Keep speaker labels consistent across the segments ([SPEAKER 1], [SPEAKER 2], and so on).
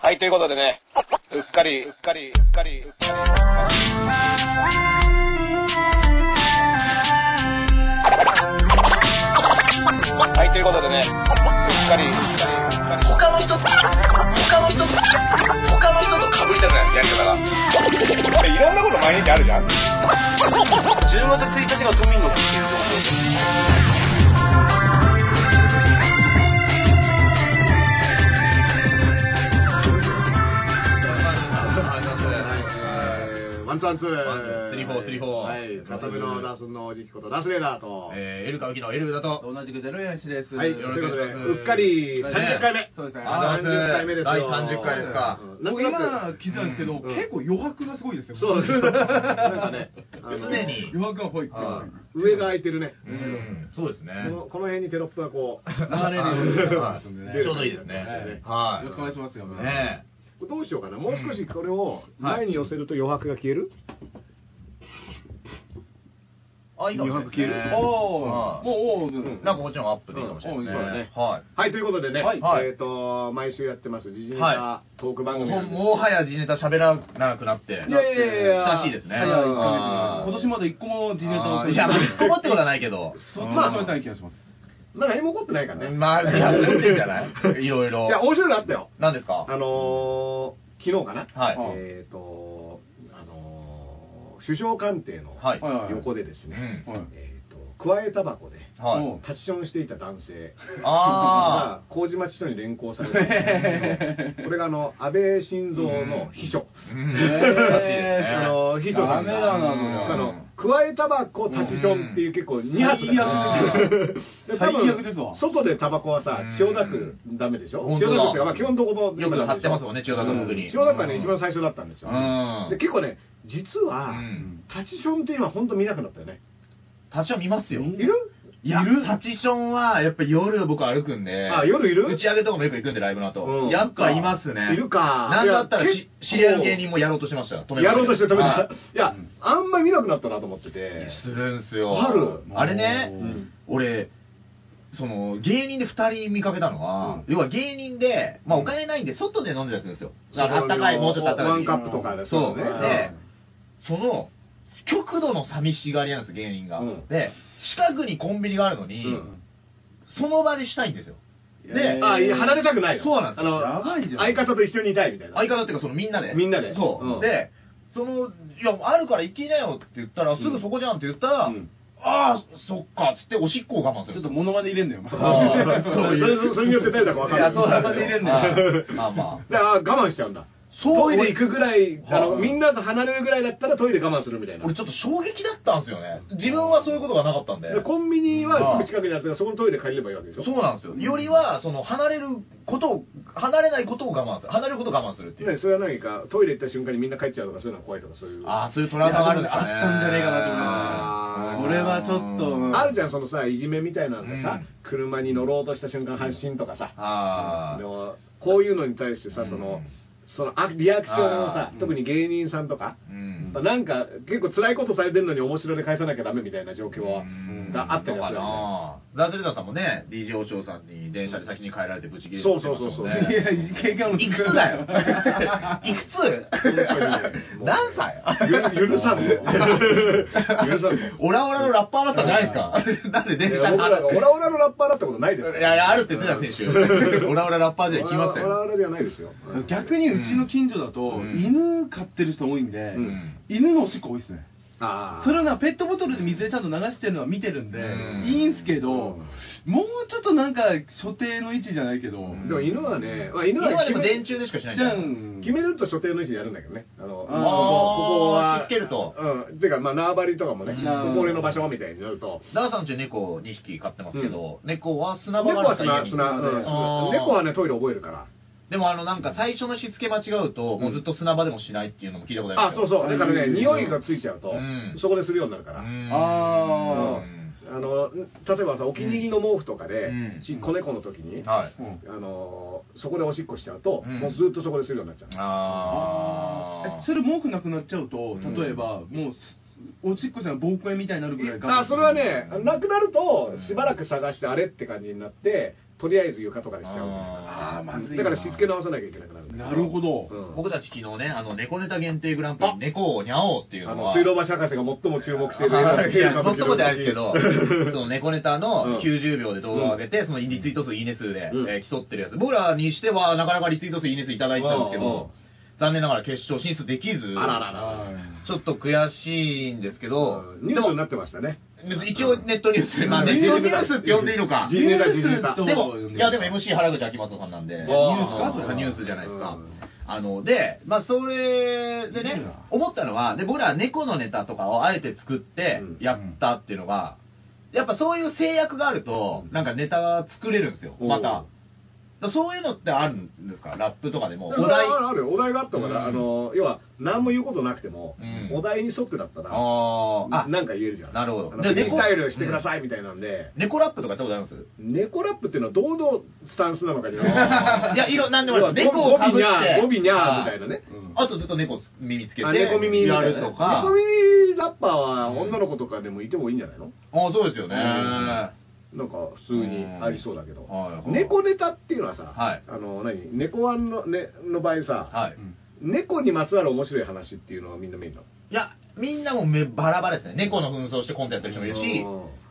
[SPEAKER 1] はい、ということでね、うっかり、うっかり、うっかり、うっかりうっかり。はい、ということでね、うっかり、うっかり、うっかり。
[SPEAKER 2] 他の人と、他の人と、他の人と被りたくないやり方が。
[SPEAKER 1] いろんなこと毎日あるじゃん。
[SPEAKER 2] 10月1日が都民の日っていう
[SPEAKER 3] えーワンツーワンツー。
[SPEAKER 4] ワンツースリーフォースリーフォー
[SPEAKER 3] はい。片目のダースンのおじきことダースレーダーと。
[SPEAKER 4] えー、エルカウキのエルだと、
[SPEAKER 5] 同じくゼロ四です。
[SPEAKER 3] はい。と
[SPEAKER 4] よろ
[SPEAKER 3] い
[SPEAKER 4] し
[SPEAKER 3] う
[SPEAKER 4] くお
[SPEAKER 3] こと
[SPEAKER 4] 願いし
[SPEAKER 3] で、
[SPEAKER 4] ます
[SPEAKER 3] うっかり30回目。
[SPEAKER 5] そうですね
[SPEAKER 4] あー
[SPEAKER 3] 30回目ですよ。
[SPEAKER 4] 第30回ですか
[SPEAKER 3] なん
[SPEAKER 5] 僕
[SPEAKER 3] とな
[SPEAKER 5] 今
[SPEAKER 3] く
[SPEAKER 5] 聞いたんですけど、
[SPEAKER 3] うん
[SPEAKER 5] 結構余白がすごいですよ。
[SPEAKER 3] そうです。なんかね、あの
[SPEAKER 4] 常に、
[SPEAKER 5] 余白がほいっていう。
[SPEAKER 4] は
[SPEAKER 3] 上が空いてるね。
[SPEAKER 4] うん、そうですね。
[SPEAKER 3] このこの辺にテロップがこう。
[SPEAKER 5] 流れるよう
[SPEAKER 4] は
[SPEAKER 5] な
[SPEAKER 4] ち
[SPEAKER 5] 感じですね
[SPEAKER 4] ょうどいいですね。はい。
[SPEAKER 5] よろしくお願いしますよね
[SPEAKER 4] ね
[SPEAKER 3] どうしようかな。もう少しこれを前に寄せると余白が消える
[SPEAKER 4] えあ、いいかもしれないです
[SPEAKER 3] 余白消え
[SPEAKER 4] ね。
[SPEAKER 3] る
[SPEAKER 5] お
[SPEAKER 4] も
[SPEAKER 5] ー、もうおー、
[SPEAKER 3] ん
[SPEAKER 4] う、なんかもちろんアップでいいかもしれないです
[SPEAKER 5] うんうんそうだね
[SPEAKER 4] ね。はい。
[SPEAKER 3] はい、ということでね、
[SPEAKER 4] はいはい
[SPEAKER 3] えっ、と、毎週やってます、時事ネ
[SPEAKER 4] は
[SPEAKER 3] タトーク番組
[SPEAKER 4] も
[SPEAKER 3] な
[SPEAKER 4] うん
[SPEAKER 3] です
[SPEAKER 4] もはや時ネタ喋らなくなって、
[SPEAKER 3] いやいやいや
[SPEAKER 4] 親しいですね。
[SPEAKER 5] 早い一ヶ月今年まだ一個も
[SPEAKER 4] 時
[SPEAKER 5] 自ネタを
[SPEAKER 4] いや、一個もってことはないけど。
[SPEAKER 5] そうっ
[SPEAKER 4] ん
[SPEAKER 5] ちはそれたい気がします。
[SPEAKER 3] まあ何も起こってないからね。
[SPEAKER 4] まあ、いや、思ってんじゃないいろいろ。
[SPEAKER 3] いや、面白いのあったよ。
[SPEAKER 4] 何ですか
[SPEAKER 3] あのー、昨日かな。
[SPEAKER 4] はい
[SPEAKER 3] えっ、と、あのー、首相官邸の
[SPEAKER 4] はい
[SPEAKER 5] はいはい
[SPEAKER 3] 横でですね、
[SPEAKER 4] うん
[SPEAKER 5] はい
[SPEAKER 3] えっ、と、くわえタバコで、
[SPEAKER 4] はい。
[SPEAKER 3] パッションしていた男性が
[SPEAKER 4] あ
[SPEAKER 3] 麹町署に連行され てこれがあの安倍晋三の秘書、
[SPEAKER 4] ー。うんらしいです
[SPEAKER 3] え
[SPEAKER 4] ね
[SPEAKER 3] ーあの秘書さんが
[SPEAKER 5] ダメだな
[SPEAKER 3] あ
[SPEAKER 4] それ
[SPEAKER 3] のくわえタバコタチションっていう結構2発だ
[SPEAKER 4] 最悪
[SPEAKER 3] で
[SPEAKER 5] 最悪
[SPEAKER 3] 多分
[SPEAKER 5] ですわ
[SPEAKER 3] 外でタバコはさ千代田区ダメでしょ
[SPEAKER 4] 本
[SPEAKER 3] 千
[SPEAKER 4] 当だ
[SPEAKER 3] 代田区っていうかまあ基本どこもダ
[SPEAKER 4] よ
[SPEAKER 3] メ
[SPEAKER 4] く
[SPEAKER 3] なん
[SPEAKER 4] 貼
[SPEAKER 3] で
[SPEAKER 4] っ
[SPEAKER 3] し
[SPEAKER 4] て
[SPEAKER 3] ょ
[SPEAKER 4] ますもんね、千代田区特に。
[SPEAKER 3] 千代田区はね一番最初だったんですよ
[SPEAKER 4] うん
[SPEAKER 3] で結構ね実は
[SPEAKER 4] うん
[SPEAKER 3] タチションっていうのは本当見なくなったよね
[SPEAKER 4] タチション見ますよ。
[SPEAKER 3] いる
[SPEAKER 4] いや、タチションは、やっぱ夜僕歩くんで。
[SPEAKER 3] あ夜いる
[SPEAKER 4] 打ち上げとかもよく行くんで、ライブの後。
[SPEAKER 3] うん
[SPEAKER 4] やっぱいますね。
[SPEAKER 3] いるか
[SPEAKER 4] なんだった
[SPEAKER 3] い
[SPEAKER 4] ら
[SPEAKER 3] や
[SPEAKER 4] し、
[SPEAKER 3] 結
[SPEAKER 4] 知
[SPEAKER 3] 構
[SPEAKER 4] り合いの芸人もやろうとしましたよ。止めま
[SPEAKER 3] やろうとして止め
[SPEAKER 4] は
[SPEAKER 3] た
[SPEAKER 4] い。
[SPEAKER 3] いや、あんま見なくなったなと思ってて。
[SPEAKER 4] するんすよ。
[SPEAKER 3] ある
[SPEAKER 4] あれね、
[SPEAKER 3] ん
[SPEAKER 4] 俺、その、芸人で2人見かけたのは、
[SPEAKER 3] う
[SPEAKER 4] 要は芸人で、まあお金ないんで、外で飲んでたりするんですよ。あったかい、もうちょっとあったかい。
[SPEAKER 3] ワンカップとかで
[SPEAKER 4] そう。
[SPEAKER 3] ね。
[SPEAKER 4] で、その、極度の寂しがりなんです、芸人が。
[SPEAKER 3] うん
[SPEAKER 4] で、近くにコンビニがあるのに、
[SPEAKER 3] うん
[SPEAKER 4] その場でしたいんですよ。で、
[SPEAKER 3] あ、いや離れたくないの
[SPEAKER 4] そうなんですよ
[SPEAKER 3] あの
[SPEAKER 5] やばいじゃん
[SPEAKER 3] 相方と一緒にいたいみたいな。
[SPEAKER 4] 相方っていうか、そのみんなで。
[SPEAKER 3] みんなで
[SPEAKER 4] そう。
[SPEAKER 3] うん
[SPEAKER 4] で、その、いや、あるから行きなよって言ったら、すぐそこじゃんって言ったら、
[SPEAKER 3] うん
[SPEAKER 4] ああ、そっか、つっておしっこを我慢す
[SPEAKER 5] ち
[SPEAKER 4] る。
[SPEAKER 5] ょっと物まね入れんだよ。
[SPEAKER 4] あー
[SPEAKER 3] そ ういうそれそれによって誰だか分かんない。
[SPEAKER 4] いやそうなんですよ
[SPEAKER 3] 入れん
[SPEAKER 4] はいまあま
[SPEAKER 3] あ。で、あ我慢しちゃうんだ。
[SPEAKER 4] そう
[SPEAKER 3] トイレ行くぐらい、あの、
[SPEAKER 4] はい
[SPEAKER 3] みんなと離れるぐらいだったらトイレ我慢するみたいな。
[SPEAKER 4] 俺ちょっと衝撃だったんですよね。自分はそういうことがなかったんで。
[SPEAKER 3] でコンビニはすぐ近くにあるから、そこのトイレ借りればいいわけでしょ
[SPEAKER 4] そうなんですよ。よりは、その、離れることを、離れないことを我慢する。離れることを我慢するっていう。
[SPEAKER 3] ね、それは何か、トイレ行った瞬間にみんな帰っちゃうとか、そういうのは怖いとか、そういう。
[SPEAKER 4] ああ、そういうトラウマがあるんですかね。
[SPEAKER 5] いやでもあったんじゃねえかなと思い
[SPEAKER 3] ます
[SPEAKER 5] それはちょっと
[SPEAKER 4] うん
[SPEAKER 3] あるじゃん、そのさ、いじめみたいなのがさ、車に乗ろうとした瞬間、発進とかさ、
[SPEAKER 4] あ
[SPEAKER 3] で
[SPEAKER 4] ー
[SPEAKER 3] もこういうのに対してさ、その、そのあリアクションをさ
[SPEAKER 4] あ、ー
[SPEAKER 3] 特に芸人さんとか、
[SPEAKER 4] うん
[SPEAKER 3] なんか結構辛いことされてるのに面白で返さなきゃダメみたいな状況はがあったり
[SPEAKER 4] のか
[SPEAKER 3] はするよね
[SPEAKER 4] なダーズレーダーさんもね、DJ お嬢さんに電車で先に帰られてブチ切れて
[SPEAKER 3] そうそうそうそう
[SPEAKER 4] ましたもんね
[SPEAKER 5] いや、経験あるんで
[SPEAKER 4] いく
[SPEAKER 5] すよ
[SPEAKER 4] つだよいくつ何歳
[SPEAKER 3] ゆ許さん ね。許さんね。
[SPEAKER 4] オラオラのラッパーだったんじゃないですかなんで電
[SPEAKER 3] い
[SPEAKER 4] 車
[SPEAKER 3] や
[SPEAKER 4] に
[SPEAKER 3] 僕らがオラオラのラッパーだってことないです
[SPEAKER 4] いやいや、あるって言ってた選 手。オラオララッパー時代聞きました
[SPEAKER 3] オラオ
[SPEAKER 4] よ。
[SPEAKER 3] ラではないですよ。
[SPEAKER 5] 逆にうちの近所だと、
[SPEAKER 4] うん
[SPEAKER 5] 犬飼ってる人多いんで、
[SPEAKER 3] うん
[SPEAKER 5] 犬のおしっこ多いですね。
[SPEAKER 3] あー
[SPEAKER 5] それをな、ペットボトルで水でちゃんと流してるのは見てるんで、
[SPEAKER 4] うん
[SPEAKER 5] いいんすけど、
[SPEAKER 3] うん
[SPEAKER 5] もうちょっとなんか、所定の位置じゃないけど、
[SPEAKER 4] ん
[SPEAKER 3] でも犬はね、まあ、犬
[SPEAKER 4] 今
[SPEAKER 3] は
[SPEAKER 4] はでも
[SPEAKER 3] 決め
[SPEAKER 4] 電柱でしかしない
[SPEAKER 5] じ
[SPEAKER 4] じ
[SPEAKER 5] ゃ
[SPEAKER 4] ゃん。
[SPEAKER 5] ん、
[SPEAKER 3] 決めると所定の位置でやるんだけどね。あの、こここ
[SPEAKER 5] あー
[SPEAKER 3] こは。
[SPEAKER 4] つけると
[SPEAKER 3] うん。ていうか、まあ、縄張りとかもね、
[SPEAKER 4] う
[SPEAKER 3] こ
[SPEAKER 4] ん
[SPEAKER 3] こ俺の場所みたいになると。
[SPEAKER 4] ダーさんち猫2匹飼ってますけど、猫は砂場
[SPEAKER 3] 猫
[SPEAKER 4] がある
[SPEAKER 3] は
[SPEAKER 4] から家
[SPEAKER 3] 砂、
[SPEAKER 4] に
[SPEAKER 3] 砂、うん
[SPEAKER 4] あー
[SPEAKER 3] 猫はね、トイレ覚えるから。
[SPEAKER 4] でもあのなんか最初のしつけ間違うと、もうずっと砂場でもしないっていうのも聞いたことあ
[SPEAKER 3] あ、
[SPEAKER 4] る
[SPEAKER 3] そう
[SPEAKER 4] う。
[SPEAKER 3] そう。だからね、
[SPEAKER 5] うん
[SPEAKER 3] 匂いがついちゃうと
[SPEAKER 4] うん、
[SPEAKER 3] そこでするようになるから。
[SPEAKER 5] あ
[SPEAKER 3] あの、例えばさ、お気に入りの毛布とかで
[SPEAKER 4] うん、
[SPEAKER 3] ち子猫の時に、あ
[SPEAKER 4] はい。
[SPEAKER 5] うん
[SPEAKER 3] の、そこでおしっこしちゃうと、
[SPEAKER 4] うん
[SPEAKER 3] もうずっとそこでするようになっちゃう。
[SPEAKER 4] あ
[SPEAKER 5] えそれ毛布なくなっちゃうと、例えば、もうすおしっこしたら膀胱炎みたいになるぐらい
[SPEAKER 3] あそれはねなくなるとしばらく探してあれって感じになってとりあえず床とかにしちゃうみたいな
[SPEAKER 5] ああまずい
[SPEAKER 3] だ
[SPEAKER 5] な
[SPEAKER 3] からしつけ直さなきゃいけなくなるんだ
[SPEAKER 5] な
[SPEAKER 3] け
[SPEAKER 5] るほど
[SPEAKER 3] うん
[SPEAKER 4] 僕たち昨日ね、あの、猫ネタ限定グランプリ、猫をにゃおうっていう
[SPEAKER 3] あ
[SPEAKER 4] の
[SPEAKER 3] の
[SPEAKER 4] は、
[SPEAKER 3] 水道橋博士が最も注目している
[SPEAKER 4] はいいや、そんなことじゃないですけど、 その
[SPEAKER 3] う
[SPEAKER 4] 猫ネタの90秒で動画を上げて、そのリツイート数、いいね数で、
[SPEAKER 3] うん
[SPEAKER 4] えー競ってるやつ。僕らにしては、なかなかリツイート数、いいね数いただいてたんですけ
[SPEAKER 3] うんうん
[SPEAKER 4] ど、残念ながら決勝進出できず、
[SPEAKER 3] あららら
[SPEAKER 4] ちょっと悔しいんですけど、
[SPEAKER 3] ニュースになってましたね
[SPEAKER 4] でも一応ネットニュースで、まあネットニュースって呼んでいいのか。
[SPEAKER 3] ジネタジネタ
[SPEAKER 5] ジ
[SPEAKER 4] でも、いやでも MC 原口あきまささんなんで、ニュ
[SPEAKER 3] ー
[SPEAKER 5] スかそれは
[SPEAKER 4] ニュースじゃないですか。
[SPEAKER 3] うん
[SPEAKER 4] あの、で、まあそれで
[SPEAKER 5] いい
[SPEAKER 4] ね
[SPEAKER 5] な、
[SPEAKER 4] 思ったのは、で、僕らは猫のネタとかをあえて作って
[SPEAKER 3] うん
[SPEAKER 4] やったっていうのが、やっぱそういう制約があると、なんかネタが作れるんですよ、
[SPEAKER 3] おう
[SPEAKER 4] また。だからそういうのってあるんですかラップとかでも。お
[SPEAKER 3] お
[SPEAKER 4] 題
[SPEAKER 3] 題。あるよお題があったか
[SPEAKER 4] うん
[SPEAKER 3] らあの要は何も言うことなくても
[SPEAKER 4] うん
[SPEAKER 3] お題に即だったら
[SPEAKER 4] あーあ、
[SPEAKER 3] なんか言えるじゃん
[SPEAKER 4] なるほど
[SPEAKER 3] あの
[SPEAKER 4] で
[SPEAKER 3] フリースタイルしてくださいみたいなんで
[SPEAKER 4] 猫ラップとかやったことあります
[SPEAKER 3] 猫ラップっていうのは堂々スタンスなのかじゃ
[SPEAKER 4] あー いや、いろ、なんでもある。猫
[SPEAKER 3] 語
[SPEAKER 4] をか
[SPEAKER 3] 尾
[SPEAKER 4] ぶっ
[SPEAKER 3] にゃ
[SPEAKER 4] て。
[SPEAKER 3] ー語尾にゃーみたいなね
[SPEAKER 4] あー。あとずっと猫耳つけて。
[SPEAKER 3] あ猫耳みた
[SPEAKER 4] や
[SPEAKER 3] いなね
[SPEAKER 4] るとか。
[SPEAKER 3] 猫耳ラッパーは女の子とかでもいてもいいんじゃないの
[SPEAKER 4] ああ、そうですよね。
[SPEAKER 3] うん
[SPEAKER 4] は
[SPEAKER 3] なんか普通にありそうだけど、
[SPEAKER 4] うんはいはい
[SPEAKER 3] 猫ネタっていうのはさ、
[SPEAKER 4] はい
[SPEAKER 3] あの何猫ワンの,、ね、の場合さ、
[SPEAKER 4] い。
[SPEAKER 3] 猫にまつわる面白い話っていうのをみんな見るの。
[SPEAKER 4] いや、みんなもめバラバラですね。猫の紛争してコントやってる人もいるし、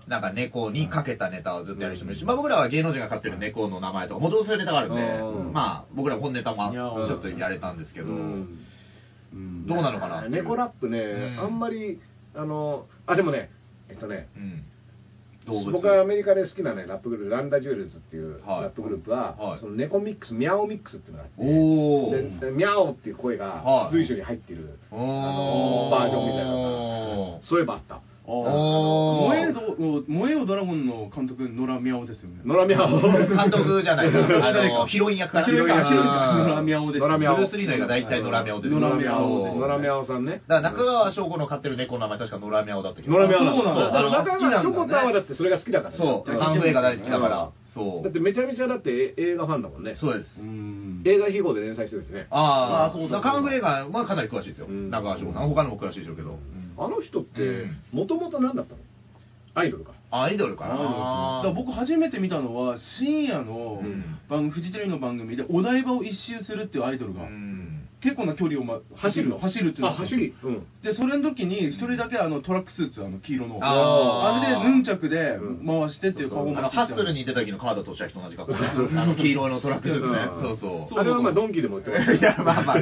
[SPEAKER 4] なんか猫にかけたネタをずっとやる人もいるし、まあ僕らは芸能人が飼ってる猫の名前とか、もともとそういうネタがあるんで
[SPEAKER 3] う、ん
[SPEAKER 4] まあ僕ら本ネタもち
[SPEAKER 5] うん
[SPEAKER 4] ょっとやれたんですけど、
[SPEAKER 3] うん
[SPEAKER 5] うん
[SPEAKER 4] どうなのかなっていう
[SPEAKER 3] 猫ラップね、
[SPEAKER 4] うん
[SPEAKER 3] あんまりあのあでもねえっとね
[SPEAKER 4] うん動物。
[SPEAKER 3] 僕がアメリカで好きなねラップグループランダジュールズっていう
[SPEAKER 4] はい
[SPEAKER 3] ラップグループは、
[SPEAKER 4] はい
[SPEAKER 3] その猫ミックスミャオミックスっていうのがあって
[SPEAKER 4] おー。
[SPEAKER 3] でミャオっていう声
[SPEAKER 4] は
[SPEAKER 3] が
[SPEAKER 4] い
[SPEAKER 3] 随所に入ってる、
[SPEAKER 4] あ
[SPEAKER 3] のバージョンみたいな
[SPEAKER 4] の
[SPEAKER 3] そういえばあった
[SPEAKER 4] おー
[SPEAKER 5] 燃えど燃えよドラゴンの監督野良ミャオですよね
[SPEAKER 3] 野良ミャオ
[SPEAKER 4] 監督じゃ ないあの、ヒロイン役かな
[SPEAKER 5] ヒロイン役ヒロイン役野良ミャオです
[SPEAKER 3] 野良
[SPEAKER 4] ブ
[SPEAKER 3] ミ
[SPEAKER 4] ル
[SPEAKER 3] ャオ
[SPEAKER 4] ース・リーの映画大体ノラミャオです
[SPEAKER 5] ノラ
[SPEAKER 3] 野良ミャオ
[SPEAKER 5] です
[SPEAKER 3] 野良ミャオさんね
[SPEAKER 4] だから中川翔子の飼ってる猫の名前確かノラミャオだったけど。
[SPEAKER 3] 野良ミャオ
[SPEAKER 5] そうなんだ
[SPEAKER 3] だから
[SPEAKER 4] あの
[SPEAKER 3] 中
[SPEAKER 4] 好きな
[SPEAKER 3] 川
[SPEAKER 4] ん
[SPEAKER 3] し
[SPEAKER 4] だ
[SPEAKER 3] ょ
[SPEAKER 4] ね
[SPEAKER 3] こたんはだってそれが好きだからね
[SPEAKER 4] そう、
[SPEAKER 3] うん
[SPEAKER 4] 韓国映画大好きだから。そ
[SPEAKER 3] だって
[SPEAKER 4] う。
[SPEAKER 3] めちゃめちゃだって映画ファンだもんね
[SPEAKER 4] そうです。
[SPEAKER 5] うん
[SPEAKER 3] 映画秘宝で連載してるしね
[SPEAKER 4] ああ、
[SPEAKER 5] あーそうだ
[SPEAKER 4] 韓国映画はかなり詳しいですよ。
[SPEAKER 3] うん
[SPEAKER 4] 中川翔子さん。他のも詳しいでしょうけど。
[SPEAKER 3] あの人っ
[SPEAKER 4] う
[SPEAKER 3] て
[SPEAKER 4] ん
[SPEAKER 3] もともと何だったのアイドルか
[SPEAKER 4] アイドルかな。
[SPEAKER 5] だから僕初めて見たのは深夜の
[SPEAKER 4] うん
[SPEAKER 5] 番組フジテレビの番組でお台場を一周するっていうアイドル
[SPEAKER 4] う
[SPEAKER 5] が
[SPEAKER 4] ん。
[SPEAKER 5] 結構な距離を、ま、
[SPEAKER 3] 走るの
[SPEAKER 5] 走るっていう
[SPEAKER 3] あ
[SPEAKER 5] が
[SPEAKER 3] 走りうん
[SPEAKER 5] でそれの時に一人だけあのトラックスーツあの黄色の
[SPEAKER 4] あ
[SPEAKER 5] あ
[SPEAKER 4] ー
[SPEAKER 5] れでヌンチャクで
[SPEAKER 3] うん
[SPEAKER 5] 回してっていう
[SPEAKER 4] あ
[SPEAKER 5] パフォーマ
[SPEAKER 4] の
[SPEAKER 5] ンス
[SPEAKER 4] ハッスルに出た時の川田俊明と同じ格 好ね。あの黄色のトラックですね。そうそう。
[SPEAKER 5] そう
[SPEAKER 3] あれはまあドンキでも売ってま
[SPEAKER 4] い
[SPEAKER 3] す
[SPEAKER 4] や、まあ まあ、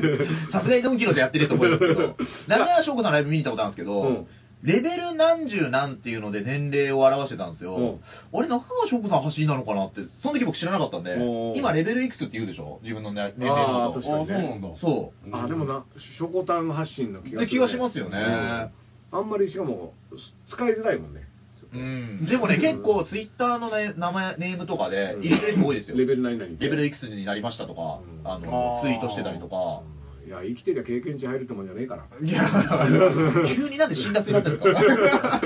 [SPEAKER 4] さすがにドンキロでやってると思いますけど、中川翔子さんのライブ見に行ったことあるんですけど、
[SPEAKER 3] うん
[SPEAKER 4] レベル何十何っていうので年齢を表してたんですよ。
[SPEAKER 3] うん
[SPEAKER 4] あれ、中川翔子さん走りなのかなって、その時僕知らなかったんで
[SPEAKER 3] お、ー
[SPEAKER 4] 今レベルいくつって言うでしょ自分のね年齢
[SPEAKER 3] あ
[SPEAKER 4] の
[SPEAKER 3] あ
[SPEAKER 4] こ
[SPEAKER 3] 確
[SPEAKER 4] と。
[SPEAKER 3] かに
[SPEAKER 5] あそうな
[SPEAKER 3] ね
[SPEAKER 5] んだ
[SPEAKER 4] そ
[SPEAKER 3] あでもなしょこたん発信の気がする
[SPEAKER 4] 気がしますよね
[SPEAKER 3] うんあんまりしかも使いづらいもんね
[SPEAKER 4] う。うん。でもね、結構ツイッターのね、名前、ネームとかで
[SPEAKER 3] うん
[SPEAKER 4] 入れてる人多いですよ。
[SPEAKER 3] レベル何々
[SPEAKER 4] レベルいくつになりましたとか、
[SPEAKER 3] うん
[SPEAKER 4] あの、
[SPEAKER 5] あー
[SPEAKER 4] ツイートしてたりとか。
[SPEAKER 3] うんいや生きてりゃ経験値入るってもんじゃねえから
[SPEAKER 4] いや、 急になんで辛辣になったんですかな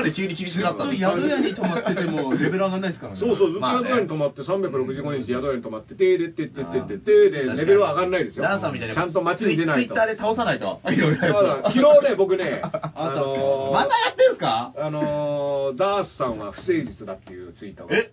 [SPEAKER 4] んで急に厳しくなったん
[SPEAKER 5] そ
[SPEAKER 4] で
[SPEAKER 5] れ
[SPEAKER 4] すか
[SPEAKER 5] 宿屋に泊まっててもレベル上がらないですからね
[SPEAKER 3] そうそう、ずっと
[SPEAKER 4] まあ
[SPEAKER 3] 宿
[SPEAKER 4] ね
[SPEAKER 3] 屋に泊まって、365日宿屋に泊まって、てーれってってってっててーで、レベルは上がんないですよ。
[SPEAKER 4] ダンサーみたいな。
[SPEAKER 3] ちゃんと街に出ない
[SPEAKER 4] ツ
[SPEAKER 3] と。
[SPEAKER 4] イッター
[SPEAKER 3] だ
[SPEAKER 4] で倒さない と。いろい
[SPEAKER 3] か
[SPEAKER 4] ろ
[SPEAKER 3] ら、昨日ね、僕ね、あのー、
[SPEAKER 4] またやってるんすか
[SPEAKER 3] あのー、ダースさんは不誠実だっていうツイートがあっ
[SPEAKER 4] え
[SPEAKER 3] て、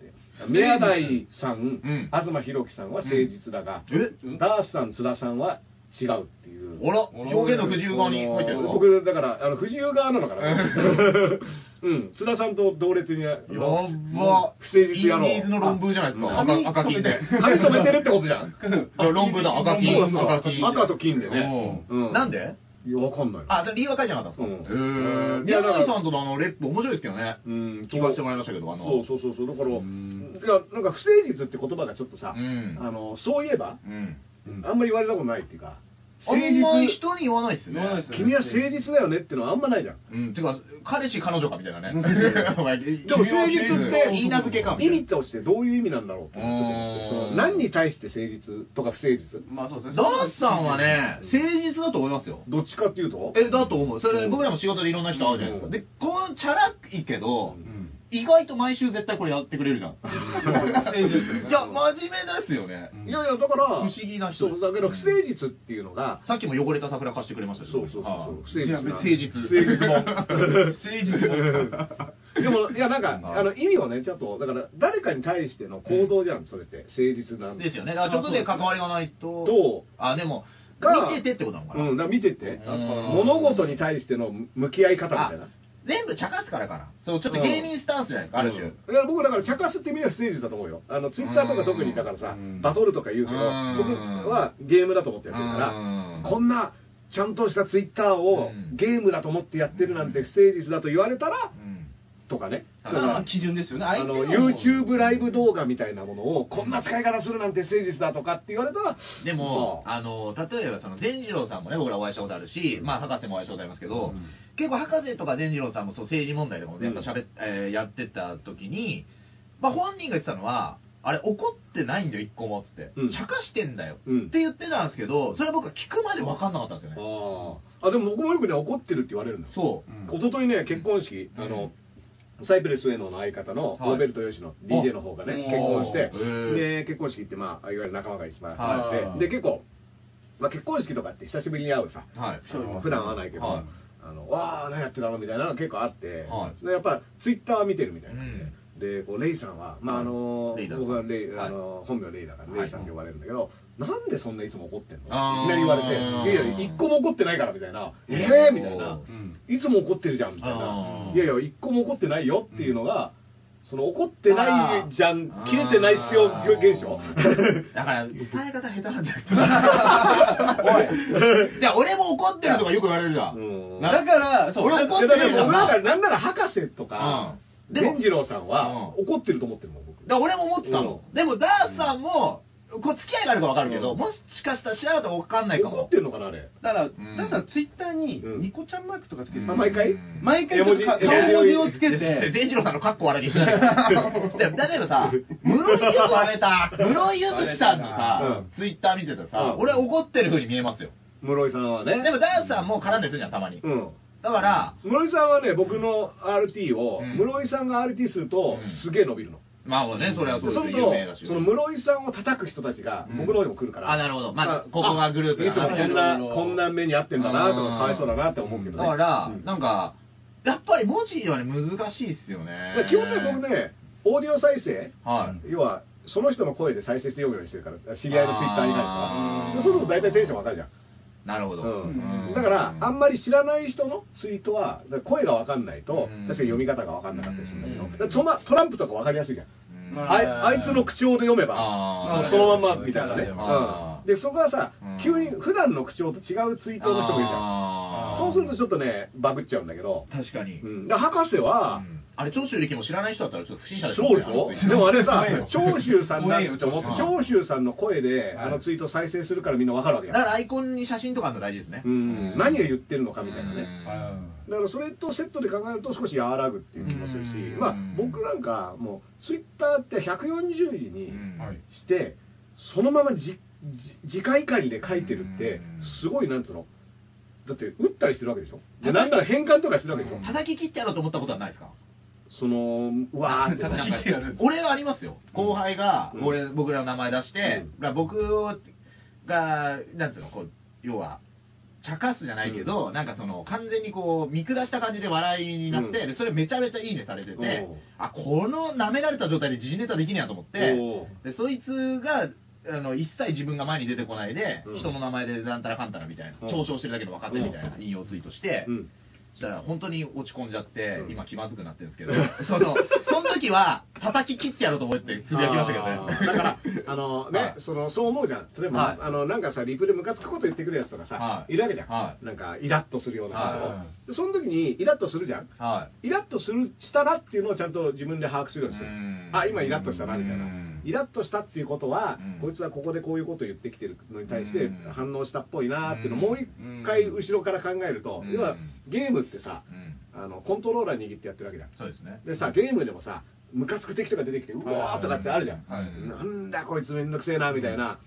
[SPEAKER 3] 宮台さん、
[SPEAKER 4] うん
[SPEAKER 3] 東博樹さんは誠実だが、
[SPEAKER 4] え
[SPEAKER 3] ダースさん、津田さんは違うっていう。
[SPEAKER 4] あら、表現の不自由側に入ってるんですか
[SPEAKER 3] 僕、だから、あの、藤井側なのかな。 うん、津田さんと同列に、や
[SPEAKER 4] やっば。
[SPEAKER 3] 不誠実野郎
[SPEAKER 4] インディーズの論文じゃないですか。
[SPEAKER 5] うん
[SPEAKER 4] 赤赤金で。
[SPEAKER 3] 髪染めてるってことじゃん。
[SPEAKER 4] あ論文だ、赤金。
[SPEAKER 3] そうそう
[SPEAKER 4] 赤金。
[SPEAKER 3] 赤と 金でね。
[SPEAKER 4] うん
[SPEAKER 3] う
[SPEAKER 4] なんで
[SPEAKER 3] いや、わかんない。
[SPEAKER 4] あ、でも理由は書いてなかったんですか
[SPEAKER 3] う
[SPEAKER 4] へー。
[SPEAKER 3] い
[SPEAKER 4] 宮
[SPEAKER 3] やだから
[SPEAKER 4] 崎さんとのあのレップ面白いですけどね。
[SPEAKER 3] うん
[SPEAKER 4] 聞かせてもらいましたけど、あの。
[SPEAKER 3] そうそうそうそう、だから、い
[SPEAKER 5] ん
[SPEAKER 3] や、なんか不誠実って言葉がちょっとさ、
[SPEAKER 4] うん
[SPEAKER 3] あの、そういえば、
[SPEAKER 4] うん。
[SPEAKER 5] うん
[SPEAKER 3] あんまり言われたことないっていうか、
[SPEAKER 4] あ
[SPEAKER 3] 誠
[SPEAKER 4] んまり
[SPEAKER 3] 実、
[SPEAKER 4] 人に言わないっすね。
[SPEAKER 5] 言わないっすね
[SPEAKER 3] 君は誠実だよねってのはあんまないじゃん。
[SPEAKER 4] うん、てか、彼氏、彼女かみたいな ね。
[SPEAKER 3] でも誠実って、
[SPEAKER 4] 言い名付けかみたい
[SPEAKER 3] 意
[SPEAKER 4] な。
[SPEAKER 3] 味としてどういう意味なんだろうって、ちょっと思って
[SPEAKER 4] うん
[SPEAKER 3] その何に対して誠実とか不誠実
[SPEAKER 5] まあそうですね
[SPEAKER 4] ダンスさんはね、誠実だと思いますよ。
[SPEAKER 3] どっちかっていうと
[SPEAKER 4] え、だと思う。それ、僕らも仕事でいろんな人会うじゃないですか。で、このチャラいけど
[SPEAKER 5] う、ん
[SPEAKER 4] 意外と毎週絶対これやってくれるじゃ ん。いや、真面目ですよね。
[SPEAKER 3] いやいや、だから、
[SPEAKER 4] 不思議な人
[SPEAKER 3] そうだけど、不誠実っていうのが、
[SPEAKER 4] さっきも汚れた桜貸してくれましたし
[SPEAKER 3] そうそうそう
[SPEAKER 4] は
[SPEAKER 3] そう、不誠実な。
[SPEAKER 4] い誠実。
[SPEAKER 5] 誠
[SPEAKER 3] でも、いや、なんか、
[SPEAKER 4] あ
[SPEAKER 3] あの、意味をね、ちょっと、だから、誰かに対しての行動じゃん、それって。誠実なん
[SPEAKER 4] ですよね。だから直で関わりがないと。
[SPEAKER 3] と
[SPEAKER 4] あ、でも、
[SPEAKER 3] が
[SPEAKER 4] 見ててってことなのかな。
[SPEAKER 3] うん、だから見てて、やっぱ物事に対しての向き合い方みたいな。
[SPEAKER 4] 全部茶化すからかな。そう、ちょっと芸人スタンスじゃないですか、ある種。
[SPEAKER 3] うんだから僕だから茶化すって意味では不誠実だと思うよあのツイッターとか特にだからさ
[SPEAKER 4] うん
[SPEAKER 3] バトルとか言うけど
[SPEAKER 4] う
[SPEAKER 3] 僕
[SPEAKER 4] ん
[SPEAKER 3] はゲームだと思ってやってる
[SPEAKER 4] うん
[SPEAKER 3] からこんなちゃんとしたツイッターを
[SPEAKER 4] うん
[SPEAKER 3] ゲームだと思ってやってるなんて不誠実だと言われたら
[SPEAKER 4] うん
[SPEAKER 3] とかねだ
[SPEAKER 4] あ
[SPEAKER 3] か
[SPEAKER 5] まあまあ
[SPEAKER 3] ら
[SPEAKER 5] 基準ですよね。
[SPEAKER 3] あ
[SPEAKER 5] 相手
[SPEAKER 3] の
[SPEAKER 5] の
[SPEAKER 3] YouTube ライブ動画みたいなものをこんな使い方するなんて不誠実だとかって言われたら
[SPEAKER 4] でも、
[SPEAKER 3] まあ
[SPEAKER 4] あの、例えば、その、善次郎さんもね、僕らお会いしたことあるし、まあ、博士もお会いしたことありますけど、
[SPEAKER 5] うん
[SPEAKER 4] 結構、博士とか善次郎さんも、そう、政治問題とかもね、や
[SPEAKER 3] う
[SPEAKER 4] っ
[SPEAKER 3] ん
[SPEAKER 4] ぱ喋っ、えーやってた時に、まあ、本人が言ってたのは、あれ、怒ってないんだよ、一個も、つって。
[SPEAKER 3] うん
[SPEAKER 4] 茶化してんだよ、
[SPEAKER 3] うん
[SPEAKER 4] って言ってたんですけど、それは僕は聞くまで分かんなかったんですよね。
[SPEAKER 3] あーあでも僕もよくね怒ってるって言われるんです
[SPEAKER 4] そうう。
[SPEAKER 5] ん
[SPEAKER 3] 一昨日ね結婚式、
[SPEAKER 4] うん
[SPEAKER 3] あのサイプレスウェイの相方の
[SPEAKER 4] はい
[SPEAKER 3] ロベルト・ヨシの DJ の方がね
[SPEAKER 5] お
[SPEAKER 3] 結婚して
[SPEAKER 4] へー
[SPEAKER 3] で結婚式って、まあ、いわゆる仲間が一番集
[SPEAKER 4] は
[SPEAKER 3] ま
[SPEAKER 4] い
[SPEAKER 3] ってで結構、まあ、結婚式とかって久しぶりに会うさ
[SPEAKER 4] はい。
[SPEAKER 3] あの普段会わないけど、
[SPEAKER 4] はい
[SPEAKER 3] あのわあ何やってたのみたいなのが結構あって、
[SPEAKER 4] はい
[SPEAKER 3] でやっぱツイッター見てるみたいな、
[SPEAKER 4] うん
[SPEAKER 3] でこうレイさんは、まああの
[SPEAKER 4] レイダーさん
[SPEAKER 3] 僕はレイ、
[SPEAKER 4] はい
[SPEAKER 3] あの本名レイだから
[SPEAKER 4] はい
[SPEAKER 3] レイさんって呼ばれるんだけど、なんでそんないつも怒ってんのっていき
[SPEAKER 4] あー
[SPEAKER 3] なり言われていやいや一個も怒ってないからみたいな
[SPEAKER 4] うん
[SPEAKER 3] ええー、みたいな
[SPEAKER 5] うん
[SPEAKER 3] いつも怒ってるじゃんみたい
[SPEAKER 4] あ
[SPEAKER 3] な
[SPEAKER 4] ー
[SPEAKER 3] いやいや一個も怒ってないよっていうのが、その怒ってないじゃん
[SPEAKER 4] あー
[SPEAKER 3] 切れてないっすよ 現象
[SPEAKER 4] だから、伝え方下手なんじゃない おい。じゃあ、俺も怒ってるとかよく言われるじゃん。
[SPEAKER 3] うん
[SPEAKER 5] だから、そう。
[SPEAKER 4] 俺
[SPEAKER 5] だ
[SPEAKER 4] 怒っ
[SPEAKER 5] か
[SPEAKER 4] て
[SPEAKER 3] でだから
[SPEAKER 4] るよ
[SPEAKER 3] 僕 なんかなんなら博士とか、
[SPEAKER 4] うんでも
[SPEAKER 3] 伝次郎さんは
[SPEAKER 4] う
[SPEAKER 3] 怒ってると思ってるもん、僕。
[SPEAKER 4] だから俺も思ってたの。でも、ダースさんも、こう付き合いがあるか分かるけど、
[SPEAKER 3] うん
[SPEAKER 4] もしかしたら知らなかったら分かんないか
[SPEAKER 3] 怒
[SPEAKER 4] も
[SPEAKER 3] っ。てるのかな、あれ。
[SPEAKER 5] ら、
[SPEAKER 4] ん
[SPEAKER 5] だからツイッターに
[SPEAKER 3] うん
[SPEAKER 5] ニコちゃんマークとかつけて、
[SPEAKER 3] あ毎回
[SPEAKER 4] うん
[SPEAKER 5] 毎回ちょっとか
[SPEAKER 3] 絵
[SPEAKER 5] 顔
[SPEAKER 3] 文字
[SPEAKER 5] 文字をつけ
[SPEAKER 4] で
[SPEAKER 5] て、
[SPEAKER 4] 善次郎さんのカッコ悪いにしない で例えばさ、室井ゆず
[SPEAKER 5] た
[SPEAKER 4] 室井ゆずきさんのさ、ツイッター見てたらさ、
[SPEAKER 3] うん
[SPEAKER 4] 俺怒ってる風に見えますよ。
[SPEAKER 3] 室井さんはね。
[SPEAKER 4] でも、ダースさんも絡んでするじゃん、たまに。
[SPEAKER 3] うん。
[SPEAKER 4] だから、
[SPEAKER 3] 室井さんはね、僕の RT を、
[SPEAKER 4] うん
[SPEAKER 3] 室井さんが RT すると
[SPEAKER 4] うん、
[SPEAKER 3] すげえ伸びるの。
[SPEAKER 4] まあね、それは
[SPEAKER 3] で
[SPEAKER 4] そうです
[SPEAKER 3] そ
[SPEAKER 4] よ
[SPEAKER 3] の
[SPEAKER 4] 有名だし
[SPEAKER 3] と、。その室井さんを叩く人たちが
[SPEAKER 4] うん、
[SPEAKER 3] 僕の方にも来るから。
[SPEAKER 4] あ、なるほど。まあ
[SPEAKER 3] あ、
[SPEAKER 4] ここがグループ
[SPEAKER 3] いつも
[SPEAKER 4] だ
[SPEAKER 3] こ
[SPEAKER 4] な。
[SPEAKER 3] んな、こんな目に遭ってんだな、とか、
[SPEAKER 4] うん
[SPEAKER 3] かわいそうだなって思うけどね。
[SPEAKER 4] だから、
[SPEAKER 3] うん
[SPEAKER 4] なんか、やっぱり文字はね、難しいっすよね
[SPEAKER 3] だから。基本的に僕ね、オーディオ再生、
[SPEAKER 4] はい。
[SPEAKER 3] 要は、その人の声で再生して読むようにしてるから、知り合いのツイッターに関して
[SPEAKER 4] あー
[SPEAKER 3] は。でそうすると大体テンションわかるじゃん。
[SPEAKER 4] なるほど。
[SPEAKER 3] うん
[SPEAKER 4] うん
[SPEAKER 3] だから、あんまり知らない人のツイートは、だから声が分かんないと、
[SPEAKER 4] うん
[SPEAKER 3] 確かに読み方が分かんなかったりするんだけど
[SPEAKER 4] うん
[SPEAKER 3] だからトラ、トランプとか分かりやすいじゃん。
[SPEAKER 4] うん
[SPEAKER 5] ま
[SPEAKER 3] あいあいつの口調で読めば、
[SPEAKER 4] あー
[SPEAKER 3] あそのまんまみたいなね。
[SPEAKER 4] あー
[SPEAKER 3] うんで、そこはさ
[SPEAKER 4] うん、
[SPEAKER 3] 急に普段の口調と違うツイートの人もいるじゃん。
[SPEAKER 4] あー
[SPEAKER 3] そうするとちょっとね、バグっちゃうんだけど、
[SPEAKER 4] 確かに。
[SPEAKER 3] う
[SPEAKER 4] うん
[SPEAKER 3] ん、だから博士は、
[SPEAKER 4] あれ、長州力も知らない人だったら、ちょっと不審者で
[SPEAKER 3] そうでしょでもあれさ、長州さんだって思って
[SPEAKER 4] 怖い、よ
[SPEAKER 3] 長州さんの声で、
[SPEAKER 5] はい
[SPEAKER 3] あのツイート再生するからみんなわかるわけ
[SPEAKER 4] だ
[SPEAKER 3] じ
[SPEAKER 4] か
[SPEAKER 3] ゃん。
[SPEAKER 4] らアイコンに写真とかあるの大事ですね。
[SPEAKER 3] うん、何を言ってるのかみたいなね。
[SPEAKER 4] うん
[SPEAKER 3] だからそれとセットで考えると少し和らぐっていう気もする
[SPEAKER 4] う
[SPEAKER 3] し
[SPEAKER 4] ん、
[SPEAKER 3] まあ、僕なんかもうツイッターって140字に
[SPEAKER 4] うん
[SPEAKER 5] はい
[SPEAKER 3] してそのままじじ次回管理で書いてるって
[SPEAKER 4] うん
[SPEAKER 3] すごいなんつうのだって打ったりしてるわけでしょでなんなら変換とかしてるわけでしょ
[SPEAKER 4] 叩き切ってやろうと思ったことはないですか
[SPEAKER 3] そのうわーって
[SPEAKER 5] 叩
[SPEAKER 4] なん
[SPEAKER 5] き
[SPEAKER 4] か
[SPEAKER 5] 切ってやる
[SPEAKER 4] 俺はありますよ後輩が
[SPEAKER 3] うん
[SPEAKER 4] 俺、僕らの名前出して、
[SPEAKER 3] うん
[SPEAKER 4] だから僕をがなんつうのこう要は茶化すじゃないけど、なんかその完全にこう見下した感じで笑いになって、
[SPEAKER 3] うん
[SPEAKER 4] でそれめちゃめちゃいいねされてて、
[SPEAKER 3] おう
[SPEAKER 4] あこの舐められた状態で時事ネタできねえやと思って
[SPEAKER 3] おう
[SPEAKER 4] でそいつがあの一切自分が前に出てこないで、
[SPEAKER 3] うん
[SPEAKER 4] 人の名前でなんたらかんたらみたいな
[SPEAKER 3] うん
[SPEAKER 4] 嘲笑してるだけの若手みたいな引用ツイートして、
[SPEAKER 3] うん
[SPEAKER 4] そしたら本当に落ち込んじゃって、
[SPEAKER 3] うん
[SPEAKER 4] 今気まずくなってるんですけど、その、その時は叩き切ってやろうと思ってつぶやきましたけどね
[SPEAKER 3] あ。ーだから、あのね、
[SPEAKER 4] はい
[SPEAKER 3] そのそう思うじゃん、例えば、
[SPEAKER 4] はい
[SPEAKER 3] あのなんかさ、リプでムカつくこと言ってくるやつとかさ、
[SPEAKER 4] はい
[SPEAKER 3] い、るわけじゃん、
[SPEAKER 4] は
[SPEAKER 3] なんかイラッとするような
[SPEAKER 4] は
[SPEAKER 3] こと、でその時にイラッとするじゃん、
[SPEAKER 4] は
[SPEAKER 3] イラッとするしたらっていうのをちゃんと自分で把握するようにする
[SPEAKER 4] うん、
[SPEAKER 3] あ今イラッとしたなみたいな
[SPEAKER 4] うん、
[SPEAKER 3] イラッとしたっていうことは
[SPEAKER 4] うん、
[SPEAKER 3] こいつはここでこういうことを言ってきてるのに対し
[SPEAKER 4] う
[SPEAKER 3] て
[SPEAKER 4] ん
[SPEAKER 3] 反応したっぽいなーっていうのをもう一
[SPEAKER 4] うん
[SPEAKER 3] 回後ろから考えると
[SPEAKER 4] う、ん
[SPEAKER 3] 要はゲームってさ
[SPEAKER 4] い。、うん。
[SPEAKER 3] あのコントローラー握ってやってるわけじゃん。
[SPEAKER 4] そうですね。
[SPEAKER 3] でさ、ゲームでもさ、ムカつく敵とか出てきて、うわーとかってあるじゃん。
[SPEAKER 4] はい
[SPEAKER 3] なんだこいつめんどくせえなみたいな、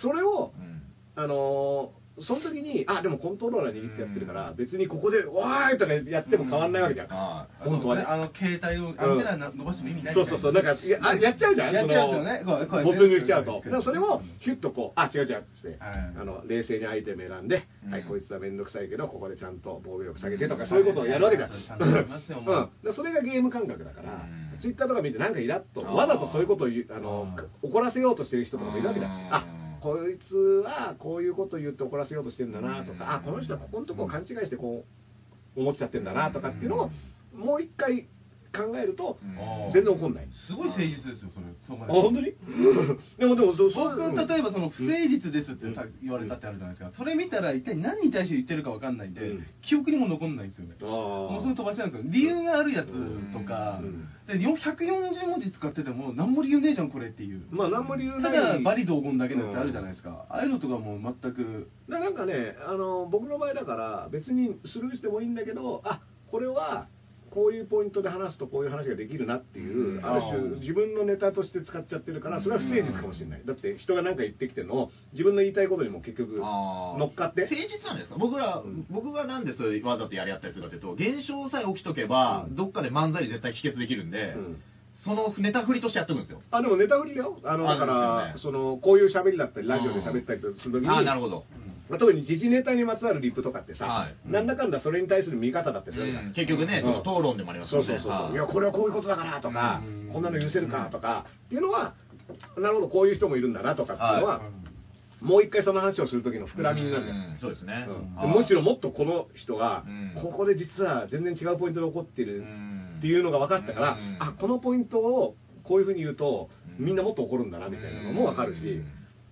[SPEAKER 3] それを
[SPEAKER 4] うん
[SPEAKER 3] あのその時にあでもコントローラー握ってやってるから、別にここで「わーい!」とかやっても変わんないわけじゃん、
[SPEAKER 4] ああ
[SPEAKER 3] 本当はね
[SPEAKER 5] あの、携帯を、アンテナ伸ばしても意味ない
[SPEAKER 3] そうそうそう、なんか、いやあやっちゃうじゃん、
[SPEAKER 5] やっちゃう
[SPEAKER 3] そ
[SPEAKER 5] ん
[SPEAKER 3] の
[SPEAKER 5] ですよねこうこう
[SPEAKER 3] 没入しちゃう
[SPEAKER 5] こ
[SPEAKER 3] と。
[SPEAKER 5] う
[SPEAKER 3] だからそれを、ヒュッとこう、あ、違う違う、つって、
[SPEAKER 5] はい
[SPEAKER 3] あの、冷静にアイテム選んで、
[SPEAKER 4] うん
[SPEAKER 3] はい、こいつはめんどくさいけど、ここでちゃんと防御力下げてとか、そういうことをやるわけじゃん。
[SPEAKER 5] そうちゃんとやりますよ
[SPEAKER 3] うん
[SPEAKER 5] もう
[SPEAKER 3] でそれがゲーム感覚だか
[SPEAKER 4] う
[SPEAKER 3] ら
[SPEAKER 4] ん、
[SPEAKER 3] ツイッターとか見てなんかイラッと、
[SPEAKER 4] あー
[SPEAKER 3] わざとそういうことを言うあの
[SPEAKER 5] あー、
[SPEAKER 3] 怒らせようとしてる人とかもいるわけだ。
[SPEAKER 4] うん
[SPEAKER 3] あ、こいつはこういうこと言って怒らせようとしてんだなと
[SPEAKER 4] うん
[SPEAKER 3] か、あ、この人はここのとこを勘違いしてこう、思っちゃってんだなとかっていうのを、もう一回考えると、
[SPEAKER 4] うん
[SPEAKER 3] 全然怒んない。
[SPEAKER 5] すごい誠実ですよ、それ。そうま
[SPEAKER 3] あ
[SPEAKER 5] で
[SPEAKER 3] 本当にでもでもそうそう
[SPEAKER 5] 僕、例えばその、不誠実ですっ
[SPEAKER 3] う
[SPEAKER 5] て
[SPEAKER 3] ん
[SPEAKER 5] さ言われたってあるじゃないですか。それ見たら、一体何に対して言ってるかわかんないんで
[SPEAKER 3] うん、
[SPEAKER 5] 記憶にも残んないんですよね。
[SPEAKER 3] あ
[SPEAKER 5] もうそ
[SPEAKER 3] ー
[SPEAKER 5] れ飛ばしちゃうんですよ。理由があるやつとか
[SPEAKER 3] うん、
[SPEAKER 5] でよ140文字使ってても、何も理由ねえじゃん、これっていう。
[SPEAKER 3] まあ何も理由な
[SPEAKER 5] た
[SPEAKER 3] い
[SPEAKER 5] だ、バリ同言だけのやつあるじゃないですか。ああいうのとかもう全く、
[SPEAKER 3] だなんかねあの僕の場合だから別にスルーしてもいいんだけどあこれはこういうポイントで話すとこういう話ができるなっていう、
[SPEAKER 4] うん
[SPEAKER 3] ある種自分のネタとして使っちゃってるからそれは不誠実かもしれない、だって人が何か言ってきてるのを自分の言いたいことにも結局
[SPEAKER 4] あー
[SPEAKER 3] 乗っかって
[SPEAKER 4] 誠実なんですか僕ら、
[SPEAKER 3] うん
[SPEAKER 4] 僕がなんでそれわざとやり合ったりするかというと、現象さえ起きとけば、
[SPEAKER 3] うん
[SPEAKER 4] どっかで漫才に絶対帰結できるんで、
[SPEAKER 3] うん
[SPEAKER 4] そのネタ振りとしてやってくんですよ。
[SPEAKER 3] あでもネタ振りだよあの
[SPEAKER 4] あ
[SPEAKER 3] だから、
[SPEAKER 4] です
[SPEAKER 3] そのこういう喋りだったりラジオで喋ったりする時に、
[SPEAKER 4] ああ、なるほど。
[SPEAKER 3] まあ、特に時事ネタにまつわるリップとかってさ、
[SPEAKER 4] はい
[SPEAKER 3] なんだかんだそれに対する見方だってするじゃん
[SPEAKER 4] うん結局ね、
[SPEAKER 3] うん
[SPEAKER 4] その討論でもあります
[SPEAKER 3] そ
[SPEAKER 4] も
[SPEAKER 3] うんそう
[SPEAKER 4] ね。
[SPEAKER 3] そうそ
[SPEAKER 4] はい
[SPEAKER 3] ういやこれはこういうことだからとか
[SPEAKER 5] うん
[SPEAKER 3] こんなの許せるかとかっていうのはあなるほどこういう人もいるんだなとかっていうのは、もう一回その話をする時の膨らみになるじゃん
[SPEAKER 4] うんそうですね。
[SPEAKER 3] うん
[SPEAKER 4] はい
[SPEAKER 3] でむしろもっとこの人が
[SPEAKER 4] うん
[SPEAKER 3] ここで実は全然違うポイントで起こって
[SPEAKER 4] う
[SPEAKER 3] る
[SPEAKER 4] ん
[SPEAKER 3] っていうのが分かったから
[SPEAKER 4] うん
[SPEAKER 3] あこのポイントをこういうふうに言うと
[SPEAKER 4] うん
[SPEAKER 3] みんなもっと怒るんだなみたいなのも分かるし
[SPEAKER 4] うん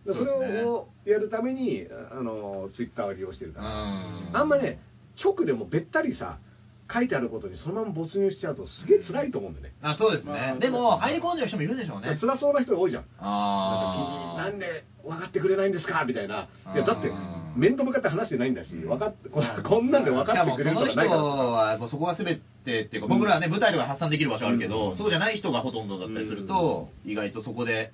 [SPEAKER 3] でそれをやるためにあのツイッターを利用してる
[SPEAKER 4] う
[SPEAKER 3] から
[SPEAKER 4] ん
[SPEAKER 3] あんまね、直でもべったりさ、書いてあることにそのまま没入しちゃうと、すげえ辛いと思うんだよね。
[SPEAKER 4] あそうですね、
[SPEAKER 5] まあ
[SPEAKER 4] でも入り込んでる人もいるんでしょうね
[SPEAKER 3] 辛そうな人が多いじゃん。
[SPEAKER 4] ああ
[SPEAKER 3] なんか君なんで分かってくれないんですかみたいな。いや、だって
[SPEAKER 4] あ、ー
[SPEAKER 3] 面と向かって話してないんだし、分かって、ここんなんで分かってくれるとか
[SPEAKER 4] しか
[SPEAKER 3] ない
[SPEAKER 4] も
[SPEAKER 3] か
[SPEAKER 4] その
[SPEAKER 3] ら
[SPEAKER 4] 人はもうそこが全てっていうか、
[SPEAKER 3] うん
[SPEAKER 4] 僕らはね舞台とか発散できる場所あるけど、
[SPEAKER 3] うん
[SPEAKER 4] そうじゃない人がほとんどだったりすると、意外とそこで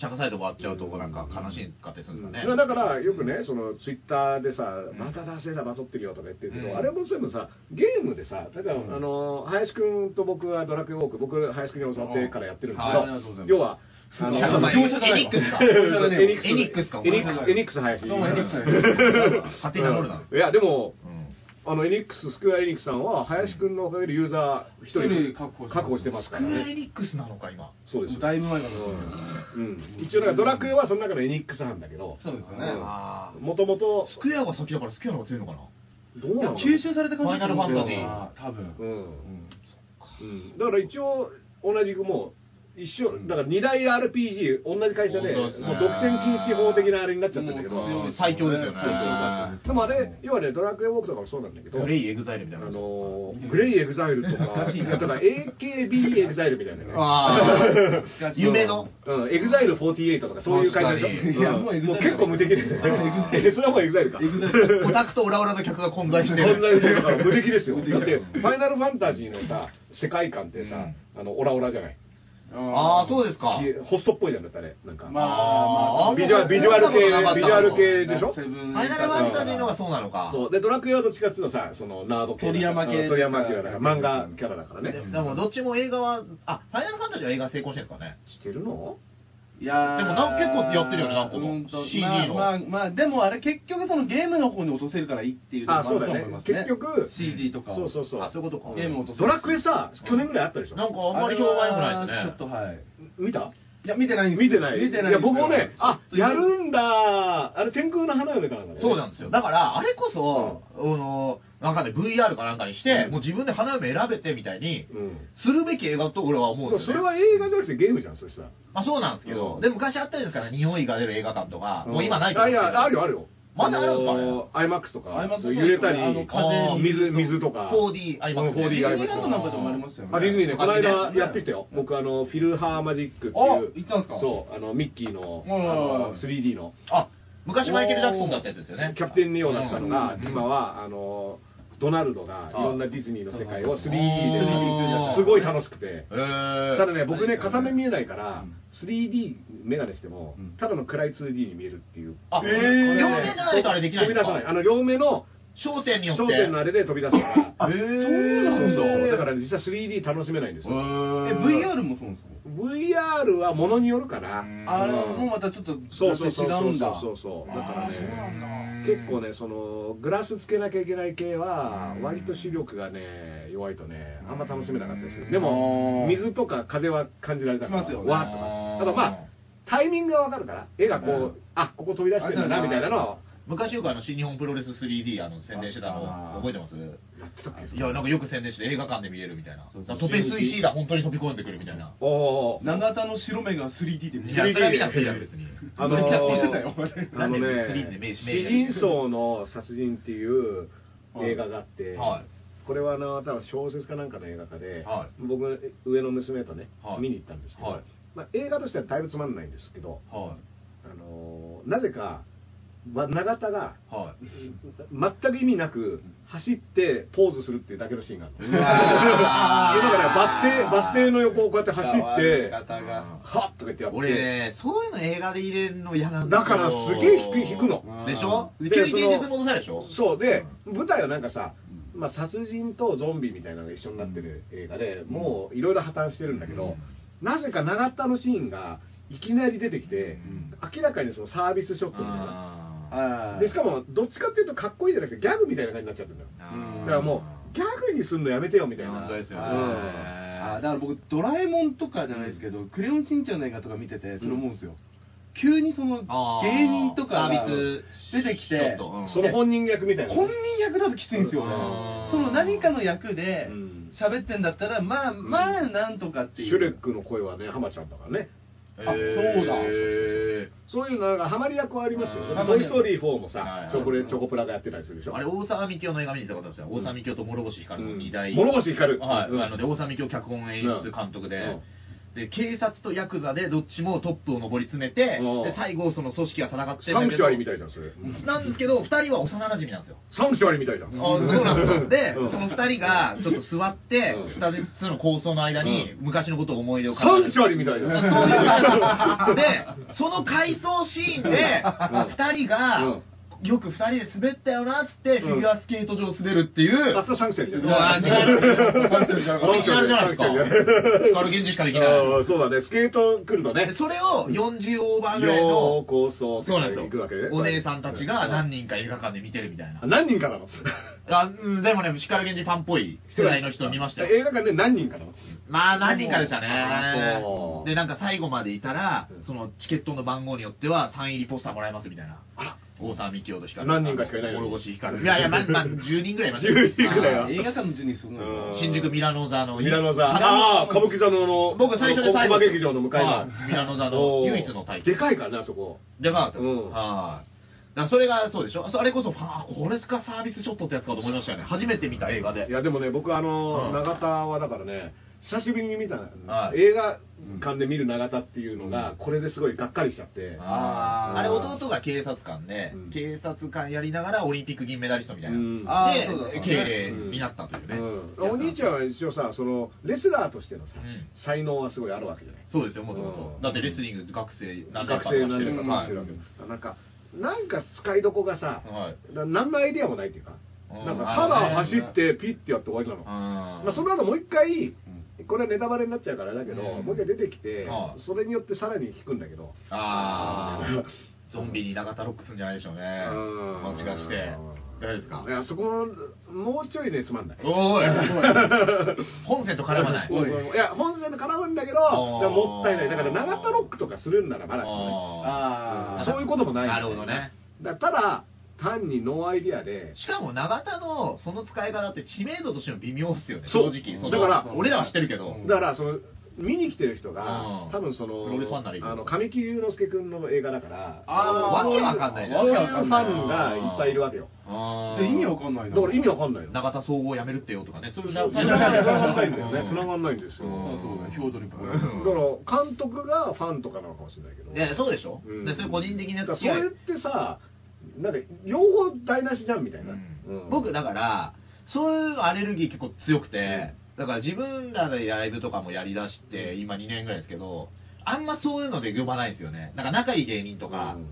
[SPEAKER 4] 茶化されて終わっちゃうとこなんか悲しかったりするんですかね、
[SPEAKER 3] だからよくね、そのツイッターでさ
[SPEAKER 4] ん、
[SPEAKER 3] また男性だ、バトってるよとか言ってるけど、
[SPEAKER 4] うん
[SPEAKER 3] あれも全部さ、ゲームでさ、だから、あの林くんと僕はドラクエウォーク、僕、林くんに教わってからやってるん
[SPEAKER 4] はいあ
[SPEAKER 5] りがとうございます
[SPEAKER 3] だけど、要は、
[SPEAKER 5] あ
[SPEAKER 4] 社会
[SPEAKER 5] の業者じゃないわ
[SPEAKER 4] エニックスか
[SPEAKER 3] エニックス
[SPEAKER 4] エニックスかお前
[SPEAKER 3] エニックスエニックス林
[SPEAKER 5] どうもエニックス
[SPEAKER 4] 勝手に名乗るな、
[SPEAKER 3] いやでも
[SPEAKER 4] うん
[SPEAKER 3] あのエニックススクエアエニックスさんは林くんのおかげでユーザー
[SPEAKER 5] 一
[SPEAKER 3] 一
[SPEAKER 5] 人
[SPEAKER 3] 人
[SPEAKER 5] 確保してます
[SPEAKER 3] 確保してます
[SPEAKER 4] ス
[SPEAKER 3] か
[SPEAKER 4] ク
[SPEAKER 3] ら
[SPEAKER 4] ールエ
[SPEAKER 3] ね
[SPEAKER 4] ニックスなのか今
[SPEAKER 3] そうです
[SPEAKER 5] だいぶ前から
[SPEAKER 3] うん一応だからドラクエはその中のエニックス班だけど
[SPEAKER 5] そうですよね。
[SPEAKER 4] あー
[SPEAKER 3] もともと
[SPEAKER 4] スクエアが先だからスクエアの方が強いのかない
[SPEAKER 3] どう
[SPEAKER 5] い
[SPEAKER 3] な
[SPEAKER 5] や
[SPEAKER 3] の
[SPEAKER 5] 吸収された感じだと思うけど
[SPEAKER 4] ファイナルフ
[SPEAKER 5] な多分。
[SPEAKER 3] う
[SPEAKER 5] うんん
[SPEAKER 3] うんだから一応同じくもう一緒だから二大 RPG 同じ会社で
[SPEAKER 4] 本当ですね
[SPEAKER 3] もう独占禁止法的なあれになっちゃってるんだけ
[SPEAKER 5] もう強い
[SPEAKER 3] ど
[SPEAKER 5] ですね
[SPEAKER 4] 最強ですよね
[SPEAKER 5] そうそうよかったす
[SPEAKER 3] でもあれ要はねドラクエウォークとかもそうなんだけど
[SPEAKER 4] グレイエグザイルみた
[SPEAKER 3] あ
[SPEAKER 4] いな
[SPEAKER 3] のーグレイエグザイルとか、
[SPEAKER 5] 懐かしいな
[SPEAKER 3] だから AKB エグザイルみたいなね。
[SPEAKER 4] ああ夢の
[SPEAKER 3] うん、エグザイル48とかそういう感じだ
[SPEAKER 4] 確かに
[SPEAKER 5] いやもう EXILE
[SPEAKER 3] もう結構無敵だよね
[SPEAKER 5] あ。
[SPEAKER 3] え それはもうエグザイルか。
[SPEAKER 5] EXILE
[SPEAKER 4] オタクとオラオラの客が混在して
[SPEAKER 3] こんな
[SPEAKER 4] る。
[SPEAKER 3] にだから無敵ですよ。だ
[SPEAKER 5] 無
[SPEAKER 3] っ
[SPEAKER 5] 敵
[SPEAKER 3] て、
[SPEAKER 5] だ
[SPEAKER 3] フ
[SPEAKER 5] よ
[SPEAKER 3] ァイナルファンタジーのさ、世界観ってさ、あの、オラオラじゃない。
[SPEAKER 4] ああ、そうですか。
[SPEAKER 3] きホストっぽいじゃんだったね。なんか。
[SPEAKER 5] まあまあ
[SPEAKER 3] ビジュアルビジュアル系
[SPEAKER 4] そんなことなかった
[SPEAKER 3] ビジュアル系でしょ
[SPEAKER 5] セブン
[SPEAKER 4] ファイナルファンタジーの方がそうなのか。
[SPEAKER 3] そう。で、ドラクエはどっちかっていうとさ、その、ナード系だから。
[SPEAKER 5] 鳥山系
[SPEAKER 3] うん鳥山系だから、漫画キャラだからね。
[SPEAKER 4] ででも、どっちも映画は、あ、ファイナルファンタジーは映画成功してるんですかね。
[SPEAKER 3] してるの
[SPEAKER 5] いやー
[SPEAKER 4] でもなんか結構やってるよねなんかこの
[SPEAKER 5] うんと
[SPEAKER 4] CD
[SPEAKER 5] まあ
[SPEAKER 4] の
[SPEAKER 5] まあまあでもあれ結局そのゲームの方に落とせるからいいっていうのも
[SPEAKER 3] あ、
[SPEAKER 5] あ
[SPEAKER 3] そ
[SPEAKER 5] る
[SPEAKER 3] うだ
[SPEAKER 5] と思い
[SPEAKER 3] ね
[SPEAKER 5] ま。すね
[SPEAKER 3] 結局、
[SPEAKER 5] CG とかを
[SPEAKER 3] そうそうそう。
[SPEAKER 4] あ、そういうことか。
[SPEAKER 5] ゲームを落とせ
[SPEAKER 3] ド
[SPEAKER 5] る
[SPEAKER 3] ラクエさ、去年ぐらいあったでしょ
[SPEAKER 4] なんかあんまり評判良くない
[SPEAKER 5] あれは
[SPEAKER 4] です
[SPEAKER 5] ちょっ
[SPEAKER 4] ね。
[SPEAKER 5] とはい
[SPEAKER 3] 見た
[SPEAKER 5] いや見てないんです
[SPEAKER 3] 見てない
[SPEAKER 5] 見てない
[SPEAKER 3] いや、僕もね、あ、や
[SPEAKER 5] ん
[SPEAKER 3] るんだあれ、天空の花嫁からだね。
[SPEAKER 4] そうなんですよ。だから、あれこそ、あの、なんかね、VR かなんかにして、もう自分で花嫁選べてみたいに、
[SPEAKER 3] うん。
[SPEAKER 4] するべき映画と俺は思うん
[SPEAKER 3] そ
[SPEAKER 4] で
[SPEAKER 3] う
[SPEAKER 4] すよね。
[SPEAKER 3] それは映画じゃなくてゲームじゃん、そしたら。
[SPEAKER 4] まあそうなんですけど、
[SPEAKER 3] うん
[SPEAKER 4] で、昔あったじゃないですから、匂いが出る映画館とか、もう今ないと
[SPEAKER 3] あ
[SPEAKER 4] 思う
[SPEAKER 3] い
[SPEAKER 4] んですけど
[SPEAKER 3] や、あるよ、あるよ。
[SPEAKER 4] まだあるんですかね
[SPEAKER 3] のー ?IMAX とか、
[SPEAKER 5] IMAX
[SPEAKER 3] そう揺れたり、
[SPEAKER 5] あの
[SPEAKER 4] 風に
[SPEAKER 3] 水、水とか。
[SPEAKER 4] 4D ありますね
[SPEAKER 3] うん 4D があ
[SPEAKER 5] ディズニー
[SPEAKER 3] ります
[SPEAKER 5] ランドなんかでもありますよね
[SPEAKER 3] あディズニーね、この間
[SPEAKER 4] ね
[SPEAKER 3] やってきたよ。僕、あの、フィルハーマジックっていう。
[SPEAKER 5] あ行ったんすか
[SPEAKER 3] そう、あの、ミッキーの、あ
[SPEAKER 5] はいはいはい
[SPEAKER 3] の、3D の。
[SPEAKER 4] あ、昔マイケル・ジャクソンだったやつですよね。
[SPEAKER 3] キャプテン・ネオだったのが、
[SPEAKER 4] うん
[SPEAKER 3] 今はあのドナルドがいろんなディズニーの世界を 3D で
[SPEAKER 4] あー
[SPEAKER 3] すごい楽しくて
[SPEAKER 4] えー、
[SPEAKER 3] ただね僕
[SPEAKER 5] は
[SPEAKER 3] ね
[SPEAKER 5] いはいはい
[SPEAKER 3] 片目見えないから 3D メガネしても
[SPEAKER 5] うん
[SPEAKER 3] ただの暗い 2D に見えるっていう
[SPEAKER 4] あ、
[SPEAKER 5] えー
[SPEAKER 4] 両面じゃないとあれできないん
[SPEAKER 3] 飛
[SPEAKER 4] ですか
[SPEAKER 3] び出さないあの両目の
[SPEAKER 4] 焦点によって。
[SPEAKER 3] 焦点のあれで飛び出すから
[SPEAKER 4] あ、へー
[SPEAKER 3] そうだから実は 3D 楽しめないんですよ
[SPEAKER 5] え、
[SPEAKER 4] え
[SPEAKER 5] VR もそうなんです
[SPEAKER 3] VR はものによるかな
[SPEAKER 4] うん
[SPEAKER 5] かあれもまたちょっと、
[SPEAKER 3] そうそうそう
[SPEAKER 5] 違
[SPEAKER 3] そううん
[SPEAKER 5] だ。
[SPEAKER 3] そうそうだから
[SPEAKER 4] あーそう
[SPEAKER 3] ね
[SPEAKER 4] なんだ
[SPEAKER 3] 結構ねそのグラスつけなきゃいけない系は
[SPEAKER 4] うん
[SPEAKER 3] 割と視力がね弱いとねあんま楽しめなかったです
[SPEAKER 4] う
[SPEAKER 3] よ
[SPEAKER 4] ん
[SPEAKER 3] でも
[SPEAKER 5] あー
[SPEAKER 3] 水とか風は感じられたから
[SPEAKER 5] しますよね
[SPEAKER 3] わーっとかあとまあタイミングがわかるから絵がこう、
[SPEAKER 5] うん
[SPEAKER 3] あここ飛び出してるんだなみたいなのは
[SPEAKER 4] 昔よくあの新日本プロレス 3D あの宣伝してたの覚えてます
[SPEAKER 3] やってたっけ
[SPEAKER 4] いや、なんかよく宣伝して映画館で見れるみたいな。
[SPEAKER 5] そう
[SPEAKER 4] トペスイシーだ、本当に飛び込んでくるみたいな。
[SPEAKER 3] おおー
[SPEAKER 5] 長田の白目が 3D で見
[SPEAKER 4] い
[SPEAKER 5] え
[SPEAKER 4] や、
[SPEAKER 5] る。
[SPEAKER 4] それは見なくていいだろ、別に。
[SPEAKER 3] あのー
[SPEAKER 5] それキャッチしてたよ、
[SPEAKER 4] な
[SPEAKER 3] あの
[SPEAKER 4] んでスリーで
[SPEAKER 3] ね
[SPEAKER 4] 名
[SPEAKER 3] 「
[SPEAKER 4] 名
[SPEAKER 3] 詩人 層の殺人」っていう映画があって、
[SPEAKER 4] はい
[SPEAKER 3] これはあの多分小説かなんかの映画化で、
[SPEAKER 4] は
[SPEAKER 3] 僕上の娘とね、
[SPEAKER 4] はい
[SPEAKER 3] 見に行ったんですけど、
[SPEAKER 4] はい
[SPEAKER 3] まあ、映画としてはだいぶつまんないんですけど、
[SPEAKER 4] は
[SPEAKER 3] あのーなぜか、ま、永田が
[SPEAKER 4] い。はい。
[SPEAKER 3] 全く意味なく走ってポーズするっていうだけのシーンがあるの
[SPEAKER 4] わー
[SPEAKER 3] だ からねバス停バス停の横をこうやって走ってはっとか言ってやって
[SPEAKER 4] 俺ね、そういうの映画で入れるの嫌なん
[SPEAKER 3] だ
[SPEAKER 4] よ
[SPEAKER 3] からすげえ引く引くの
[SPEAKER 4] でしょ
[SPEAKER 3] で
[SPEAKER 4] 急に
[SPEAKER 3] その
[SPEAKER 4] 現実戻されるでしょ
[SPEAKER 3] そうで、
[SPEAKER 4] ん
[SPEAKER 3] 舞台はなんかさ、まあ、殺人とゾンビみたいなのが一緒になってる映画で、もういろいろ破綻してるんだけど、なぜか長田のシーンがいきなり出てきて、
[SPEAKER 4] うん
[SPEAKER 3] 明らかにそのサービスショットみたいな、
[SPEAKER 4] あ
[SPEAKER 5] あー
[SPEAKER 3] でしかもどっちかっていうとかっこいいじゃなくてギャグみたいな感じになっちゃってるんだよ
[SPEAKER 4] ー
[SPEAKER 5] うん
[SPEAKER 3] だからもうギャグにすんのやめてよみたいな
[SPEAKER 4] 本当ですよね
[SPEAKER 3] うん
[SPEAKER 5] あーだから僕、ドラえもんとかじゃないですけど、クレヨンしんちゃんの映画とか見てて、それ思うんですよ、急にその
[SPEAKER 4] あー
[SPEAKER 5] 芸人と
[SPEAKER 4] サ
[SPEAKER 5] か
[SPEAKER 4] ー
[SPEAKER 5] が
[SPEAKER 4] ビス
[SPEAKER 5] 出てき
[SPEAKER 4] ちょ
[SPEAKER 5] て
[SPEAKER 4] っ、とうん
[SPEAKER 3] その本人役みたいな
[SPEAKER 5] 本人役だときついんですよね
[SPEAKER 4] あー、
[SPEAKER 5] その何かの役で
[SPEAKER 3] うん
[SPEAKER 5] 喋ってんだったら、まあまあなんとかって
[SPEAKER 3] シ
[SPEAKER 5] いう。
[SPEAKER 3] ュレックの声はね浜ちゃんだからね
[SPEAKER 4] えー
[SPEAKER 5] あそうだ
[SPEAKER 4] え
[SPEAKER 3] そういうのなんかハマり役はありますよ
[SPEAKER 4] うん
[SPEAKER 3] ね「トイ・ストーリー4」も
[SPEAKER 4] はいは
[SPEAKER 3] さ
[SPEAKER 4] い
[SPEAKER 3] チョコレチョコプラがやってたりするでし
[SPEAKER 4] ー
[SPEAKER 3] ょ
[SPEAKER 4] あれ大沢みきおの映画見に行ったことあるんですよ、大沢みきおと諸星光の二大、
[SPEAKER 3] うん諸星光
[SPEAKER 4] はい、
[SPEAKER 3] うん
[SPEAKER 4] あので大沢みきお脚本演出監督で、
[SPEAKER 3] うん
[SPEAKER 4] で警察とヤクザでどっちもトップを上り詰めて、
[SPEAKER 3] うん
[SPEAKER 4] で最後その組織が戦って
[SPEAKER 3] サ
[SPEAKER 4] ん
[SPEAKER 3] ム
[SPEAKER 4] だけ
[SPEAKER 3] シュ
[SPEAKER 4] ど
[SPEAKER 3] アリみたいじゃんそれ
[SPEAKER 4] なんですけど2人は幼馴染なんですよ
[SPEAKER 3] サムシュアリみたいじゃ
[SPEAKER 4] あ
[SPEAKER 3] ん
[SPEAKER 4] そうなんですよで、
[SPEAKER 3] うん
[SPEAKER 4] その2人がちょっと座って、
[SPEAKER 3] うん
[SPEAKER 4] 2つの構想の間に、昔のことを思い出を
[SPEAKER 3] サ
[SPEAKER 4] 語
[SPEAKER 3] ム
[SPEAKER 4] る
[SPEAKER 3] シュアリみたいじゃ
[SPEAKER 4] そういうん感じで、その回想シーンで、2人が、よく2人で滑ったよなっつって、フィギュアスケート場滑るっていう、
[SPEAKER 3] あそれサムシュアリじゃ
[SPEAKER 4] うわー
[SPEAKER 3] ない
[SPEAKER 4] 違う
[SPEAKER 3] サムシュアリじゃなかった
[SPEAKER 4] オリジナルじゃないですか
[SPEAKER 3] サムシュアリ
[SPEAKER 4] 光源
[SPEAKER 3] じゃない
[SPEAKER 4] 氏しかできない
[SPEAKER 3] あーそうだねスケート来るのね
[SPEAKER 4] それを40オーバーぐらいの
[SPEAKER 3] よう、構想
[SPEAKER 4] そうなんです
[SPEAKER 3] 行くわけ
[SPEAKER 4] よ
[SPEAKER 3] ね、
[SPEAKER 4] お姉さんたちが何
[SPEAKER 3] 人
[SPEAKER 4] 人か映画館で見てるみたいな。
[SPEAKER 3] 何人かなの
[SPEAKER 4] あうんでもね、光源氏ファンっぽい世代の人見ましたよ。
[SPEAKER 3] 映画館で何人かなの
[SPEAKER 4] まあ何人かでした
[SPEAKER 3] あ
[SPEAKER 4] ね
[SPEAKER 3] そう。
[SPEAKER 4] で、なんか最後までいたら
[SPEAKER 3] うん、
[SPEAKER 4] そのチケットの番号によってはサイン入りポスターもらえますみたいな。
[SPEAKER 3] あら
[SPEAKER 4] 大沢幹雄と光
[SPEAKER 3] 何人かしかいないのに
[SPEAKER 4] 諸星光いやいや、まあ、まあ、10人ぐらいいました
[SPEAKER 3] 10人ぐらいは
[SPEAKER 5] 映画館の順にすごいな。
[SPEAKER 3] うん
[SPEAKER 4] あー新宿ミラノ座の。
[SPEAKER 3] ミラノ座。
[SPEAKER 4] ミラノ
[SPEAKER 3] ああ、歌舞伎座のあの、
[SPEAKER 4] 僕最初で最後
[SPEAKER 3] あの小熊劇場の向かい
[SPEAKER 4] はいミラノ座の唯一のタイトル
[SPEAKER 3] でかいからね、あそこ。
[SPEAKER 4] でかかったです。
[SPEAKER 3] うん
[SPEAKER 4] はい。だからそれがそうでしょ。それこそ、あーこれかサービスショットってやつかと思いましたよね。初めて見た映画で
[SPEAKER 3] い。や、でもね、僕あ
[SPEAKER 4] う
[SPEAKER 3] の、
[SPEAKER 4] ん
[SPEAKER 3] 長田はだからね、久しぶりに見た
[SPEAKER 4] はい
[SPEAKER 3] 映画館で見る長田っていうのが、これですごいがっかりしちゃって。
[SPEAKER 4] あ
[SPEAKER 5] あー
[SPEAKER 4] あれ弟が警察官で、
[SPEAKER 3] うん
[SPEAKER 4] 警察官やりながらオリンピック銀メダリストみたいな、
[SPEAKER 3] うん
[SPEAKER 5] あ
[SPEAKER 4] で
[SPEAKER 5] ーそうだそうだ
[SPEAKER 4] 経営になったというね、
[SPEAKER 3] うんお兄ちゃんは一応さ、その、レスラーとしてのさ
[SPEAKER 4] うん、
[SPEAKER 3] 才能はすごいあるわけじゃない。
[SPEAKER 4] そうですよもとも
[SPEAKER 3] う
[SPEAKER 4] と
[SPEAKER 3] ん
[SPEAKER 4] だってレスリング学生何連
[SPEAKER 3] 学
[SPEAKER 4] 覇
[SPEAKER 3] 生
[SPEAKER 4] とか
[SPEAKER 3] 何
[SPEAKER 4] してる
[SPEAKER 3] 年か
[SPEAKER 4] か
[SPEAKER 3] も
[SPEAKER 4] ら
[SPEAKER 3] してるわけだからなんか、なんか使いどこがさ、
[SPEAKER 4] はい
[SPEAKER 3] な何のアイディアもないっていうか、
[SPEAKER 4] うん
[SPEAKER 3] なんかただ走ってピッてやって終わりなの。
[SPEAKER 4] はい
[SPEAKER 3] まあ、その後もう一回、これはネタバレになっちゃうからだけど、
[SPEAKER 4] うん
[SPEAKER 3] もう一回出てきて、
[SPEAKER 4] ああ
[SPEAKER 3] それによってさらに引くんだけど、
[SPEAKER 4] ああゾンビに長田ロックするんじゃないでしょうね
[SPEAKER 3] うん
[SPEAKER 4] もしかして大丈夫ですか
[SPEAKER 3] いやそこ、もうちょいね、つまんない。
[SPEAKER 4] おい本線と絡まない
[SPEAKER 3] そうそういや、本線の絡むんだけど、
[SPEAKER 4] ああ
[SPEAKER 3] でももったいない、だから長田ロックとかするんならまだしも
[SPEAKER 5] あ
[SPEAKER 3] ね、
[SPEAKER 5] ー
[SPEAKER 3] そういうこともない
[SPEAKER 4] なるほどね。
[SPEAKER 3] だただ、単にノーアイディアで、
[SPEAKER 4] しかも永田のその使い方って知名度としても微妙っすよね正
[SPEAKER 3] そう
[SPEAKER 4] 直その
[SPEAKER 3] だから
[SPEAKER 4] 俺らは知ってるけど、
[SPEAKER 5] うん
[SPEAKER 3] だからその見に来てる人が
[SPEAKER 4] うん
[SPEAKER 3] 多分その
[SPEAKER 4] プロレスファンならいいけど
[SPEAKER 3] あの神木隆之介君の映画だから
[SPEAKER 4] あー
[SPEAKER 3] そういう
[SPEAKER 4] わけわかんないじゃん
[SPEAKER 3] そういうファンがいっぱいいるわけよ
[SPEAKER 4] あ
[SPEAKER 5] じ
[SPEAKER 4] ー
[SPEAKER 5] ゃあ意味わかんない
[SPEAKER 3] だ
[SPEAKER 5] な。
[SPEAKER 3] から意味わかんないの
[SPEAKER 4] 永田総合やめるってよとかね、そういう
[SPEAKER 3] 繋
[SPEAKER 4] の
[SPEAKER 3] がんないんだよね繋がんないんですよ
[SPEAKER 4] うん
[SPEAKER 5] あそうだ、ヒョードリップ。
[SPEAKER 4] うん
[SPEAKER 3] だから監督がファンとかなのかもしれないけど
[SPEAKER 4] いや、そうでしょ、
[SPEAKER 3] うん
[SPEAKER 4] でそれ個人的な
[SPEAKER 3] だから
[SPEAKER 4] 付き
[SPEAKER 3] そ
[SPEAKER 4] 合い
[SPEAKER 3] れってさなんか両方台無しじゃんみたいな、
[SPEAKER 4] うん
[SPEAKER 3] うん
[SPEAKER 4] 僕、だから、そういうアレルギー結構強くて、だから自分らでライブとかもやりだして、今2年ぐらいですけど、あんまそういうので呼ばないですよね。なんか仲いい芸人とか、
[SPEAKER 5] うん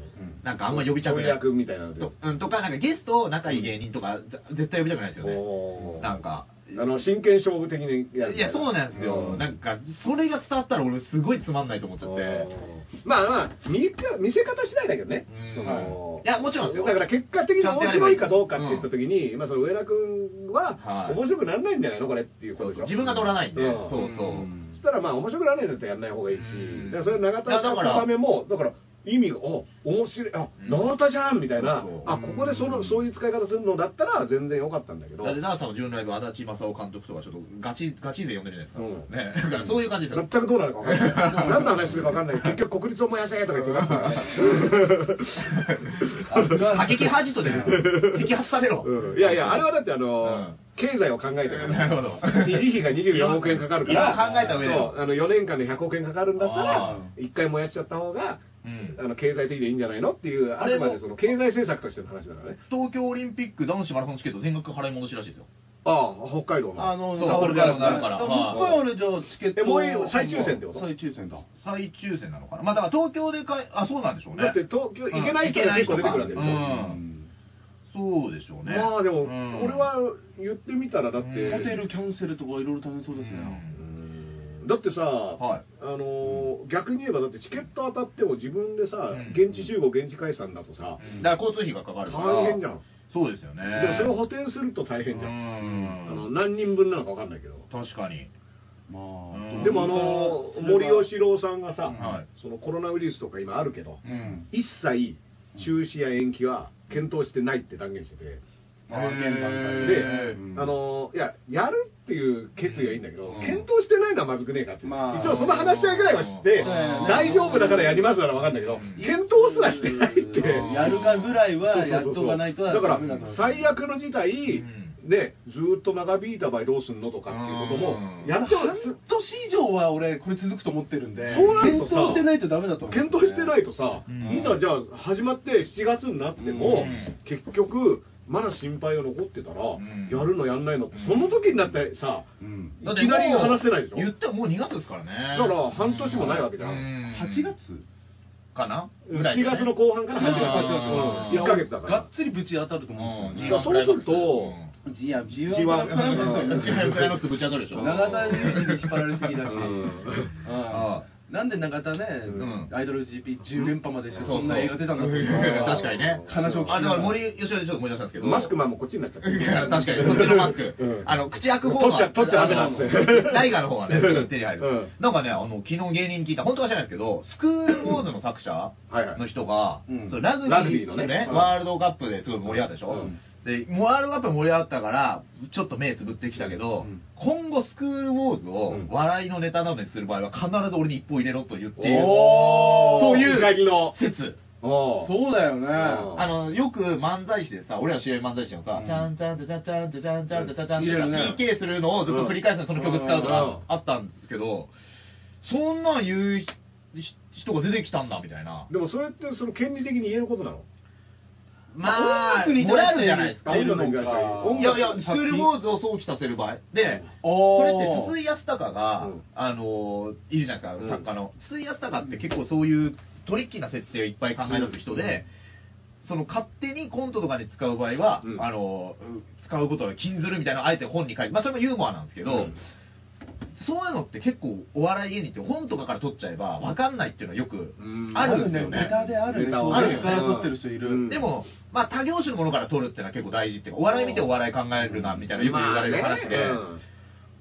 [SPEAKER 4] なんかあんま呼びたく
[SPEAKER 3] 婚
[SPEAKER 4] ない。
[SPEAKER 3] 約みたいなので
[SPEAKER 4] とうん、とか、なんかゲストを仲いい芸人とか、ぜ絶対呼びたくないですよね。
[SPEAKER 3] おー
[SPEAKER 4] なんか。
[SPEAKER 3] あの真剣勝負的にやる
[SPEAKER 4] いや、そうなんですよ。なんか、それが伝わったら俺すごいつまんないと思っちゃって。
[SPEAKER 3] まあまあ見か見せ方次第だけどね
[SPEAKER 4] うん
[SPEAKER 3] その
[SPEAKER 4] いやもちろんですよ
[SPEAKER 3] だから結果的に面白いかどうかって言った時に、まあその上田君は
[SPEAKER 4] はい
[SPEAKER 3] 面白くならないんじゃないのこれっていうこ
[SPEAKER 4] そ
[SPEAKER 3] と
[SPEAKER 4] う
[SPEAKER 3] でし
[SPEAKER 4] そ
[SPEAKER 3] ょ
[SPEAKER 4] う自分が乗らないんで、
[SPEAKER 3] うん
[SPEAKER 4] そうそう。
[SPEAKER 5] ん
[SPEAKER 3] そしたらまあ面白くならないんだったらやんない方がいいし、
[SPEAKER 4] うん
[SPEAKER 3] だからそれ永田
[SPEAKER 4] いやだから
[SPEAKER 3] ためもだから意味があ面白い
[SPEAKER 4] う
[SPEAKER 3] あ
[SPEAKER 4] ん
[SPEAKER 3] 永田じゃんみたいな、
[SPEAKER 4] そうそう
[SPEAKER 3] あここでそのそういう使い方するのだったら全然良かったんだけど
[SPEAKER 4] だって、ダースさんの純ライブ、足立正夫監督とか、ちょっとガチ、ガチで呼んでるじゃないですか。ね。だからそういう感じです
[SPEAKER 3] 全
[SPEAKER 4] よ。
[SPEAKER 3] くどうなるか分かんない。何の話するか分かんない。結局国立を燃やせとか言ってた
[SPEAKER 4] 過激ハジトで、摘発されろ。
[SPEAKER 3] うんいやいや、あれはだってあの、
[SPEAKER 4] うん
[SPEAKER 3] 経済を考えてか ら、
[SPEAKER 4] なるほど
[SPEAKER 3] 維持費が24億円かかるから、
[SPEAKER 4] いろいろ考えた上で
[SPEAKER 3] そうあの4年間で100億円かかるんだった
[SPEAKER 4] あ
[SPEAKER 3] ら、1回燃やしちゃった方が、
[SPEAKER 4] うん
[SPEAKER 3] あの経済的でいいんじゃないのっていう、あ
[SPEAKER 4] あれ
[SPEAKER 3] く
[SPEAKER 4] も
[SPEAKER 3] までその経済政策としての話だからね。
[SPEAKER 4] 東京オリンピック男子マラソンチケット全額払い戻しらしいですよ。
[SPEAKER 3] ああ、北海道の。
[SPEAKER 5] あの、
[SPEAKER 4] そう
[SPEAKER 5] ダブル
[SPEAKER 4] ダブルダブルだから
[SPEAKER 5] もう
[SPEAKER 4] はい
[SPEAKER 5] 一回俺じゃあチケット
[SPEAKER 3] えもういいよ再抽選ってこと
[SPEAKER 5] 再抽選だ。
[SPEAKER 4] 最抽選なのかな。まあ、だから東京でかい、あ、そうなんでしょうね。
[SPEAKER 3] だって東京行けない人が結構出てくるわけでしょ。
[SPEAKER 4] うん
[SPEAKER 5] うん
[SPEAKER 4] そうでしょうね。
[SPEAKER 3] まあでも、
[SPEAKER 4] うん
[SPEAKER 3] 俺は言ってみたらだって、
[SPEAKER 4] うん
[SPEAKER 5] ホテルキャンセルとかいろいろ大変そうですね。
[SPEAKER 3] だってさ、
[SPEAKER 4] はい
[SPEAKER 3] あのー逆に言えばだってチケット当たっても自分でさ、
[SPEAKER 4] ん
[SPEAKER 3] 現地集合現地解散だとさ、
[SPEAKER 4] だから交通費がかかるから。
[SPEAKER 3] 大変じゃん。
[SPEAKER 4] そうですよね。
[SPEAKER 3] でもそれを補填すると大変じゃん、あの
[SPEAKER 4] ん。
[SPEAKER 3] 何人分なのか分かんないけど、
[SPEAKER 4] 確かに。
[SPEAKER 5] ま
[SPEAKER 4] うん
[SPEAKER 5] あ、
[SPEAKER 3] でもあのー森喜朗さんがさ、
[SPEAKER 4] はい
[SPEAKER 3] そのコロナウイルスとか今あるけど、
[SPEAKER 5] うん。
[SPEAKER 3] 一切中止や延期は検討してないって断言してて、
[SPEAKER 5] まあ、現段階
[SPEAKER 3] で、
[SPEAKER 5] で、うん
[SPEAKER 3] あのーいや、やるっていう決意はいいんだけど、
[SPEAKER 4] うん
[SPEAKER 3] 検討してないのはまずくねえかって、
[SPEAKER 5] まあ
[SPEAKER 3] 一応その話し合いぐらいはして、
[SPEAKER 5] うん
[SPEAKER 3] 大丈夫だからやりますならわかんないけど、検討すらしてないって、
[SPEAKER 4] うん
[SPEAKER 5] やるかぐらい
[SPEAKER 3] そう
[SPEAKER 5] は
[SPEAKER 3] そう
[SPEAKER 5] やっ
[SPEAKER 3] そう
[SPEAKER 5] と
[SPEAKER 3] そう
[SPEAKER 5] かないと
[SPEAKER 3] だから
[SPEAKER 5] ダメと思う
[SPEAKER 3] 最悪の事態、
[SPEAKER 4] ん
[SPEAKER 3] ねずーっと長引いた場合どうすんのとかっていうこと
[SPEAKER 4] う
[SPEAKER 3] も
[SPEAKER 4] ん
[SPEAKER 3] や
[SPEAKER 5] や
[SPEAKER 3] っ
[SPEAKER 5] っ
[SPEAKER 3] と
[SPEAKER 5] と半年以上は俺、これ続くと思ってるんで、
[SPEAKER 3] そうなるとさ
[SPEAKER 5] 検討してないとダメだと思う。
[SPEAKER 3] 検討してないとさ、
[SPEAKER 4] うん
[SPEAKER 3] いざじゃあ始まって7月になっても、
[SPEAKER 4] うん
[SPEAKER 3] 結局まだ心配が残ってたら、
[SPEAKER 4] ん
[SPEAKER 3] やるのやんないのってその時になってさ、
[SPEAKER 5] うん。
[SPEAKER 3] いきなり話せないでしょ
[SPEAKER 4] 言ってももう2月ですからね。
[SPEAKER 3] だから半年もないわけじゃん
[SPEAKER 5] 8月
[SPEAKER 4] かな
[SPEAKER 3] 7月の後半から
[SPEAKER 5] 8月
[SPEAKER 3] 8
[SPEAKER 5] いや
[SPEAKER 3] 月、1ヶ月だか
[SPEAKER 5] がっ
[SPEAKER 3] ら。
[SPEAKER 5] つりぶち当たると思うんですよね。
[SPEAKER 3] だからそうすると
[SPEAKER 5] いや、自由
[SPEAKER 3] G1
[SPEAKER 5] はクライマックス だ
[SPEAKER 4] ク
[SPEAKER 5] よ
[SPEAKER 4] ライマックスぶち当たるでしょ。
[SPEAKER 5] 長田裕二に引っ張られすぎだし、
[SPEAKER 4] あ
[SPEAKER 5] うんなんで永田ね、
[SPEAKER 4] ん
[SPEAKER 5] アイドル GP10 連覇までして、
[SPEAKER 4] そう
[SPEAKER 5] そんな映画出たんだろう
[SPEAKER 4] 確かにね。
[SPEAKER 5] 話を聞きな
[SPEAKER 4] あ、だ
[SPEAKER 5] が
[SPEAKER 4] からら森吉田ちょっと思い出したんですけど。
[SPEAKER 3] マスクマンもこっちになっちゃって
[SPEAKER 4] い
[SPEAKER 3] る。
[SPEAKER 4] や確かに、そっちのマスク
[SPEAKER 3] うん。
[SPEAKER 4] あの、口開く方
[SPEAKER 3] 取っちゃ、
[SPEAKER 4] は。
[SPEAKER 3] 取っちゃダメなんですね。
[SPEAKER 4] 大河の方はね、手に入る。
[SPEAKER 3] うん
[SPEAKER 4] なんかね、あの、昨日芸人に聞いた、本当は知らないですけど、スクールウォーズの作者
[SPEAKER 3] はいはい
[SPEAKER 4] の人が
[SPEAKER 5] うん、
[SPEAKER 4] そうラグ
[SPEAKER 3] ラグ
[SPEAKER 4] ビ
[SPEAKER 3] ビー
[SPEAKER 4] ー
[SPEAKER 3] の
[SPEAKER 4] の
[SPEAKER 3] ね
[SPEAKER 4] ね、
[SPEAKER 3] うん
[SPEAKER 4] ワールドカップですごい盛り上がったでしょ
[SPEAKER 3] うん。
[SPEAKER 4] で、ワールドカップ盛り上がったから、ちょっと目つぶってきたけど
[SPEAKER 5] うん、
[SPEAKER 4] 今後スクールウォーズを
[SPEAKER 3] うん
[SPEAKER 4] 笑いのネタなどにする場合は、必ず俺に一本入れろと言っている。
[SPEAKER 3] おー
[SPEAKER 4] そういう
[SPEAKER 3] うなぎの
[SPEAKER 4] 説。
[SPEAKER 3] おー
[SPEAKER 5] そうだよね。
[SPEAKER 3] うん
[SPEAKER 4] あの、よく漫才師でさ、俺ら知り合い漫才師のさ
[SPEAKER 5] う、ん
[SPEAKER 4] ちゃんちゃんちゃちゃんちゃんちゃちゃんちゃんちゃちゃちゃん
[SPEAKER 5] 入れる
[SPEAKER 4] っ
[SPEAKER 5] ね
[SPEAKER 4] て PK するのをずっと繰り返すのその曲使うと
[SPEAKER 3] うん
[SPEAKER 4] かあったんですけど、そんなん言うひひ人が出てきたんだみたいな。
[SPEAKER 3] でもそれってその権利的に言えることなの
[SPEAKER 4] まあ、
[SPEAKER 5] 音楽に
[SPEAKER 4] モ
[SPEAKER 5] 対
[SPEAKER 4] ラ
[SPEAKER 5] して
[SPEAKER 4] ルじゃないですか。
[SPEAKER 5] 出るのか音
[SPEAKER 3] 音楽に対して
[SPEAKER 4] い
[SPEAKER 5] 楽
[SPEAKER 4] やいや、スクールウォーズを想起させる場合。で、
[SPEAKER 5] おー
[SPEAKER 4] それって筒井康隆が、
[SPEAKER 3] うん
[SPEAKER 4] あの、いるじゃないですか、作家の。筒井康隆って結構そういうトリッキーな設定をいっぱい考え出す人で、その勝手にコントとかで使う場合は、
[SPEAKER 3] うん
[SPEAKER 4] あの、使うことを禁ずるみたいなのをあえて本に書いて、まあそれもユーモアなんですけど、
[SPEAKER 3] うん
[SPEAKER 4] そういうのって結構お笑い芸人って本とかから取っちゃえば分かんないっていうのはよく
[SPEAKER 3] うん
[SPEAKER 4] あるんですよ
[SPEAKER 5] ネタである
[SPEAKER 3] ネ
[SPEAKER 5] ね。
[SPEAKER 3] タ
[SPEAKER 4] を
[SPEAKER 5] 小
[SPEAKER 4] ね
[SPEAKER 5] 説から撮ってる人いる。
[SPEAKER 3] うん
[SPEAKER 4] でも、まあ、他業種のものから取るっていうのは結構大事っていうか、お笑い見てお笑い考えるな、みたいな、よく言われる話で、
[SPEAKER 3] まあね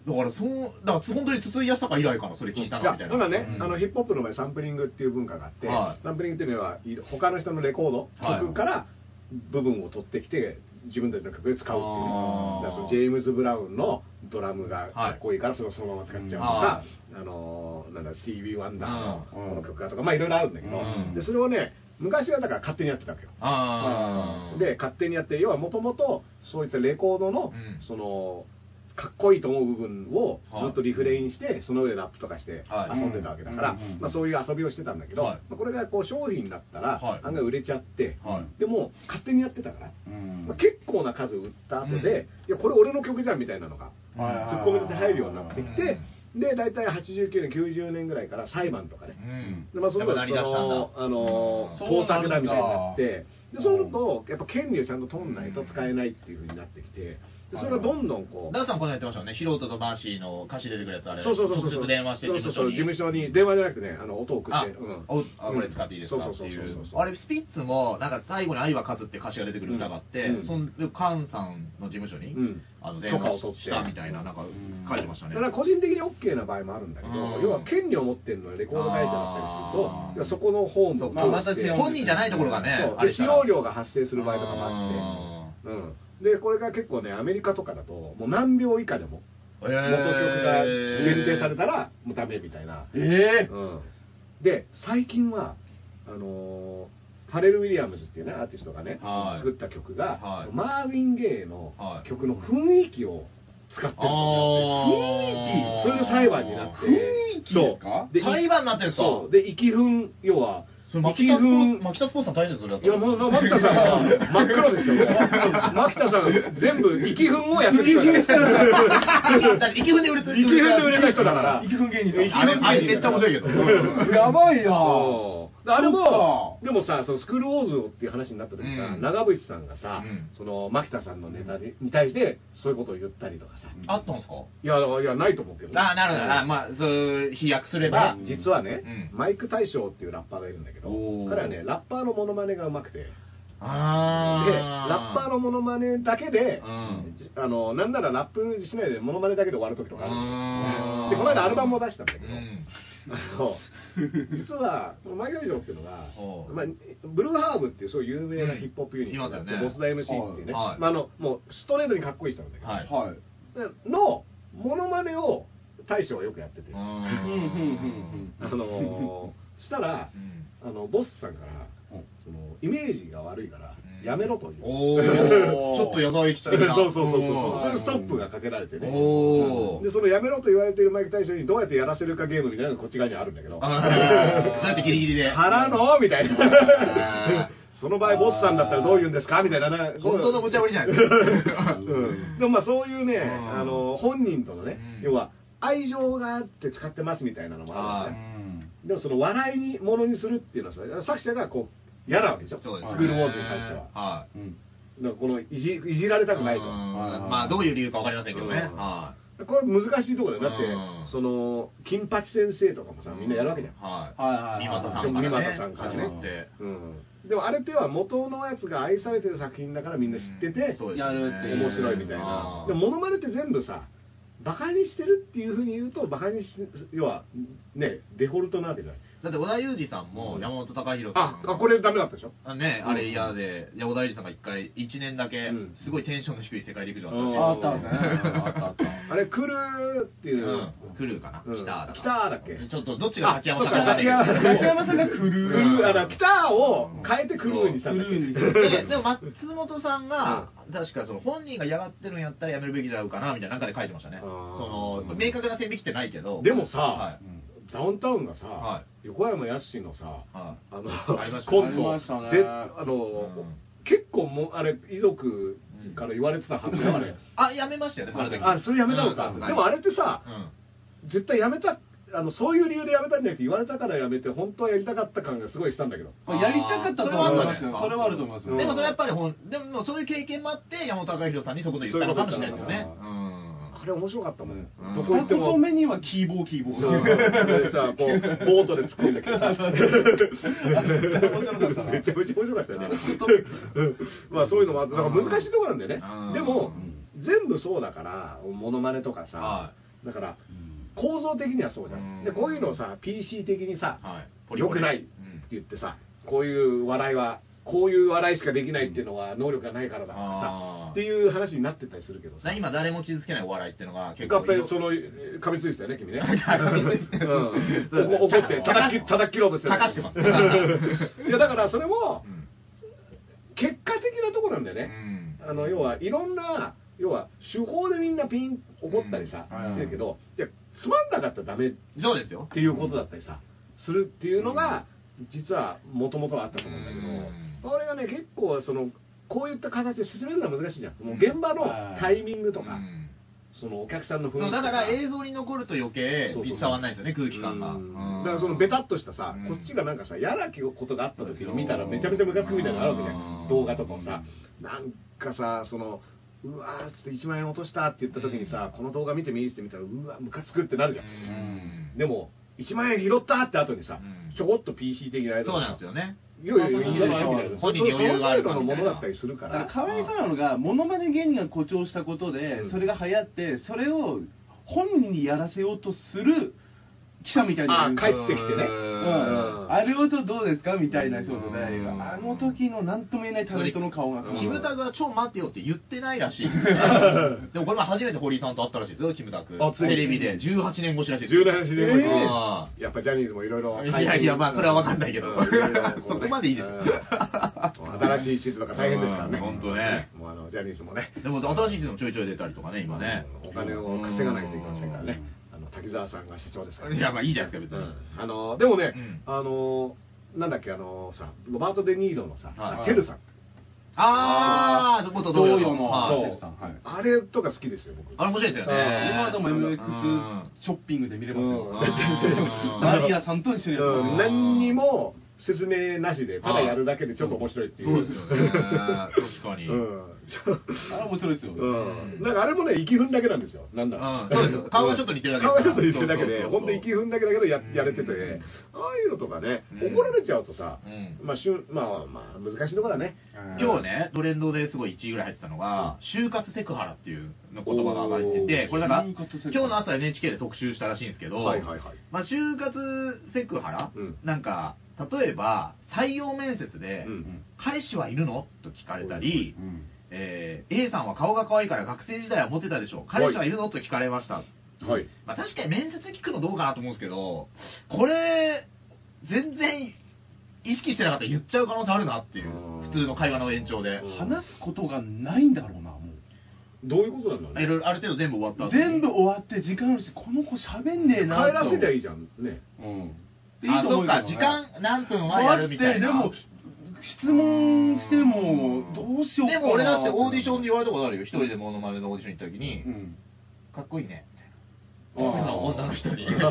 [SPEAKER 4] だから、そう、だから、本当に筒井康隆以来かな、それ聞いた
[SPEAKER 3] いや
[SPEAKER 4] な、みたいな。
[SPEAKER 3] だからね、
[SPEAKER 4] うん
[SPEAKER 3] あのヒップホップの場合サンプリングっていう文化があって、
[SPEAKER 4] はい
[SPEAKER 3] サンプリングっていうのはい他の人のレコード
[SPEAKER 4] はい
[SPEAKER 3] 曲から部分を取ってきて自分たちの曲で使うっていう
[SPEAKER 4] あー
[SPEAKER 3] だからそのジェームズ・ブラウンのドラムがかっこいいからそれをそのまま使っちゃうとか、
[SPEAKER 4] は
[SPEAKER 3] あのーなんだスティービー・ワンダーの
[SPEAKER 5] うん
[SPEAKER 3] この曲がとかまあいろいろあるんだけど、
[SPEAKER 4] うん
[SPEAKER 3] でそれをね昔はだから勝手にやってたわけよ
[SPEAKER 4] あー
[SPEAKER 3] で勝手にやって要はもともとそういったレコード
[SPEAKER 4] う
[SPEAKER 3] の、
[SPEAKER 4] ん
[SPEAKER 3] そのかっこいいと思う部分をずっとリフレインして、その上でラップとかして
[SPEAKER 4] はい
[SPEAKER 3] 遊んでたわけだから、
[SPEAKER 5] うん
[SPEAKER 3] まあ、そういう遊びをしてたんだけど、
[SPEAKER 4] はい
[SPEAKER 3] まあ、これがこう商品だった
[SPEAKER 4] は
[SPEAKER 3] ら
[SPEAKER 4] い
[SPEAKER 3] 案外売れちゃって、
[SPEAKER 4] は
[SPEAKER 3] でも勝手にやってたから、
[SPEAKER 5] うん
[SPEAKER 3] まあ、結構な数売った後で、いやこれ俺の曲じゃんみたいなのが
[SPEAKER 5] はい
[SPEAKER 3] ツッコミとして入るようになってきて、で大体89年90年ぐらいから裁判とかね、
[SPEAKER 4] うん
[SPEAKER 3] でまあ、その
[SPEAKER 4] やっぱ
[SPEAKER 3] 後そ
[SPEAKER 4] なりだしたんだ
[SPEAKER 3] の、あの
[SPEAKER 5] うん
[SPEAKER 3] 盗作だみたいになってで
[SPEAKER 5] うん
[SPEAKER 3] そうするとやっぱ権利をちゃんと取んないと使えないっていうふうになってきてでそれがどんどんこう
[SPEAKER 4] ダウさんこの間言ってましたよね、素人とマーシーの歌詞出てくるやつ、あれ、
[SPEAKER 3] そうそうそうそう
[SPEAKER 4] 直接電話して
[SPEAKER 3] そうそうそう事務所に電話じゃなくてねあの音を送っ
[SPEAKER 4] あ
[SPEAKER 3] て、うん
[SPEAKER 4] おあこれ使っていいですかっ
[SPEAKER 3] そう
[SPEAKER 4] て
[SPEAKER 3] そうそう
[SPEAKER 4] い
[SPEAKER 3] そう
[SPEAKER 4] う
[SPEAKER 3] そうそう
[SPEAKER 4] あれスピッツもなんか最後に「愛は勝つ」って歌詞が出てくる歌があって、
[SPEAKER 3] うん
[SPEAKER 4] そんでカンさんの事務所に、
[SPEAKER 3] うん
[SPEAKER 4] あの電話
[SPEAKER 3] 許可を取って
[SPEAKER 4] したみたいななんか
[SPEAKER 5] ん
[SPEAKER 4] 書いてましたね、
[SPEAKER 3] だから個人的に OK な場合もあるんだけど、
[SPEAKER 4] うん
[SPEAKER 3] 要は権利を持ってるのはレコード会社だった
[SPEAKER 4] あー
[SPEAKER 3] りすると要はそこのホーム
[SPEAKER 4] そ
[SPEAKER 3] を
[SPEAKER 4] う
[SPEAKER 5] まあまた違うんですよ
[SPEAKER 4] 本人じゃないところがね
[SPEAKER 3] そう
[SPEAKER 4] あれ
[SPEAKER 3] で
[SPEAKER 4] した
[SPEAKER 3] 使
[SPEAKER 4] ら
[SPEAKER 3] 用料が発生する場合とかもあって、うん、でこれが結構ねアメリカとかだともう何秒以下でも
[SPEAKER 4] 元
[SPEAKER 3] 元曲が限定されたらもうダメみたいな、
[SPEAKER 5] ええ
[SPEAKER 3] うん、で最近はあのーハレル・ウィリアムズっていうねアーティストがね、
[SPEAKER 4] はい
[SPEAKER 3] 作った曲が、
[SPEAKER 4] はい
[SPEAKER 3] マーヴィン・ゲイの
[SPEAKER 4] はい
[SPEAKER 3] 曲の雰囲気を使ってるんです
[SPEAKER 4] あ
[SPEAKER 3] よ
[SPEAKER 4] ー
[SPEAKER 3] それで裁判になって
[SPEAKER 5] 雰囲気ですか
[SPEAKER 3] そうで
[SPEAKER 4] 裁判になってんすか
[SPEAKER 3] そうで息憤要は
[SPEAKER 4] それ
[SPEAKER 3] 息
[SPEAKER 4] 牧田スポーツ牧田スポー
[SPEAKER 3] 憤
[SPEAKER 4] ツさん大変ですよ
[SPEAKER 3] いやもうもう牧 田さんは真っ黒ですよ牧田さん全部息憤をやってる人だから
[SPEAKER 4] 息踏んで売れた
[SPEAKER 3] 息憤で売れた人だから
[SPEAKER 5] 息分芸人
[SPEAKER 3] 息
[SPEAKER 5] さ
[SPEAKER 4] あ
[SPEAKER 5] ん
[SPEAKER 4] れあれめっちゃ面白いけど
[SPEAKER 5] やばいな
[SPEAKER 3] そうあ
[SPEAKER 5] そ
[SPEAKER 3] れも
[SPEAKER 5] っか
[SPEAKER 3] でもさそのスクールウォーズをっていう話になった時さ、
[SPEAKER 4] うん
[SPEAKER 3] 長渕さんがさ、
[SPEAKER 4] うん
[SPEAKER 3] その牧田さんのネタにに対してそういうことを言ったりとかさ、い
[SPEAKER 4] あったんですか
[SPEAKER 3] やだからいやないと思うけど
[SPEAKER 4] あなるほど、あまあそういう飛躍すれば、
[SPEAKER 3] うん実はね、
[SPEAKER 4] うん
[SPEAKER 3] マイク大将っていうラッパーがいるんだけど
[SPEAKER 4] おー
[SPEAKER 3] 彼はねラッパーのモノマネがうまくてで
[SPEAKER 4] あー
[SPEAKER 3] ラッパーのモノマネだけで、
[SPEAKER 4] うん
[SPEAKER 3] あのなんならラップしないでモノマネだけで終わる時とかあるん
[SPEAKER 4] あー
[SPEAKER 3] ですよでこの間アルバムを出したんだけど、
[SPEAKER 4] うん
[SPEAKER 3] あの実はこのマイケル・ジョーっていうのが
[SPEAKER 4] ほ、う
[SPEAKER 3] まあ、ブルーハーブっていうそういう有名なヒップホップユニットがあって
[SPEAKER 4] うんいますよね
[SPEAKER 3] ボスダ MC っていうね、
[SPEAKER 4] はい
[SPEAKER 3] まあ、あのもうストレートにかっこいい人なんだけど、
[SPEAKER 4] はい
[SPEAKER 5] はい
[SPEAKER 3] のモノマネを大将がよくやってて、あ
[SPEAKER 5] うんうん
[SPEAKER 3] の ーしたら
[SPEAKER 4] うん
[SPEAKER 3] あのボスさんから
[SPEAKER 5] うん
[SPEAKER 3] そのイメージが悪いから
[SPEAKER 4] うん
[SPEAKER 3] やめろという、
[SPEAKER 4] おーちょっと矢沢駅
[SPEAKER 3] そ
[SPEAKER 4] 的
[SPEAKER 3] うそう
[SPEAKER 4] な
[SPEAKER 3] そうそうそう
[SPEAKER 5] うん
[SPEAKER 3] いうストップがかけられてね
[SPEAKER 4] おー
[SPEAKER 3] でそのやめろと言われてるマイク大将にどうやってやらせるかゲームみたいなのがこっち側にあるんだけど
[SPEAKER 4] あーそうやってギリギリで
[SPEAKER 3] 腹のみたい
[SPEAKER 4] あ
[SPEAKER 3] な。 その場合、ボスさんだったらどう言うんですかみたいなね。
[SPEAKER 4] 本当の無茶ぶりじ ゃないですか
[SPEAKER 3] うんでもまあそういうね、
[SPEAKER 4] うん
[SPEAKER 3] あの、本人とのね、
[SPEAKER 4] うん
[SPEAKER 3] 要は、愛情があって使ってますみたいなのもあるんだよね。でもその笑いに、ものにするっていうのはさ、作者がこう、嫌なわけでしょ。スク
[SPEAKER 4] そうですね
[SPEAKER 3] ールウォーズに関しては。
[SPEAKER 4] は
[SPEAKER 5] うん
[SPEAKER 3] だからこのいじ、いじられ
[SPEAKER 4] い
[SPEAKER 3] たくないと
[SPEAKER 4] う。んまあどういう理由かわかりませんけどね
[SPEAKER 3] うん
[SPEAKER 4] は
[SPEAKER 3] これ難しいところだよ。だって
[SPEAKER 4] うん、
[SPEAKER 3] その、金八先生とかも
[SPEAKER 4] い
[SPEAKER 3] さ、みんなやるわけじゃん。
[SPEAKER 4] はい
[SPEAKER 5] はいはい
[SPEAKER 4] 三
[SPEAKER 5] はい
[SPEAKER 4] 股さんからね
[SPEAKER 3] 三股さんから
[SPEAKER 4] 始
[SPEAKER 3] ね
[SPEAKER 4] まって
[SPEAKER 3] うんでもあれっては元のやつが愛されてる作品だからみんな知ってて、
[SPEAKER 4] そうですね
[SPEAKER 5] やるって
[SPEAKER 3] 面白いみたいな
[SPEAKER 4] あ。ー
[SPEAKER 3] でも、モノマネって全部さ、バカにしてるっていうふうに言うと、バカにし、要は、ね、デフォルトなわけじゃない。
[SPEAKER 4] だって織田裕二さんも山本隆弘さ
[SPEAKER 3] あ
[SPEAKER 4] ん、
[SPEAKER 3] あこれダメだったでしょ
[SPEAKER 4] あねあれ嫌でいや織田裕二さんが一回一年だけ
[SPEAKER 3] うん
[SPEAKER 4] すごいテンションの低い世界陸上だったんですよ。
[SPEAKER 5] あったねあったあった
[SPEAKER 3] あれ、来るっていううん
[SPEAKER 4] クルーかな
[SPEAKER 3] うん
[SPEAKER 4] 来ただか
[SPEAKER 3] 来
[SPEAKER 4] ら
[SPEAKER 3] ただっけ
[SPEAKER 4] ちょっとどっちが秋山さんか
[SPEAKER 3] あ
[SPEAKER 4] わかんないけど
[SPEAKER 3] そうか
[SPEAKER 5] 中山さんが来
[SPEAKER 3] 来
[SPEAKER 5] る
[SPEAKER 3] る、あの、来たを変えて来るにしたんだっけ
[SPEAKER 5] 来るにした
[SPEAKER 4] ででも松本さんが、確かその本人が嫌がってるんやったらやめるべきだろうかなみたいななんかで書いてましたね、
[SPEAKER 3] あー
[SPEAKER 4] その明確な線引きってないけど、
[SPEAKER 3] でもさ
[SPEAKER 4] は
[SPEAKER 3] ダウンタウンがさ、
[SPEAKER 4] は
[SPEAKER 3] 横山やすしのさ、
[SPEAKER 4] いは
[SPEAKER 3] あの
[SPEAKER 4] ありました
[SPEAKER 3] コン
[SPEAKER 5] ありま
[SPEAKER 3] ト
[SPEAKER 5] したね
[SPEAKER 3] ぜあの、
[SPEAKER 4] うん
[SPEAKER 3] 結構もうあれ遺族から言われてたはずだよあれ
[SPEAKER 4] い、あやめましたよね、この時
[SPEAKER 3] あそれやめたのか、
[SPEAKER 4] うん
[SPEAKER 3] でもあれってさ、
[SPEAKER 4] うん
[SPEAKER 3] 絶対やめたあのそういう理由でやめたんじゃなくて言われたからやめて本当はやりたかった感がすごいしたんだけど
[SPEAKER 5] まあやりたかったとは思いますよそれはあると思います
[SPEAKER 3] うん
[SPEAKER 5] よ
[SPEAKER 4] でもそれはやっぱり本、でもそういう経験もあって、山本隆弘さんにそういうこと言ったのかもしれないですよね。
[SPEAKER 3] そういうこ
[SPEAKER 4] うん
[SPEAKER 3] あれ面白かったもん、
[SPEAKER 4] うん
[SPEAKER 3] どこ行
[SPEAKER 5] 二
[SPEAKER 3] っても
[SPEAKER 5] 言目にはキーボーキーボ
[SPEAKER 3] そう
[SPEAKER 5] ー
[SPEAKER 3] でさこうボートで突っ込んできてさめ
[SPEAKER 5] 面
[SPEAKER 3] ちゃめちゃ面白かったよねまあそういうのもあってだから難しいところなんだよね
[SPEAKER 4] うん
[SPEAKER 3] でも
[SPEAKER 5] う
[SPEAKER 3] 全部そうだからモノマネとかさ
[SPEAKER 4] は
[SPEAKER 3] だから構造的にはそうじゃ
[SPEAKER 4] うんん
[SPEAKER 3] でこういうのをさ PC 的にさ
[SPEAKER 4] はいポリ
[SPEAKER 3] 良
[SPEAKER 4] ポリ
[SPEAKER 3] くないって言ってさこういう笑いはこういう笑いしかできないっていうのは能力がないからだとか
[SPEAKER 4] あ
[SPEAKER 3] さ
[SPEAKER 4] ー
[SPEAKER 3] っていう話になってたりするけどさ
[SPEAKER 4] な今、誰も傷つけないお笑いっていうのが結
[SPEAKER 3] や
[SPEAKER 4] 構
[SPEAKER 3] っぱりその噛みついてたよね君ね
[SPEAKER 4] 噛みついてた
[SPEAKER 3] うん
[SPEAKER 4] そうですね
[SPEAKER 3] 怒って
[SPEAKER 4] 茶化
[SPEAKER 3] 叩き叩きロードしてた
[SPEAKER 4] 茶化してます
[SPEAKER 3] いやだからそれも
[SPEAKER 4] うん
[SPEAKER 3] 結果的なところなんだよね、
[SPEAKER 4] うん
[SPEAKER 3] あの要はいろんな要は手法でみんなピン怒ったりさ、
[SPEAKER 5] うんはいはい
[SPEAKER 3] してるけどいやつまんなかったらダメっ
[SPEAKER 4] そうですよ。
[SPEAKER 3] ていうことだったりさするっていうのが、実はもともとあったと思うんだけど、これがね結構そのこういった形で進めるのは難しいじゃんもう現場のタイミングと
[SPEAKER 4] う
[SPEAKER 3] か、
[SPEAKER 4] ん
[SPEAKER 3] そのお客さんの雰囲気
[SPEAKER 4] そ
[SPEAKER 3] と
[SPEAKER 4] うだから映像に残ると余計
[SPEAKER 3] そうそうそう
[SPEAKER 4] 伝わんないですよね空気感が
[SPEAKER 3] うんだからそのベタっとしたさ、
[SPEAKER 4] うん
[SPEAKER 3] こっちがなんかさ嫌なことがあった時
[SPEAKER 4] そうです
[SPEAKER 3] に
[SPEAKER 4] よ
[SPEAKER 3] 見たらめちゃめちゃムカつくみたいなのあるわけじゃ
[SPEAKER 4] うん
[SPEAKER 3] ん動画とかもさなんかさそのうわーっつって1万円落としたって言った時にさ、この動画見てみって見たらうわムカつくってなるじゃん、
[SPEAKER 4] うん
[SPEAKER 3] でも1万円拾ったって後にさ、
[SPEAKER 4] うん
[SPEAKER 3] ちょこっと PC 的なやつ
[SPEAKER 4] そうなんですよね
[SPEAKER 3] いやいやいやいやみたいな
[SPEAKER 4] 本人に余裕がある
[SPEAKER 3] そ
[SPEAKER 4] か
[SPEAKER 3] の
[SPEAKER 4] みた
[SPEAKER 3] も
[SPEAKER 4] いな
[SPEAKER 3] のだったりするか
[SPEAKER 5] だから
[SPEAKER 3] ら
[SPEAKER 5] かわいそうなのがモノマネ芸人が誇張したことで
[SPEAKER 3] うん
[SPEAKER 5] それが流行ってそれを本人にやらせようとする記者みたいな
[SPEAKER 3] あー帰ってきてね
[SPEAKER 5] うん
[SPEAKER 3] うん
[SPEAKER 5] あれをちょっとどうですかみたいな人で
[SPEAKER 4] うん
[SPEAKER 5] あの時の何とも言えないタレントの顔が
[SPEAKER 4] うんキムタクは超待てよって言ってないら しいですねでもこれも初めて堀井さんと会ったらしいですよキムタク
[SPEAKER 3] あつい
[SPEAKER 4] テレビで18年越しらしいです
[SPEAKER 3] 重大な自然越し
[SPEAKER 4] えー
[SPEAKER 3] やっぱジャニーズもいろいろ
[SPEAKER 4] いやいやまあそれは分かんないけど
[SPEAKER 3] うろろこうね
[SPEAKER 4] そこまでいいです
[SPEAKER 3] うん新しいシステムが大変ですからね
[SPEAKER 4] うん本当ね
[SPEAKER 3] もうあのジャニーズもね
[SPEAKER 4] でも新しい人もちょいちょい出たりとかね今ね
[SPEAKER 3] お金を稼がないといけませんからねあの滝沢さんが社長ですから
[SPEAKER 4] いやまあいいじゃないです
[SPEAKER 3] う
[SPEAKER 4] か別に
[SPEAKER 3] んあのでもね
[SPEAKER 4] うん
[SPEAKER 3] あのなんだっけあのさロバート・デ・ニーロのさ
[SPEAKER 4] はい
[SPEAKER 3] テルさん
[SPEAKER 4] ああ元同
[SPEAKER 5] 同
[SPEAKER 4] 僚
[SPEAKER 5] 僚の
[SPEAKER 4] はい
[SPEAKER 5] そう
[SPEAKER 3] テルさんはいあれとか好きですよ僕
[SPEAKER 4] あれ面白いですよね
[SPEAKER 5] 今でも
[SPEAKER 4] うん
[SPEAKER 5] MX ショッピングで見れます
[SPEAKER 3] うん
[SPEAKER 4] う
[SPEAKER 5] よ
[SPEAKER 4] ん
[SPEAKER 5] マリアさんと一緒にやって
[SPEAKER 3] う
[SPEAKER 5] ま
[SPEAKER 3] ん何にも説明なしでただやるだけでちょっと面白いってい
[SPEAKER 4] そ
[SPEAKER 3] う
[SPEAKER 4] うですよね確かに
[SPEAKER 3] うん
[SPEAKER 5] すあれ面白いですよ
[SPEAKER 3] うんなんかあれもね、息踏んだけなんですよ。なんだ
[SPEAKER 4] うんそうですよ顔がちょっと似てるだけ
[SPEAKER 3] 顔がちょっと似てるだけ
[SPEAKER 4] そうそう
[SPEAKER 3] で、
[SPEAKER 4] そうそう
[SPEAKER 3] 本当息踏んだけだけどや
[SPEAKER 4] うん
[SPEAKER 3] やれてて、ああいうのとかね、
[SPEAKER 4] うん
[SPEAKER 3] 怒られちゃうとさ
[SPEAKER 4] うん、
[SPEAKER 3] まあ、しゅまあ、まあ、難しいところだね。
[SPEAKER 4] 今日ね、トレンドですごい1位ぐらい入ってたのが、就活セクハラっていうの言葉が上がっててこ
[SPEAKER 3] おー、
[SPEAKER 4] れなん
[SPEAKER 5] 就
[SPEAKER 4] か
[SPEAKER 5] 活セクハ、ラ
[SPEAKER 4] 今日の朝 NHK で特集したらしいんですけど、
[SPEAKER 3] はいはいはい
[SPEAKER 4] まあ、就活セクハラ、
[SPEAKER 3] うん
[SPEAKER 4] なんか、例えば、採用面接で、
[SPEAKER 3] うん
[SPEAKER 4] 彼氏はいるのと聞かれたり、
[SPEAKER 5] うん
[SPEAKER 4] えー A さんは顔が可愛いから学生時代はモテたでしょう。彼氏はいるのと聞かれました。
[SPEAKER 3] はい。
[SPEAKER 4] まあ、確かに面接で聞くのどうかなと思うんですけど、これ、全然意識してなかったら言っちゃう可能性あるなっていう
[SPEAKER 3] うん、
[SPEAKER 4] 普通の会話の延長で。
[SPEAKER 3] うん
[SPEAKER 5] 話すことがないんだろうなもう
[SPEAKER 3] どういうことなんだ
[SPEAKER 4] い
[SPEAKER 3] ろ
[SPEAKER 4] ろ
[SPEAKER 3] うね。
[SPEAKER 4] いろある程度全部終わった後に
[SPEAKER 5] 全部終わって時間あるしこの子喋んねえ
[SPEAKER 3] 帰
[SPEAKER 5] な
[SPEAKER 3] ら
[SPEAKER 5] と
[SPEAKER 3] せりゃいいじゃん。ね。
[SPEAKER 5] うん
[SPEAKER 4] あそっか時間何分はやるみたいな
[SPEAKER 5] 待ってでも質問してもどうしよう
[SPEAKER 4] で
[SPEAKER 5] かな
[SPEAKER 4] も俺だってオーディションで言われたことあるよ一人でモノマネのオーディション行った時に、
[SPEAKER 5] うん
[SPEAKER 4] かっこいいねみたいな
[SPEAKER 3] あー
[SPEAKER 4] 女の人に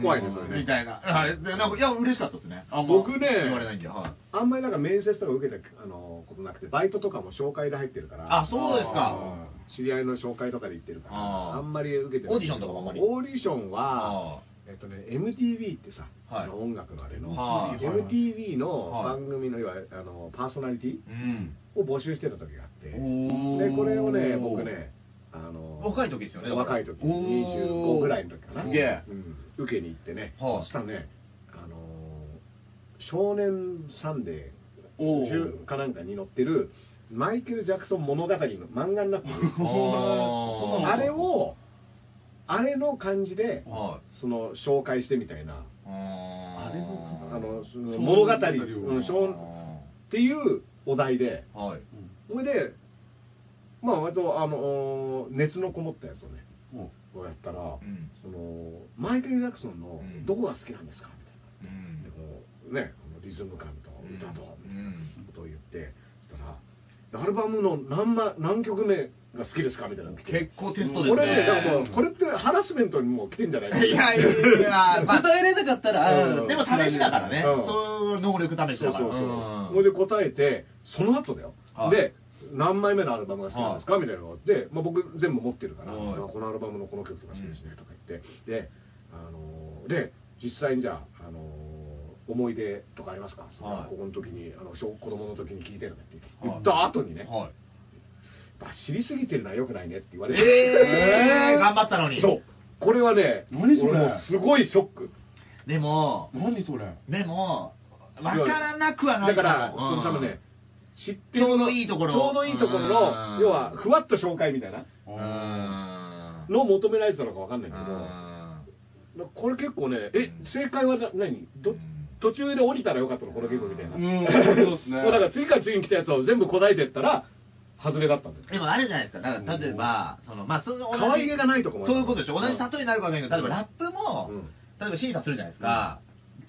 [SPEAKER 3] 怖いね、それね。
[SPEAKER 4] みたいなはいでなんかいや嬉しかったですねあんま
[SPEAKER 3] 僕ね
[SPEAKER 4] 言われないんで、はい、
[SPEAKER 3] あんまりなんか面接とか受けたあのことなくて、バイトとかも紹介で入ってるから、
[SPEAKER 4] あそうですか
[SPEAKER 3] うん知り合いの紹介とかで行ってるから、
[SPEAKER 4] あー
[SPEAKER 3] あんまり受けてな
[SPEAKER 4] オ
[SPEAKER 3] い
[SPEAKER 4] ーディションとかもあんまり
[SPEAKER 3] オーディションは、
[SPEAKER 4] あ
[SPEAKER 3] えっとね、MTV ってさ、
[SPEAKER 4] はい
[SPEAKER 3] あの音楽のあれの、
[SPEAKER 4] はい
[SPEAKER 3] MTV の
[SPEAKER 4] はい
[SPEAKER 3] 番組の,、いわゆるあのパーソナリティ
[SPEAKER 4] ーうん
[SPEAKER 3] を募集してた時があって、
[SPEAKER 4] おー
[SPEAKER 3] でこれをね、僕ね、あの
[SPEAKER 4] 若い時ですよねだから
[SPEAKER 3] 若い時
[SPEAKER 4] おー
[SPEAKER 3] 25ぐらいの時かな、
[SPEAKER 4] すげえ
[SPEAKER 3] うん受けに行ってね、
[SPEAKER 4] はい
[SPEAKER 3] そしたらね、あの少年サンデ
[SPEAKER 5] おー
[SPEAKER 3] ーかなんかに載ってる、マイケル・ジャクソン物語の漫画になってる
[SPEAKER 4] あー
[SPEAKER 3] あれを、あれの感じで、
[SPEAKER 4] はい
[SPEAKER 3] その紹介してみたいな。
[SPEAKER 4] あ
[SPEAKER 5] あれも
[SPEAKER 3] あのその
[SPEAKER 5] そう
[SPEAKER 3] 物語
[SPEAKER 5] 物語を
[SPEAKER 3] うん小っていうお題で
[SPEAKER 4] はい
[SPEAKER 3] それでまあ割とあの熱のこもったやつをね
[SPEAKER 5] うん
[SPEAKER 3] こうやったら、
[SPEAKER 4] ん
[SPEAKER 3] そのマイケル・ジャクソンの
[SPEAKER 4] うん
[SPEAKER 3] どこが好きなんですかみたいな
[SPEAKER 4] うん
[SPEAKER 3] でこうねこのリズム感と歌と
[SPEAKER 4] う
[SPEAKER 3] みたいなんことを言ってそしたら「アルバムの何ま何曲目が好きですか?」みたいなの来て
[SPEAKER 4] 結構テストですね
[SPEAKER 3] これねだからもうこれってハラスメントにもう来てんじゃないか
[SPEAKER 4] いやいやいや、まあ、
[SPEAKER 5] 答えれなかったらあ
[SPEAKER 3] う
[SPEAKER 5] ー
[SPEAKER 3] ん
[SPEAKER 4] でも試しだからね、
[SPEAKER 3] うん
[SPEAKER 4] そういう能力試し
[SPEAKER 3] そう
[SPEAKER 4] だか
[SPEAKER 3] そう
[SPEAKER 4] ら。
[SPEAKER 3] そう。
[SPEAKER 4] うん
[SPEAKER 3] それで答えて、その後だよ。
[SPEAKER 4] はい
[SPEAKER 3] で、何枚目のアルバムが好きなんですか、みたいなのがあって、まあ、僕全部持ってるから、
[SPEAKER 4] はい
[SPEAKER 3] まあこのアルバムのこの曲とか好きですねとか言って、で、あのーで、実際にじゃあ、あのー思い出とかありますか、
[SPEAKER 4] はい
[SPEAKER 3] ここの時にあの小子供の時に聞いてるって言って
[SPEAKER 4] はい
[SPEAKER 3] 言った後にね、
[SPEAKER 4] はい。
[SPEAKER 3] やっぱ知りすぎてるのはよくないねって言われて、
[SPEAKER 4] えー、頑張ったのに。
[SPEAKER 3] そうこれはね
[SPEAKER 5] 何それ
[SPEAKER 3] 俺もうすごいショック
[SPEAKER 4] でも、
[SPEAKER 5] 何それ
[SPEAKER 4] でも、わからなくはな
[SPEAKER 3] だ
[SPEAKER 4] い
[SPEAKER 3] から、
[SPEAKER 4] うん
[SPEAKER 3] その多分ね、知って
[SPEAKER 4] ちょうどいいところ
[SPEAKER 3] ちょうどいいとこ
[SPEAKER 4] う
[SPEAKER 3] ろ
[SPEAKER 4] ん
[SPEAKER 3] の、要は、ふわっと紹介みたいな
[SPEAKER 4] う
[SPEAKER 5] あ
[SPEAKER 4] ん。
[SPEAKER 3] のを求められてたのかわかんないけど、
[SPEAKER 4] う
[SPEAKER 3] なんかこれ結構ね、え、正解はな何ど
[SPEAKER 4] うん
[SPEAKER 3] 途中で 降りたらよかったの、このゲームみたいな。
[SPEAKER 5] う んそうですね
[SPEAKER 3] もうだから次から次に来たやつを全部答えてったら、外れだったんです
[SPEAKER 4] でもあるじゃないですか。だから例えば、その、まあ、その同じ
[SPEAKER 3] 可愛げがないとこもある
[SPEAKER 4] そういうことでしょ。同じ例えになるかわかんないけど、例えば
[SPEAKER 3] うん
[SPEAKER 4] ラップも、
[SPEAKER 3] うん
[SPEAKER 4] 例えば審査するじゃないですか。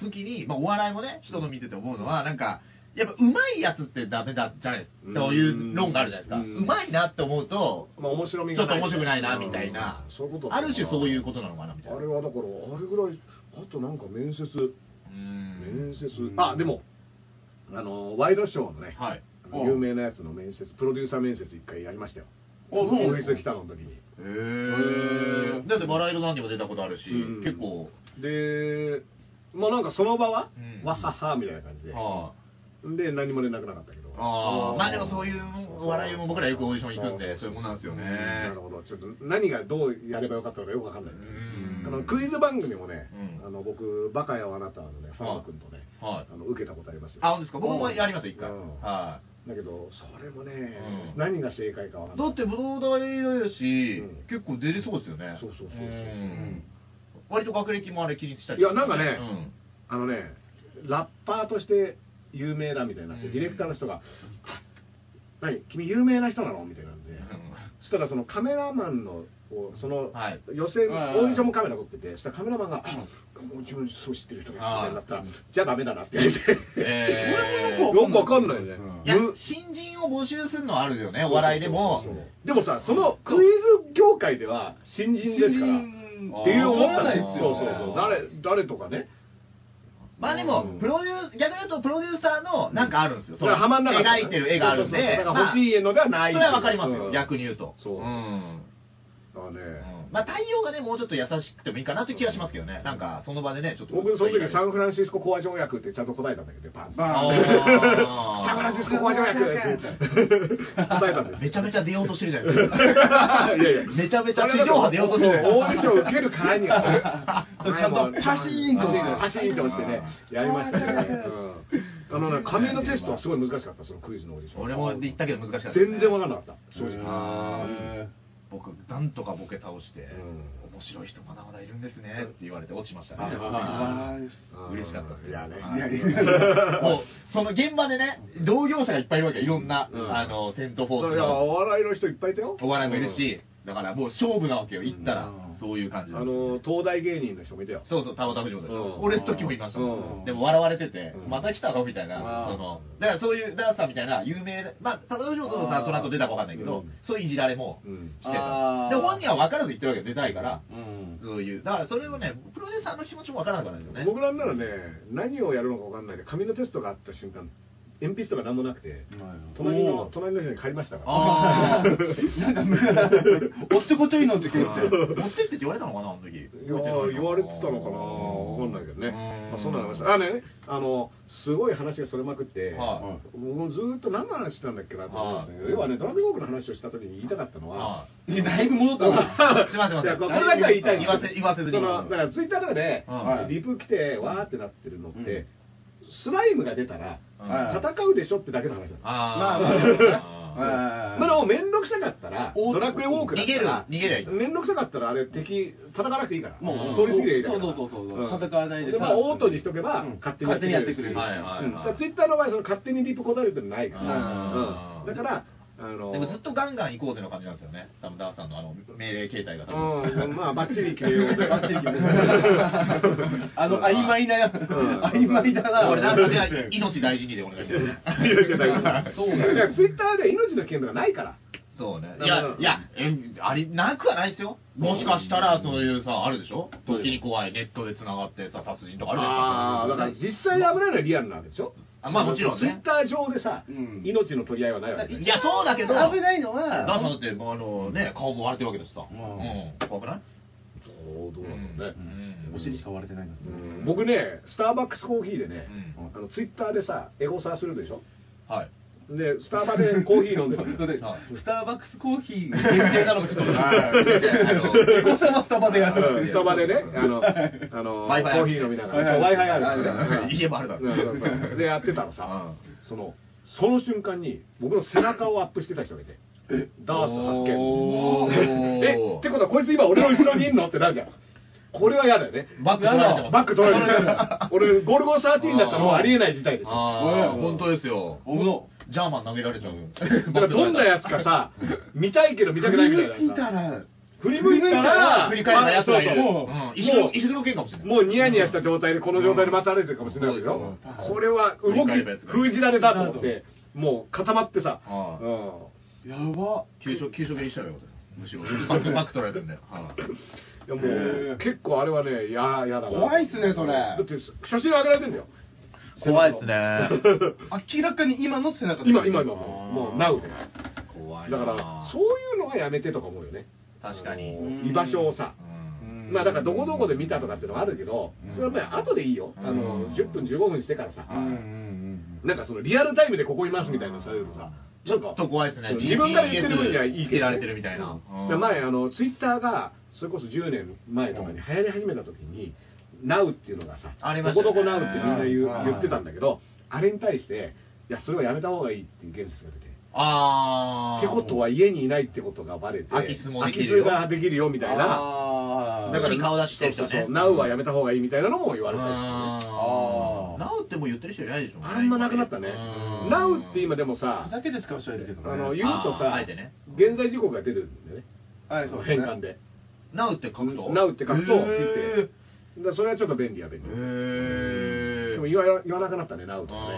[SPEAKER 4] 時に、まあ、お笑いもね、人の見てて思うのは、なんか、やっぱ、うまいやつってダメだじゃないです
[SPEAKER 3] うん
[SPEAKER 4] か。という論があるじゃないですか。
[SPEAKER 3] う
[SPEAKER 4] うんまいなって思うと、
[SPEAKER 3] まあ面白み
[SPEAKER 4] ちょ
[SPEAKER 3] が
[SPEAKER 4] っと
[SPEAKER 3] ない
[SPEAKER 4] 面白くないな、みたいな
[SPEAKER 3] うんそういうこと。だ
[SPEAKER 4] ある種そういう
[SPEAKER 3] と
[SPEAKER 4] ことなのかな、みたいな。
[SPEAKER 3] あれはだからあれぐらいあとなんか面接
[SPEAKER 4] うん
[SPEAKER 3] 面接
[SPEAKER 5] うん
[SPEAKER 3] あでもあのワイドショーのね
[SPEAKER 4] はい。
[SPEAKER 3] あの有名なやつの面接プロデューサー面接一回やりましたよ
[SPEAKER 5] あそうなん
[SPEAKER 3] オフ
[SPEAKER 5] で
[SPEAKER 3] ィ
[SPEAKER 5] すか
[SPEAKER 3] ス来たの時に
[SPEAKER 4] へーだって、笑いの何にも出たことあるし、
[SPEAKER 3] うん
[SPEAKER 4] 結構、
[SPEAKER 3] でまあなんかその場は、
[SPEAKER 4] うん
[SPEAKER 3] わははみたいな感じで、
[SPEAKER 4] はい
[SPEAKER 3] で何も連絡なかったけど
[SPEAKER 4] あ
[SPEAKER 5] う
[SPEAKER 4] あ
[SPEAKER 5] ん
[SPEAKER 4] まあでもそういうお笑いも僕らよくオーディション行くんでそういうもんなんですよね
[SPEAKER 3] なるほどちょっと何がどうやればよかったのかよくわかんない、
[SPEAKER 4] うん
[SPEAKER 3] あのクイズ番組もね、
[SPEAKER 4] うん
[SPEAKER 3] あの僕バカやあなたのねファン君とね、
[SPEAKER 4] はい
[SPEAKER 3] あの受けたことありますよ
[SPEAKER 4] あ本当ですか僕もやりますよ一回
[SPEAKER 3] うん
[SPEAKER 4] は
[SPEAKER 3] だけどそれもね、
[SPEAKER 4] うん
[SPEAKER 3] 何が正解かわかん
[SPEAKER 4] い
[SPEAKER 3] な
[SPEAKER 4] だ
[SPEAKER 3] い
[SPEAKER 4] って武道大だし
[SPEAKER 3] うん
[SPEAKER 4] 結構出れそうですよね
[SPEAKER 3] そうそうそうそうん
[SPEAKER 4] 割と学歴もあれ気にしたり
[SPEAKER 3] いやなんかね
[SPEAKER 4] うん
[SPEAKER 3] あのねラッパーとして有名だみたいになって、
[SPEAKER 4] うん
[SPEAKER 3] ディレクターの人が「あ何君有名な人なの?」みたいなんで、そしたらそのカメラマンのこうその
[SPEAKER 4] はい
[SPEAKER 3] 予選、
[SPEAKER 5] はい
[SPEAKER 3] オーディションもカメラ撮っててそしたらカメラマンが「あもう自分そう知ってる人が知ってるんだったら
[SPEAKER 4] あー
[SPEAKER 3] じゃあダメだな」って言われて、
[SPEAKER 4] えー
[SPEAKER 3] よくわかんないね
[SPEAKER 4] いや
[SPEAKER 3] む
[SPEAKER 4] 新人を募集するのはあるよねお笑いでも
[SPEAKER 3] そうそうそうでもさそのクイズ業界では新人ですからっていう思った
[SPEAKER 5] わからな
[SPEAKER 3] の
[SPEAKER 5] い
[SPEAKER 3] よ
[SPEAKER 5] ですよね
[SPEAKER 3] そうそうそう誰誰とかね
[SPEAKER 4] まあでも
[SPEAKER 3] うん
[SPEAKER 4] プロデュース逆に言うとプロデューサーのなんかあるんですよ
[SPEAKER 3] だからハマんなかった
[SPEAKER 4] 描いてる絵があるん
[SPEAKER 3] そうそう
[SPEAKER 4] で
[SPEAKER 3] そうだから
[SPEAKER 4] まあ
[SPEAKER 3] 欲しいのではない
[SPEAKER 4] それはわかりますよ、
[SPEAKER 3] うん
[SPEAKER 4] 逆に言うと。
[SPEAKER 3] そう
[SPEAKER 4] うん。
[SPEAKER 3] だからね、
[SPEAKER 4] うんまあ、対応がね、もうちょっと優しくてもいいかなって気がしますけどね。なんか、その場でね、ちょっと。
[SPEAKER 3] 僕その時サン
[SPEAKER 4] ン
[SPEAKER 3] フランシスコ講和条約ってちゃんと答えたんだけどバン
[SPEAKER 5] バン
[SPEAKER 3] サンフランシスコ講和条約って答えたんです
[SPEAKER 4] めちゃめ
[SPEAKER 3] ち
[SPEAKER 4] ちゃ出ようとしてるじゃないですか。
[SPEAKER 3] ゃいやいや
[SPEAKER 4] めちゃめちゃ地上波出ようとしてるじゃない
[SPEAKER 3] オーディション受けるからにはね
[SPEAKER 5] そうちゃんとパシーンと
[SPEAKER 3] パシーンと押してねやりましたけどねうんあのね紙のテストはすごい難しかったそのクイズのオーディション
[SPEAKER 4] 俺も言ったけど難しかったですね、
[SPEAKER 3] 全然わかんなかった正直
[SPEAKER 5] あ
[SPEAKER 4] 僕、なんとかボケ倒して、
[SPEAKER 3] うん
[SPEAKER 4] 面白い人まだまだいるんですねって言われて落ちましたね。
[SPEAKER 5] あ
[SPEAKER 4] は
[SPEAKER 5] あ
[SPEAKER 4] い嬉しかったです
[SPEAKER 3] いやね
[SPEAKER 4] はい
[SPEAKER 5] いやいや
[SPEAKER 4] もう、その現場でね、同業者がいっぱいいるわけよいろんな、
[SPEAKER 3] うん
[SPEAKER 4] あの、セントフォ ー
[SPEAKER 3] そう
[SPEAKER 4] ス
[SPEAKER 3] いや
[SPEAKER 4] の
[SPEAKER 3] お笑いの人いっぱいいたよ
[SPEAKER 4] お笑いもいるし、だからもう勝負なわけよ、行ったら
[SPEAKER 5] うん、
[SPEAKER 4] そういう感じ
[SPEAKER 3] うん
[SPEAKER 4] な
[SPEAKER 3] あ
[SPEAKER 4] んです
[SPEAKER 3] の東大芸人の人もいたよ
[SPEAKER 4] そうそう、タオタフジョでし
[SPEAKER 3] う
[SPEAKER 4] ょ
[SPEAKER 3] ん。
[SPEAKER 4] 俺の時もいましたも
[SPEAKER 3] うん
[SPEAKER 4] ん。でも笑われてて
[SPEAKER 3] う、ん
[SPEAKER 4] また来たのみたいな
[SPEAKER 5] う。ん
[SPEAKER 4] その、だからそういうダンサーみたいな有名な、まあ、タオタフジョとさ、
[SPEAKER 5] うん
[SPEAKER 4] その後出たかわかんないけど
[SPEAKER 3] うん、
[SPEAKER 4] そういういじられも
[SPEAKER 3] うん
[SPEAKER 4] してた。で
[SPEAKER 5] あー、
[SPEAKER 4] 本人は分からず言ってるわけよ、出たいから。
[SPEAKER 5] うん
[SPEAKER 4] そういう。だからそれをね、プロデューサーの気持ちも分からなくなるんですよね。
[SPEAKER 3] 僕らならね何をやるのかわかんないで紙のテストがあった瞬間鉛筆とか何もなくて隣
[SPEAKER 5] お
[SPEAKER 3] の
[SPEAKER 5] ー
[SPEAKER 3] 隣の人に借りましたから
[SPEAKER 4] あー。
[SPEAKER 5] なんか、おっちょこちょいの時
[SPEAKER 4] 持ってってって言われたのかな、あの時。
[SPEAKER 3] いやー言われてたのかなわかんないけどね
[SPEAKER 4] うん
[SPEAKER 3] まあそんなのありましたあねあのすごい話がそれまくって
[SPEAKER 4] は
[SPEAKER 3] もうずーっと何の話してたんだっけなと思ってたんですけ
[SPEAKER 4] はい
[SPEAKER 3] ど要はねドラムロークの話をした時に言いたかったのは
[SPEAKER 4] はい
[SPEAKER 5] だいぶ戻ったな。
[SPEAKER 4] すいませんすいません
[SPEAKER 3] いやこれだけは言いたいんです
[SPEAKER 4] 言
[SPEAKER 3] よ
[SPEAKER 4] わせ言わせずに
[SPEAKER 3] そのだからツイッターとかで
[SPEAKER 4] はい
[SPEAKER 3] リプ来てわーってなってるのっ
[SPEAKER 5] うん
[SPEAKER 3] てスライムが出たら
[SPEAKER 4] うん
[SPEAKER 5] はい
[SPEAKER 3] 戦うでしょってだけの話なんです
[SPEAKER 5] まあ
[SPEAKER 4] あ
[SPEAKER 5] まあ
[SPEAKER 4] ー
[SPEAKER 5] でもね
[SPEAKER 4] あ
[SPEAKER 3] まあでも面倒くさかったら
[SPEAKER 5] お
[SPEAKER 3] ドラクエウォークだったら
[SPEAKER 4] 逃げる逃げりゃいい
[SPEAKER 3] 面倒くさかったらあれ敵叩かなくていいから
[SPEAKER 5] も
[SPEAKER 4] う
[SPEAKER 3] 通り過ぎりゃいいだけだ
[SPEAKER 5] そうそうそうそう戦わないで
[SPEAKER 3] でまあオートにしとけば
[SPEAKER 5] うん
[SPEAKER 3] 勝手にやってくれる
[SPEAKER 4] やってくれ
[SPEAKER 5] 勝手に
[SPEAKER 3] し
[SPEAKER 4] るはいはいはい
[SPEAKER 3] うんだからツイッターの場合その勝手にリプ答えるってのないから
[SPEAKER 4] あ
[SPEAKER 3] うんだからあの
[SPEAKER 4] ーでもずっとガンガン行こうぜの感じなんですよね。多分ダーさんのあの命令形態が多分。
[SPEAKER 3] うんまあバッチリ決めようぜ
[SPEAKER 5] バッチリ決 めようあの、曖昧な、曖昧だな。
[SPEAKER 4] 俺ダーさんには命大事にでお願いしてる。
[SPEAKER 3] そうだよだからツイッターで命の危険とかないから
[SPEAKER 4] そうね。
[SPEAKER 3] ないる
[SPEAKER 4] や
[SPEAKER 3] ほ、ど
[SPEAKER 4] いや、えあり、なくはないですよ。もしかしたら、そういうさ、あるでしょ
[SPEAKER 3] そうよ
[SPEAKER 4] 時に怖い、ネットで繋がってさ、殺人とか
[SPEAKER 3] あ
[SPEAKER 4] あ
[SPEAKER 3] あ
[SPEAKER 4] るじゃな
[SPEAKER 3] だから
[SPEAKER 4] いですか。
[SPEAKER 3] 実際危ないのはリアルなわけでしょ
[SPEAKER 4] あまあもちろんね
[SPEAKER 3] ツイッター上でさ
[SPEAKER 5] うん
[SPEAKER 3] 命の取り合いはないわけ
[SPEAKER 4] いや、そうだけど、
[SPEAKER 5] 危ないのは、
[SPEAKER 4] ダーさんだって、もうあのね、顔も割れてるわけですさ。う
[SPEAKER 5] うん
[SPEAKER 4] ん。怖くない
[SPEAKER 3] そうどうなんだろう
[SPEAKER 4] う
[SPEAKER 3] ね
[SPEAKER 4] ん
[SPEAKER 5] お尻しか割れてないんです
[SPEAKER 3] うん僕ねスターバックスコーヒーでね、
[SPEAKER 5] うん
[SPEAKER 3] あのツイッターでさエゴサーするでしょ
[SPEAKER 4] はい。
[SPEAKER 3] でスタバでコーヒ ー飲んでる
[SPEAKER 5] スターバックスコーヒー限定なの かちょっと。 誤差のスタバでや
[SPEAKER 3] う
[SPEAKER 5] る。
[SPEAKER 3] んスタバでね、あの、あの、コ
[SPEAKER 4] Wi-Fi
[SPEAKER 3] ーヒー飲みながら、
[SPEAKER 5] はいはい
[SPEAKER 3] Wi-Fi あるからね、
[SPEAKER 4] 家もあるだろ
[SPEAKER 3] うんそうそうで、やってたらさ、
[SPEAKER 4] う
[SPEAKER 3] その、その瞬間に、僕の背中をアップしてた人がいて、ダース発
[SPEAKER 4] お
[SPEAKER 3] 見。
[SPEAKER 4] ー
[SPEAKER 3] え、ってことはこいつ今俺の後ろにいんのってなる じゃん。これは嫌だよね。
[SPEAKER 4] バック取られてます。
[SPEAKER 3] バック取られる。俺、ゴルゴ13だったらもうありえない事態ですよ。
[SPEAKER 4] ああ、
[SPEAKER 5] うん
[SPEAKER 4] 本当ですよ。
[SPEAKER 5] おの。
[SPEAKER 4] ジャーマン投げられち ゃうよ。
[SPEAKER 3] だからどんなやつ かさ、見たいけど見たくないみたい
[SPEAKER 5] 振
[SPEAKER 3] な
[SPEAKER 5] り向いた
[SPEAKER 3] さ。
[SPEAKER 5] ら、
[SPEAKER 3] 振り向いたら、
[SPEAKER 4] 振り返ったやつがいる。
[SPEAKER 3] あ
[SPEAKER 4] う
[SPEAKER 3] そうん
[SPEAKER 4] ん石黒石黒剣かもしれ
[SPEAKER 3] そう
[SPEAKER 4] ない。
[SPEAKER 3] もうニヤニヤした状態で、この状態でまた歩いてるかもしれないわけでし
[SPEAKER 4] うん
[SPEAKER 3] ょ
[SPEAKER 4] そう
[SPEAKER 5] そう。
[SPEAKER 3] これは動
[SPEAKER 4] 振り返
[SPEAKER 3] き
[SPEAKER 4] ればいいですね
[SPEAKER 3] 封じられたと思って、もう固まってさ、
[SPEAKER 4] ああ
[SPEAKER 3] うん
[SPEAKER 5] やば。
[SPEAKER 4] 給食、給食にしたらよかったよむしろ。パ ックパック取られてんだよ。はい
[SPEAKER 3] いやも
[SPEAKER 5] へ
[SPEAKER 3] う
[SPEAKER 5] え
[SPEAKER 3] 結構あれはね、いややだな。
[SPEAKER 5] 怖いっすね、それ。
[SPEAKER 3] だって写真上げられてんだよ。
[SPEAKER 4] 怖いっすね
[SPEAKER 5] 明らかに今の背中
[SPEAKER 3] 今、今、今、
[SPEAKER 4] あー
[SPEAKER 3] もう、なう。
[SPEAKER 4] 怖
[SPEAKER 3] だ
[SPEAKER 4] い
[SPEAKER 3] か
[SPEAKER 4] な
[SPEAKER 3] ら、そういうのはやめてとか思うよね。
[SPEAKER 4] 確かに
[SPEAKER 3] あの居場所をさ
[SPEAKER 4] う。ん
[SPEAKER 3] まあだからどこどこで見たとかっていうのはあるけど
[SPEAKER 4] うん、
[SPEAKER 3] それはまあ後でいいよ。あ
[SPEAKER 4] う
[SPEAKER 3] の
[SPEAKER 4] ん、
[SPEAKER 3] 10分15分してからさ、
[SPEAKER 5] うんうんうん
[SPEAKER 3] なんかそのリアルタイムでここいますみたいなのされるとさ、
[SPEAKER 4] ちょっと怖いですね。
[SPEAKER 3] 自分が言ってる分にはいいけど
[SPEAKER 4] GPS つけられてるみたいな。
[SPEAKER 3] で前あのツイッターがそれこそ10年前とかに流行り始めた時に「NOW」っていうのがさ
[SPEAKER 4] あり
[SPEAKER 3] ど
[SPEAKER 4] ました
[SPEAKER 3] こ
[SPEAKER 4] ね
[SPEAKER 3] どこ NOW」ってみんな言う
[SPEAKER 5] はい
[SPEAKER 3] 言ってたんだけどあれに対していやそれはやめた方がいいっていう言説が出て
[SPEAKER 4] あ
[SPEAKER 3] っ
[SPEAKER 4] ー。
[SPEAKER 3] てことは家にいないってことがバレて
[SPEAKER 4] 空き巣もできるよ
[SPEAKER 3] 空き巣ができるよみたいな
[SPEAKER 5] あー
[SPEAKER 4] だから顔出してる人
[SPEAKER 3] そう
[SPEAKER 4] ね
[SPEAKER 3] そうそう「NOW」はやめた方がいいみたいなのも言われたりしてね
[SPEAKER 4] あ
[SPEAKER 5] あー
[SPEAKER 4] ー。なおってもう言ってる人いないでしょうね。
[SPEAKER 3] あんまなくなったね
[SPEAKER 4] うん
[SPEAKER 3] 「NOW」って今でもさ
[SPEAKER 5] ふざけて使う人はいるけどね。
[SPEAKER 3] あの言うと
[SPEAKER 4] あー
[SPEAKER 3] さ
[SPEAKER 4] あえてね
[SPEAKER 3] 現在時刻が出るんだよね
[SPEAKER 5] はい、そう
[SPEAKER 3] 変換。で
[SPEAKER 4] なおって書くと。
[SPEAKER 3] なうって書くと
[SPEAKER 4] へ
[SPEAKER 3] 出てだからそれはちょっと便利や便利
[SPEAKER 4] ーへー。
[SPEAKER 3] でも言わ言わなくなったね、ナウとかね。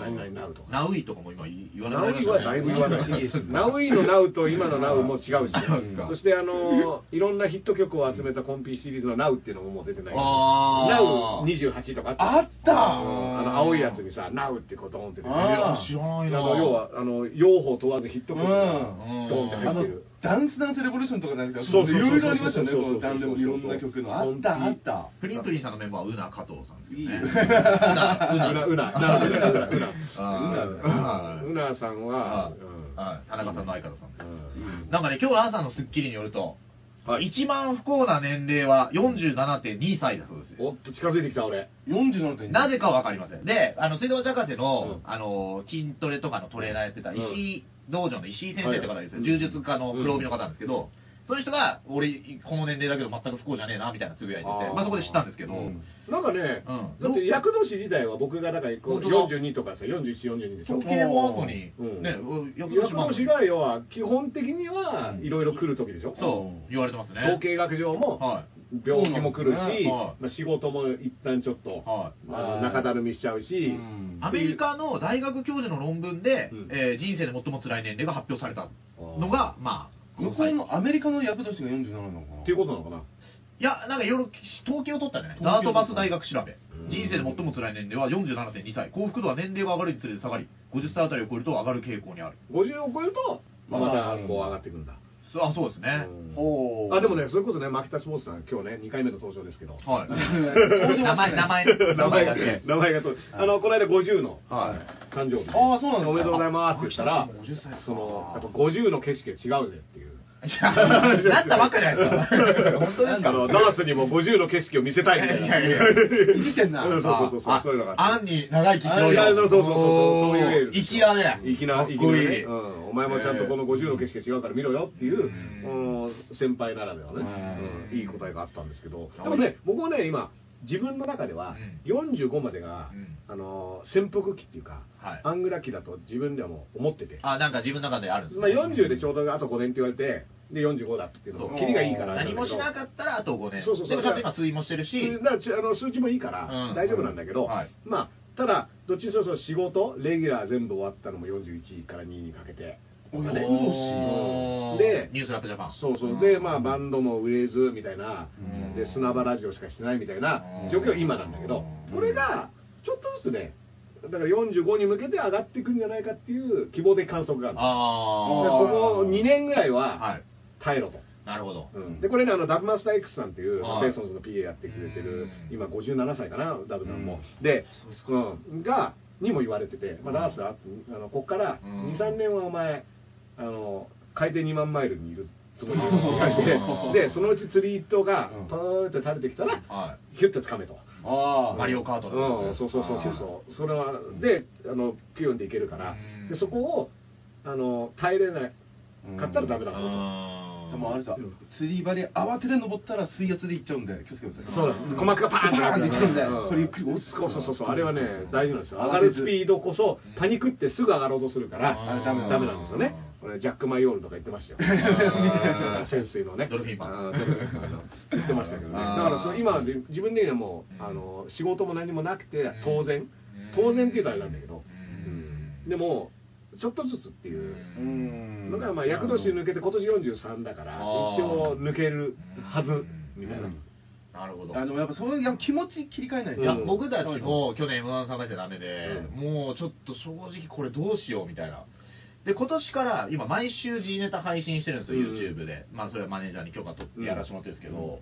[SPEAKER 3] 何々
[SPEAKER 4] 何
[SPEAKER 3] ナウとか。
[SPEAKER 4] ナウイとかも今言わな
[SPEAKER 3] ナ
[SPEAKER 4] く
[SPEAKER 3] ウ
[SPEAKER 4] な
[SPEAKER 3] イはだいぶ言わない。ナウイのナウと今のナウも違うし、
[SPEAKER 4] あそうですか
[SPEAKER 3] そしてあのーいろんなヒット曲を集めたコンピシリーズのナウっていうのももう出てない。ナ
[SPEAKER 4] あ
[SPEAKER 3] ウ
[SPEAKER 4] ー
[SPEAKER 3] 28とか
[SPEAKER 5] あ
[SPEAKER 3] あっ
[SPEAKER 5] った
[SPEAKER 3] たあの青いやつにさ、ナウってこうドーンって出てる
[SPEAKER 5] あー
[SPEAKER 4] 知らな
[SPEAKER 3] あ
[SPEAKER 4] いな。
[SPEAKER 3] の要はあの用法問わずヒット曲が
[SPEAKER 4] うん
[SPEAKER 3] ドーンって
[SPEAKER 5] あ
[SPEAKER 3] 入っ
[SPEAKER 5] の
[SPEAKER 3] てる。
[SPEAKER 5] ダンスダンスレボリューションとかなんか
[SPEAKER 3] そうそうそうそう
[SPEAKER 5] いろいろありましたよね、
[SPEAKER 3] そう
[SPEAKER 5] この
[SPEAKER 3] そうそう
[SPEAKER 5] ダンでもいろんな曲の。あった、あった。
[SPEAKER 4] プリンプリンさんのメンバーはウナ加藤さんですけどね。
[SPEAKER 5] いいうよ
[SPEAKER 4] な、う
[SPEAKER 3] うな
[SPEAKER 4] な、
[SPEAKER 3] うなうなうなうなうな
[SPEAKER 4] あー
[SPEAKER 3] うなさん
[SPEAKER 4] あ、
[SPEAKER 3] はうん
[SPEAKER 4] ー田中さんの相方さんで
[SPEAKER 3] うん
[SPEAKER 4] す。なんかね、今日の朝の『スッキリ』によると、
[SPEAKER 3] はい
[SPEAKER 4] 一番不幸な年齢は47.2歳だそうです。
[SPEAKER 3] おっと近づいてきた俺。
[SPEAKER 5] 47.2。
[SPEAKER 4] なぜかわかりません。で、あの、水道橋博士の
[SPEAKER 3] うん、
[SPEAKER 4] あの、筋トレとかのトレーナーやってた
[SPEAKER 3] うん
[SPEAKER 4] 石井道場の石井先生って方がいるんですよ。
[SPEAKER 3] はい
[SPEAKER 4] 柔術家の黒帯の方なんですけど、そういう人が、俺、この年齢だけど全く不幸じゃねえな、みたいなつぶやいてて、
[SPEAKER 3] あー
[SPEAKER 4] まあそこで知ったんですけど、
[SPEAKER 5] うん
[SPEAKER 3] なんかね、
[SPEAKER 4] うん
[SPEAKER 3] だって厄年自体は僕がだからこう
[SPEAKER 4] 本当だ
[SPEAKER 3] 42とかさ41、42でし
[SPEAKER 4] そ
[SPEAKER 3] ょ
[SPEAKER 4] う、記念も後に、
[SPEAKER 3] うん
[SPEAKER 4] ね、
[SPEAKER 3] 厄
[SPEAKER 4] 翌年もあんの
[SPEAKER 3] 年
[SPEAKER 4] に
[SPEAKER 3] が要は基本的にはいろいろ来る時でしょ、
[SPEAKER 4] そう、言われてますね。
[SPEAKER 3] 統計学上も
[SPEAKER 4] は
[SPEAKER 3] 病気も来るし、
[SPEAKER 5] そうなんです
[SPEAKER 4] ねはい
[SPEAKER 3] まあ、仕事も一旦ちょっと、
[SPEAKER 4] い。はい。
[SPEAKER 3] あの中だるみしちゃうし、
[SPEAKER 5] うん
[SPEAKER 4] アメリカの大学教授の論文で、
[SPEAKER 3] うん
[SPEAKER 4] えー人生で最も辛い年齢が発表されたのが、まあ、
[SPEAKER 5] 向こうのアメリカの役年が47なのかな
[SPEAKER 3] っていうことなのかない
[SPEAKER 4] や、なんかいろいろ統計を取ったんじゃない
[SPEAKER 5] 統計
[SPEAKER 4] ダ
[SPEAKER 5] を
[SPEAKER 4] ー
[SPEAKER 5] 取
[SPEAKER 4] ト
[SPEAKER 5] った
[SPEAKER 4] バス大学調べ
[SPEAKER 3] う。ん
[SPEAKER 4] 人生で最も辛い年齢は47.2歳。幸福度は年齢が上がるにつれて下がり、50歳あたりを超えると上がる傾向にある。
[SPEAKER 3] 50を超えるとまあま
[SPEAKER 5] う
[SPEAKER 3] た
[SPEAKER 5] ん
[SPEAKER 3] こう上がっていくんだ、
[SPEAKER 4] そあ、そうですね。
[SPEAKER 3] うん
[SPEAKER 5] ほう
[SPEAKER 3] あでもね、それこそね、マキタスポーツさん、今日ね、2回目の登場ですけど、
[SPEAKER 4] はい。名
[SPEAKER 5] 名
[SPEAKER 4] 前、名前、名
[SPEAKER 3] 名
[SPEAKER 4] 前
[SPEAKER 3] 前
[SPEAKER 4] が
[SPEAKER 3] が
[SPEAKER 4] ね
[SPEAKER 3] ね。、名前がと、あの、この間50の
[SPEAKER 4] はい。
[SPEAKER 3] 誕生日で
[SPEAKER 5] ああそうなんだ
[SPEAKER 3] おめでとうございますって言った
[SPEAKER 4] あ
[SPEAKER 3] ら
[SPEAKER 4] もう50歳か
[SPEAKER 3] そのやっぱ50の景色が違うぜっていう
[SPEAKER 4] いや、なったばっかじゃないですか。 本当です
[SPEAKER 3] あの
[SPEAKER 4] か
[SPEAKER 3] ダースにも50の景色を見せたいみたいない
[SPEAKER 4] やいやいや
[SPEAKER 5] いじってんな
[SPEAKER 3] うん そうそうそうそうそういうのが
[SPEAKER 4] あ
[SPEAKER 3] あ
[SPEAKER 4] んに長生きしろ
[SPEAKER 3] いやいや
[SPEAKER 4] よ。
[SPEAKER 3] そうそうそうそうそういうエール
[SPEAKER 4] 粋やね。
[SPEAKER 3] 粋な
[SPEAKER 4] かっ
[SPEAKER 3] 粋
[SPEAKER 4] こ
[SPEAKER 3] ないね
[SPEAKER 4] い。
[SPEAKER 3] うんお前もちゃんとこの50の景色が違うから見ろよっていう
[SPEAKER 4] うん
[SPEAKER 3] うん先輩ならではね
[SPEAKER 4] う
[SPEAKER 3] うんんいい答えがあったんですけどでもね僕もね今自分の中では45までが
[SPEAKER 4] うん
[SPEAKER 3] あの潜伏期っていうか
[SPEAKER 4] はい
[SPEAKER 3] アングラ期だと自分ではもう思ってて
[SPEAKER 4] あ、なんか自分の中であるんです
[SPEAKER 3] まあ、
[SPEAKER 4] ね
[SPEAKER 3] 40でちょうどあと5年って言われて、で45だっていうの
[SPEAKER 4] そ
[SPEAKER 3] も、
[SPEAKER 4] う
[SPEAKER 3] キリがいいから
[SPEAKER 4] 何もしな
[SPEAKER 3] っ
[SPEAKER 4] かったらあと5年。
[SPEAKER 3] そうそうそう
[SPEAKER 4] でもちゃんと今通院もしてるし、
[SPEAKER 3] だからちあの数値もいいから
[SPEAKER 4] うん
[SPEAKER 3] 大丈夫なんだけど、
[SPEAKER 4] はい
[SPEAKER 3] まあ、ただ、どっちにしろその仕事、レギュラー全部終わったのも41から2にかけて、
[SPEAKER 5] お
[SPEAKER 3] ね
[SPEAKER 4] おー
[SPEAKER 3] で
[SPEAKER 4] ニュースラップジャパン。
[SPEAKER 3] そうそう、
[SPEAKER 4] ん
[SPEAKER 3] で、まあ、バンドも売れずみたいな、で砂場ラジオしかしてないみたいな
[SPEAKER 4] うん
[SPEAKER 3] 状況は今なんだけど、
[SPEAKER 4] うん
[SPEAKER 3] これがちょっとずつね、だから45に向けて上がっていくんじゃないかっていう希望的観測がある
[SPEAKER 4] あ
[SPEAKER 3] で
[SPEAKER 4] あ。
[SPEAKER 3] ここ2年ぐらい
[SPEAKER 4] は。
[SPEAKER 3] はい耐えろと。
[SPEAKER 4] なるほど。
[SPEAKER 3] うんでこれねあのダブマスター X さんっていう
[SPEAKER 4] はい
[SPEAKER 3] ペーソンズの PA やってくれて
[SPEAKER 4] う
[SPEAKER 3] る
[SPEAKER 4] ん
[SPEAKER 3] 今57歳かなダブさんも
[SPEAKER 4] う
[SPEAKER 3] で
[SPEAKER 4] そうです、
[SPEAKER 3] うん、がにも言われてて、まあ、
[SPEAKER 4] うん
[SPEAKER 3] ダースはあのこっから
[SPEAKER 4] うん
[SPEAKER 3] 23年はお前あの海底2万マイルにいるつもりで
[SPEAKER 4] うん
[SPEAKER 3] 言われてでそのうち釣り糸が
[SPEAKER 5] うん
[SPEAKER 3] パーンと垂れてきたら
[SPEAKER 4] は
[SPEAKER 3] ヒュッと掴めと。
[SPEAKER 5] あ
[SPEAKER 4] い。
[SPEAKER 5] あ
[SPEAKER 4] マリオカートの
[SPEAKER 3] うん、そうそうそうそうそうそれはであのピュンでいけるから
[SPEAKER 4] うん
[SPEAKER 3] でそこをあの耐えれなかったらダメだぞと
[SPEAKER 4] あ
[SPEAKER 5] でもあれさ、釣り針慌てて登ったら水圧で行っちゃうんで、気をつけてください。
[SPEAKER 3] そうだ、鼓膜がパーンってな
[SPEAKER 5] パーンっていっちゃうんだよ
[SPEAKER 3] ん
[SPEAKER 5] これゆっくり落ち着く
[SPEAKER 3] そうそうそうそう、あれはね、大事なんですよ。
[SPEAKER 5] 慌てず
[SPEAKER 3] 上がるスピードこそ、パニックってすぐ上がろうとするから、
[SPEAKER 5] あれダメなんだ
[SPEAKER 3] ダメなんですよね。これジャック・マイオールとか言ってましたよ。
[SPEAKER 4] あー
[SPEAKER 3] 潜水のね。
[SPEAKER 4] ドルフィンマン
[SPEAKER 3] あードルフィンマンの言ってましたけどね。だ
[SPEAKER 4] あー
[SPEAKER 3] からそう今はじ自分的にはもう、
[SPEAKER 4] うん
[SPEAKER 3] あの、仕事も何もなくて、当然。
[SPEAKER 4] ん
[SPEAKER 3] 当然っていうとあれなんだけど。
[SPEAKER 4] うん
[SPEAKER 3] でも、ちょっとずつってい
[SPEAKER 5] う
[SPEAKER 3] う。だ
[SPEAKER 5] ん
[SPEAKER 3] からまあ、厄年抜けて今年43だから、
[SPEAKER 4] あ
[SPEAKER 3] 一
[SPEAKER 4] ー
[SPEAKER 3] 応抜けるはず、みたいな。
[SPEAKER 4] なるほど。
[SPEAKER 5] あのやっぱそういうやっぱ気持ち切り替えないと
[SPEAKER 4] いや、
[SPEAKER 3] うん
[SPEAKER 4] 僕たちも去年 M1 参加しちゃダメで、
[SPEAKER 3] うん
[SPEAKER 4] もうちょっと正直これどうしようみたいな。で、今年から今毎週 G ネタ配信してるんですよ、
[SPEAKER 3] うん
[SPEAKER 4] YouTube で。まあそれはマネージャーに許可取ってやらせてもらってるんですけど、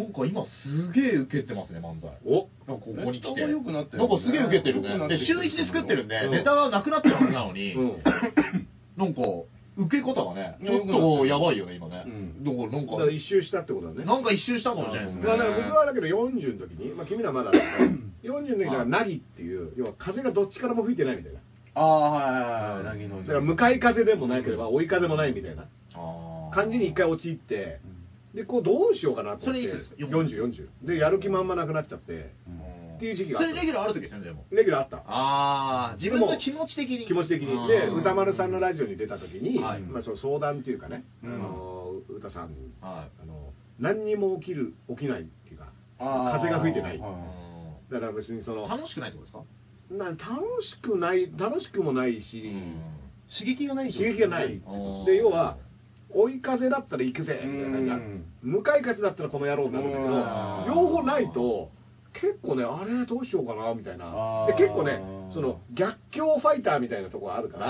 [SPEAKER 4] なんか今すげえ受けてますね、漫才。
[SPEAKER 3] お
[SPEAKER 4] なんかここに来て。
[SPEAKER 5] ネタも良くなってる
[SPEAKER 4] な
[SPEAKER 5] よ
[SPEAKER 4] ん
[SPEAKER 5] ね
[SPEAKER 4] かすげえ受けてる
[SPEAKER 5] 良くな
[SPEAKER 4] ね。
[SPEAKER 5] って
[SPEAKER 4] で、
[SPEAKER 5] きて
[SPEAKER 4] 週
[SPEAKER 5] る
[SPEAKER 4] 1で作ってるんで、
[SPEAKER 3] うん
[SPEAKER 4] ネタはなくなってるはずなのに、
[SPEAKER 3] うん
[SPEAKER 4] なんか、受け方がね、
[SPEAKER 5] い
[SPEAKER 4] ち
[SPEAKER 5] や
[SPEAKER 4] ょっとやばいよね、今ね。
[SPEAKER 5] うん
[SPEAKER 4] だからなん
[SPEAKER 3] だ
[SPEAKER 4] か、
[SPEAKER 3] から一周したってことだね。
[SPEAKER 4] なんか一周したかもしれないですね。
[SPEAKER 3] まあだから僕はだけど40の時に、まあ、君らまだだけど40の時だから凪っていう要は風がどっちからも吹いてないみたいな
[SPEAKER 5] ああはいはいはい、
[SPEAKER 3] だから向かい風でもなければ
[SPEAKER 5] う
[SPEAKER 3] 追い風もないみたいな
[SPEAKER 4] あー
[SPEAKER 3] 感じに一回陥ってでこうどうしようかなと思って
[SPEAKER 4] それいくつ
[SPEAKER 3] 4040でやる気満々なくなっちゃってっていう時期があ
[SPEAKER 4] そ
[SPEAKER 3] った
[SPEAKER 4] れレギュラーある時ですよねでも
[SPEAKER 3] レギュラーあった
[SPEAKER 4] ああ自分の気持ち的に
[SPEAKER 3] 気持ち的にで歌丸さんのラジオに出た時に、
[SPEAKER 4] はい
[SPEAKER 3] まあ、その相談っていうかね、
[SPEAKER 5] うん
[SPEAKER 3] あの歌さんに
[SPEAKER 4] は
[SPEAKER 3] あの何にも起きる起きないっていうか
[SPEAKER 5] あー
[SPEAKER 3] 風が吹いてない
[SPEAKER 5] は
[SPEAKER 3] だから別にその
[SPEAKER 4] い楽しくないってことで
[SPEAKER 3] な楽しくない楽しくもないし、
[SPEAKER 4] す
[SPEAKER 5] 刺激がない
[SPEAKER 3] 刺激がない
[SPEAKER 4] か、うん
[SPEAKER 3] で要は追い風だったら行くぜみたいな感じだ
[SPEAKER 5] うん
[SPEAKER 3] 向かい風だったらこの野郎になるんだけ
[SPEAKER 5] う
[SPEAKER 3] ど
[SPEAKER 5] わ
[SPEAKER 4] ー
[SPEAKER 3] 両方ないと結構ねあれどうしようかなみたいな
[SPEAKER 5] あ
[SPEAKER 3] で
[SPEAKER 5] ー
[SPEAKER 3] 結構ねその逆境ファイターみたいなところあるから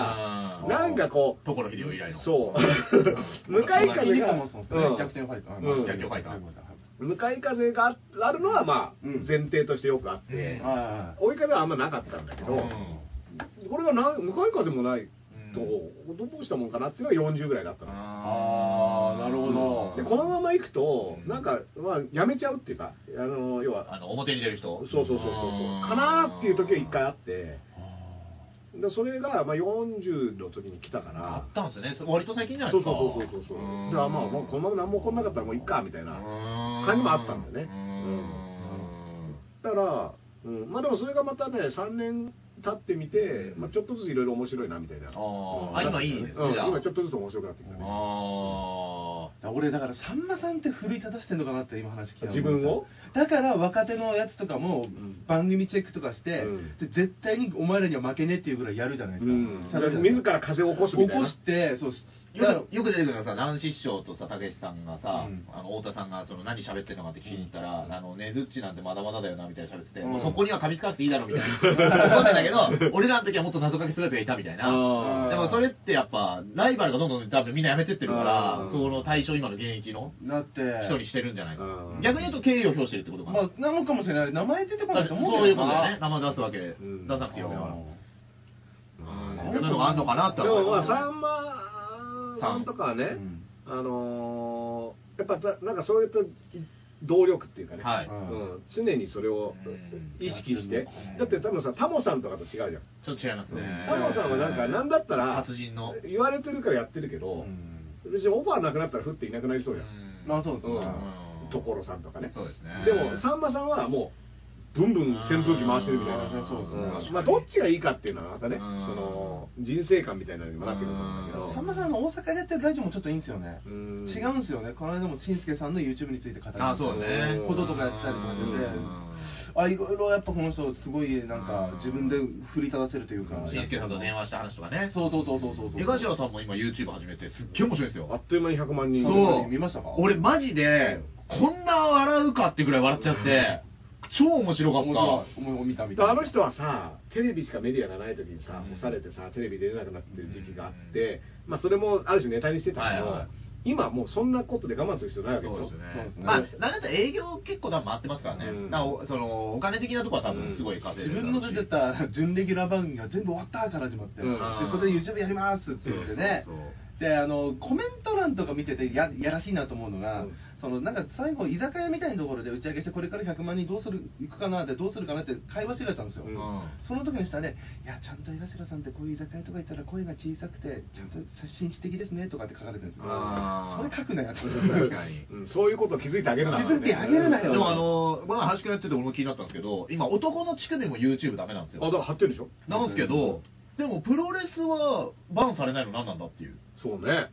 [SPEAKER 4] あー
[SPEAKER 3] なんかこう
[SPEAKER 4] 所秀夫以来の
[SPEAKER 3] そう 向かい
[SPEAKER 5] い
[SPEAKER 3] 風
[SPEAKER 5] い
[SPEAKER 3] が
[SPEAKER 5] かもそうですね
[SPEAKER 3] うん
[SPEAKER 5] 逆転ファイターあ
[SPEAKER 3] うん
[SPEAKER 5] まあ
[SPEAKER 4] 逆転ファイター
[SPEAKER 3] 向かい風があるのはまあ
[SPEAKER 5] うん
[SPEAKER 3] 前提としてよくあって
[SPEAKER 4] うん
[SPEAKER 5] はいは
[SPEAKER 3] 追い風はあんまなかったんだけ
[SPEAKER 4] う
[SPEAKER 3] ど
[SPEAKER 4] ん
[SPEAKER 3] これがな向かい風もないと
[SPEAKER 4] うん
[SPEAKER 3] どうしたもんかなっていうのは40ぐらいだったの
[SPEAKER 4] あー
[SPEAKER 5] あーなるほど
[SPEAKER 3] でこのまま行くと
[SPEAKER 4] うん
[SPEAKER 3] なんかまあやめちゃうっていうかあの要は
[SPEAKER 4] あの表に出る人
[SPEAKER 3] そうそうそうそうそうかなーっていう時が一回あってでそれがまあ40の時に来たか
[SPEAKER 4] あ
[SPEAKER 3] ら
[SPEAKER 4] ったんですね割と最近じゃない
[SPEAKER 3] そ
[SPEAKER 4] で
[SPEAKER 3] う
[SPEAKER 4] すか
[SPEAKER 3] そうそうそうそうそう
[SPEAKER 4] うん
[SPEAKER 3] だからまあもうこのまま何も起こんなかったらもういっかみたいな感じもあったんだよね
[SPEAKER 4] うん
[SPEAKER 3] だから、うん、まあでもそれがまたね3年経ってみて、まあ、ちょっとずついろいろ面白いなみたいな
[SPEAKER 4] あーあ今いいですね
[SPEAKER 3] うん
[SPEAKER 4] じゃあ
[SPEAKER 3] 今ちょっとずつ面白くなってきたね
[SPEAKER 4] あ
[SPEAKER 5] い俺だからさんまさんって奮い立たしてんのかなって今話聞いたの
[SPEAKER 3] 自分を
[SPEAKER 5] だから若手のやつとかも番組チェックとかして、
[SPEAKER 3] うん
[SPEAKER 5] で絶対にお前らには負けねえっていうぐらいやるじゃないで
[SPEAKER 3] う
[SPEAKER 5] すか、
[SPEAKER 3] ん、
[SPEAKER 5] 喋るじゃないです
[SPEAKER 3] 自
[SPEAKER 5] から
[SPEAKER 3] 風を起こすみ
[SPEAKER 5] 起
[SPEAKER 3] たい
[SPEAKER 5] こ
[SPEAKER 3] な
[SPEAKER 5] してそうし
[SPEAKER 4] よくよく出てくるのがさ、男子師匠とさ、たけしさんがさ、
[SPEAKER 5] うん
[SPEAKER 4] あの太田さんがその何喋ってるのかって聞いに行ったら、あのねずっちなんてまだまだだよなみたいな喋ってて、
[SPEAKER 5] うん
[SPEAKER 4] もうそこには噛みつかなくていいだろみたいな、思ってたけど、俺らの時はもっと謎かけするやつがいたみたいな、
[SPEAKER 3] あー
[SPEAKER 4] でもそれってやっぱ、ライバルがどんどん多分みんな辞めてってるから
[SPEAKER 3] う、ん
[SPEAKER 4] その対象、今の現役の
[SPEAKER 5] だって
[SPEAKER 4] 人にしてるんじゃないか
[SPEAKER 3] うん、
[SPEAKER 4] 逆に言うと敬意を表してるってことかな。
[SPEAKER 5] まあなのかもしれない名前出てこ
[SPEAKER 4] だ
[SPEAKER 5] な
[SPEAKER 4] っ
[SPEAKER 5] い
[SPEAKER 4] て
[SPEAKER 5] と
[SPEAKER 4] そう
[SPEAKER 5] 思
[SPEAKER 4] いう
[SPEAKER 5] うんだよ
[SPEAKER 4] ことだよね
[SPEAKER 5] な。
[SPEAKER 4] 生出すわけ、
[SPEAKER 3] ん
[SPEAKER 4] 出さなくていいわけだから。
[SPEAKER 3] まあ
[SPEAKER 4] そういうのがあんのかなって
[SPEAKER 3] で
[SPEAKER 4] 思う
[SPEAKER 3] もまあさんまさんとかはね、
[SPEAKER 5] うん
[SPEAKER 3] あのーやっぱざなんかそれとい動力っていうかね、。
[SPEAKER 4] はいう
[SPEAKER 3] ん、常にそれを
[SPEAKER 4] うん
[SPEAKER 3] 意識して
[SPEAKER 4] うん、
[SPEAKER 3] だって多分さ、タモさんとかと違うじゃん、
[SPEAKER 4] ちょっと違いますね。
[SPEAKER 3] タモさんはなんか、なんだったら
[SPEAKER 4] 達人の。
[SPEAKER 3] 言われてるからやってるけど、別にオファーなくなったら、ふっていなくなりそうじゃん、
[SPEAKER 5] まあそうですね
[SPEAKER 3] うん
[SPEAKER 4] うん
[SPEAKER 3] 所さんとかね、
[SPEAKER 4] そうですね
[SPEAKER 3] でも、さんまさんはもう、ブンブン扇風機回してるみたい
[SPEAKER 5] うん
[SPEAKER 3] な、
[SPEAKER 5] そうですね確かに
[SPEAKER 3] まあ、どっちがいいかっていうのはまたね、
[SPEAKER 4] う
[SPEAKER 3] そ
[SPEAKER 4] ん
[SPEAKER 3] の人生観みたいなのにもなってくると思うんだけど。
[SPEAKER 5] さんまさんの大阪でやってるラジオもちょっといいんですよね
[SPEAKER 3] う
[SPEAKER 5] 違う
[SPEAKER 3] ん
[SPEAKER 5] んですよねこの間もしんすけさんの YouTube について語って
[SPEAKER 4] あそう
[SPEAKER 5] ね
[SPEAKER 4] だね。
[SPEAKER 5] こととかやってたりとかしてて
[SPEAKER 4] うん
[SPEAKER 5] あいろいろやっぱこの人すごいなんか自分で振り立たせるというか
[SPEAKER 4] 紳助さんと電話した話とかね。
[SPEAKER 5] そうそうそうそうそうそう
[SPEAKER 4] 江頭さんも今 YouTube 始めて、すっげえ面白いんです
[SPEAKER 3] あ
[SPEAKER 4] よ。
[SPEAKER 3] っという間に100万人
[SPEAKER 5] そう見ましたか
[SPEAKER 4] 俺マジで、こんな笑うかってぐらい笑っちゃって、超面白か
[SPEAKER 5] 面白
[SPEAKER 4] っ
[SPEAKER 5] いもう見た見た
[SPEAKER 3] あの人はさテレビしかメディアがない時にさ
[SPEAKER 4] うん
[SPEAKER 3] 干されてさテレビ出れなくなってる時期があって、まあ、それもある種ネタにしてたけど、
[SPEAKER 4] はいはい
[SPEAKER 3] 今もうそんなことで我慢する必要ない
[SPEAKER 4] た。
[SPEAKER 3] わけでしょ
[SPEAKER 5] そうですね
[SPEAKER 4] まあ、なんだったら営業結構多分回ってますからね。
[SPEAKER 3] うん
[SPEAKER 4] だからおその、お金的なとこは多分すごい稼い
[SPEAKER 5] 自
[SPEAKER 4] でるだろう
[SPEAKER 5] 分
[SPEAKER 4] し
[SPEAKER 5] の出てた準レギュラー番組が全部終わったから始まって、
[SPEAKER 3] うん
[SPEAKER 5] でそれで YouTube やりますって言ってね
[SPEAKER 4] そうそう
[SPEAKER 5] であのコメント欄とか見ててややらしいなと思うのが、
[SPEAKER 3] うん
[SPEAKER 5] そのなんか最後、居酒屋みたいなところで打ち上げして、これから100万人どうする、行くかなって、どうするかなって会話してたんですよ。
[SPEAKER 3] うん
[SPEAKER 5] その時の下で、いや、ちゃんと江頭さんってこういう居酒屋とか行ったら声が小さくて、ちゃんと紳士的ですねとかって書かれてるんですよ。
[SPEAKER 4] あ
[SPEAKER 5] そ
[SPEAKER 4] ー
[SPEAKER 5] れ書くなよって
[SPEAKER 4] 確かに。
[SPEAKER 3] うんそういうことを気づいてあげるなら
[SPEAKER 5] 気
[SPEAKER 3] ね
[SPEAKER 5] づいてあげるな
[SPEAKER 4] で
[SPEAKER 5] よ
[SPEAKER 4] もあの、まだ話聞やってて俺も気になったんですけど、今男の乳首も YouTube ダメなんです
[SPEAKER 3] あだ
[SPEAKER 4] よ。
[SPEAKER 3] から貼ってるでしょ
[SPEAKER 4] なんですけど、でもプロレスはバンされないの何なんだっていう。
[SPEAKER 3] そうね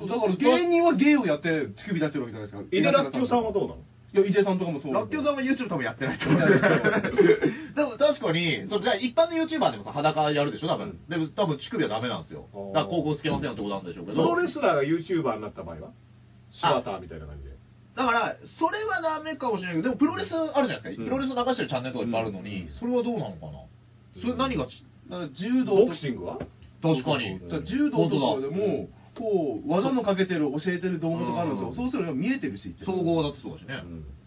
[SPEAKER 5] だから芸人は芸をやって乳首出してるわけじゃないですか。
[SPEAKER 3] 井出らっきょうさんはどうなの
[SPEAKER 5] いや、井出さんとかもそう
[SPEAKER 4] ラッキョウさん
[SPEAKER 5] ん
[SPEAKER 4] は YouTube 多分やってないと思う。でも確かに、そうじゃあ一般の YouTuber でもさ、裸やるでしょ多分。でも多分乳首はダメなんですよ
[SPEAKER 3] あー。
[SPEAKER 4] だから高校つけませんよってことなんでしょうけ
[SPEAKER 3] プ
[SPEAKER 4] ど。
[SPEAKER 3] ロレスラーが YouTuber になった場合は柴田みたいな感じで
[SPEAKER 4] だから、それはダメかもしれないけど、でもプロレスあるじゃないですか。
[SPEAKER 3] うん
[SPEAKER 4] プロレス流してるチャンネルとかいっぱいあるのに、
[SPEAKER 3] うん
[SPEAKER 4] それはどうなのかなそれ何がち、
[SPEAKER 5] だから柔道
[SPEAKER 3] ボ
[SPEAKER 5] と
[SPEAKER 3] クシングは
[SPEAKER 4] 確かに。
[SPEAKER 5] だから柔道とかでも、
[SPEAKER 3] 本
[SPEAKER 5] こう、技もかけてる、教えてる動画とかあるんで
[SPEAKER 4] う
[SPEAKER 5] すよ。
[SPEAKER 4] ん
[SPEAKER 5] そうすると見えてるし。
[SPEAKER 4] 総合だってそうだしね。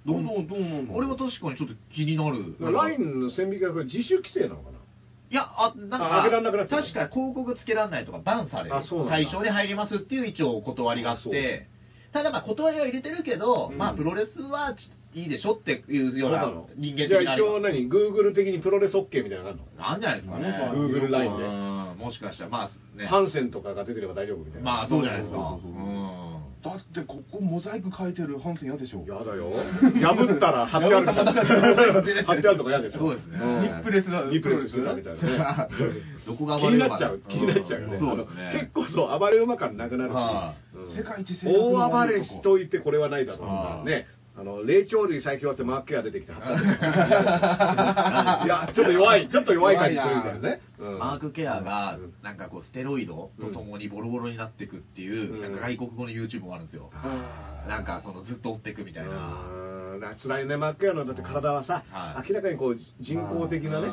[SPEAKER 5] どうもどうも
[SPEAKER 4] 俺は確かにちょっと気になる。
[SPEAKER 3] うんラインの線引きがこれ自主規制なのかない
[SPEAKER 4] や、あ、なん
[SPEAKER 3] あ
[SPEAKER 4] か、
[SPEAKER 3] 上げらんなくなっちゃう
[SPEAKER 4] 確か広告つけらんないとかバンされる
[SPEAKER 3] あそうなんだ
[SPEAKER 4] 対象に入りますっていう一応断りがあっ
[SPEAKER 3] そう
[SPEAKER 4] て、ただまあ断りは入れてるけど、
[SPEAKER 3] うん
[SPEAKER 4] まあプロレスはちいいでしょっていうような
[SPEAKER 3] そう
[SPEAKER 4] 人間
[SPEAKER 3] じ
[SPEAKER 4] 的
[SPEAKER 3] ゃあ
[SPEAKER 4] なあ
[SPEAKER 3] 一
[SPEAKER 4] れが
[SPEAKER 3] 応何 Google 的にプロレス OK みたいなのあるの
[SPEAKER 4] なんじゃないですかね。
[SPEAKER 5] なんか
[SPEAKER 3] Google ラインで
[SPEAKER 4] うんもしかしたら、まあね。
[SPEAKER 3] ハンセンとかが出てれば大丈夫みたいな
[SPEAKER 4] まあそうじゃないですか。
[SPEAKER 5] そうそうそうそうだってここモザイク書いてるハンセン嫌でしょ
[SPEAKER 3] やだよ破ったら貼ってあるから貼ってあるとか嫌でしょ
[SPEAKER 4] そうですね
[SPEAKER 3] ん
[SPEAKER 5] ニップレスだ
[SPEAKER 3] ニップレスするなみたいなね
[SPEAKER 4] うんどこ
[SPEAKER 3] 気
[SPEAKER 4] が
[SPEAKER 3] になっちゃう気になっちゃうよね
[SPEAKER 4] んそうですね
[SPEAKER 3] 結。構そう暴れ馬感なくなる
[SPEAKER 4] は
[SPEAKER 3] しうん
[SPEAKER 5] 世界一性格の
[SPEAKER 3] 大暴
[SPEAKER 5] 悪い男
[SPEAKER 3] れしといてこれはないだろうからねあの霊長類最強ってマークケア出てきて貼った りいやちょっと弱いちょっと弱い感じするんだよねうん
[SPEAKER 4] マークケアが
[SPEAKER 3] うん、
[SPEAKER 4] なんかこう、ステロイドとともにボロボロになっていくっていう、
[SPEAKER 3] うん
[SPEAKER 4] なんか外国語の YouTube もあるんですよ。なんか、その、ずっと追っていくみたいな。
[SPEAKER 3] うーんだから辛いね、真っ赤やの、だって体はさ、
[SPEAKER 4] はい
[SPEAKER 3] 明らかにこう人工的なね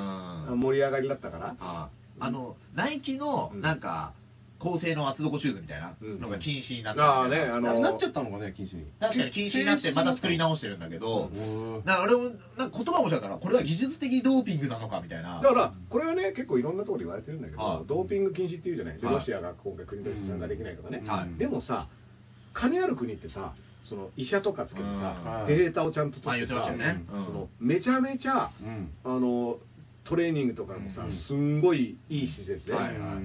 [SPEAKER 4] う、ん
[SPEAKER 3] 盛り上がりだったから、
[SPEAKER 4] ああの、ナイキの、
[SPEAKER 3] うん
[SPEAKER 4] なんか、高性能厚底シューズみたいなのが禁止になってる
[SPEAKER 3] ああね、あの、
[SPEAKER 5] なっちゃったのかね禁止に
[SPEAKER 4] 確かに禁止になって、また作り直してるんだけど、
[SPEAKER 5] うん
[SPEAKER 4] なんか俺も、なんか言葉もじゃから、これは技術的ドーピングなのかみたいな。
[SPEAKER 3] だから、これはね、結構いろんなところで言われてるんだけ
[SPEAKER 4] は
[SPEAKER 3] ど
[SPEAKER 4] い、
[SPEAKER 3] ドーピング禁止っていうじゃない、で
[SPEAKER 4] はい
[SPEAKER 3] ロシアが今回、国として参加できないとかね、
[SPEAKER 4] はい
[SPEAKER 3] でもさ、金ある国ってさ、その医者とかつけて
[SPEAKER 5] う
[SPEAKER 3] さ、
[SPEAKER 5] ん
[SPEAKER 3] データをちゃんと取って
[SPEAKER 4] まあ
[SPEAKER 3] さ、
[SPEAKER 4] 言ってましたよね
[SPEAKER 3] そ
[SPEAKER 4] うん
[SPEAKER 3] のめちゃめちゃ、
[SPEAKER 5] うん
[SPEAKER 3] あのトレーニングとかもさ
[SPEAKER 5] うん、
[SPEAKER 3] すんごいいい施設で、
[SPEAKER 4] は
[SPEAKER 3] あ
[SPEAKER 4] い
[SPEAKER 3] れ
[SPEAKER 4] はい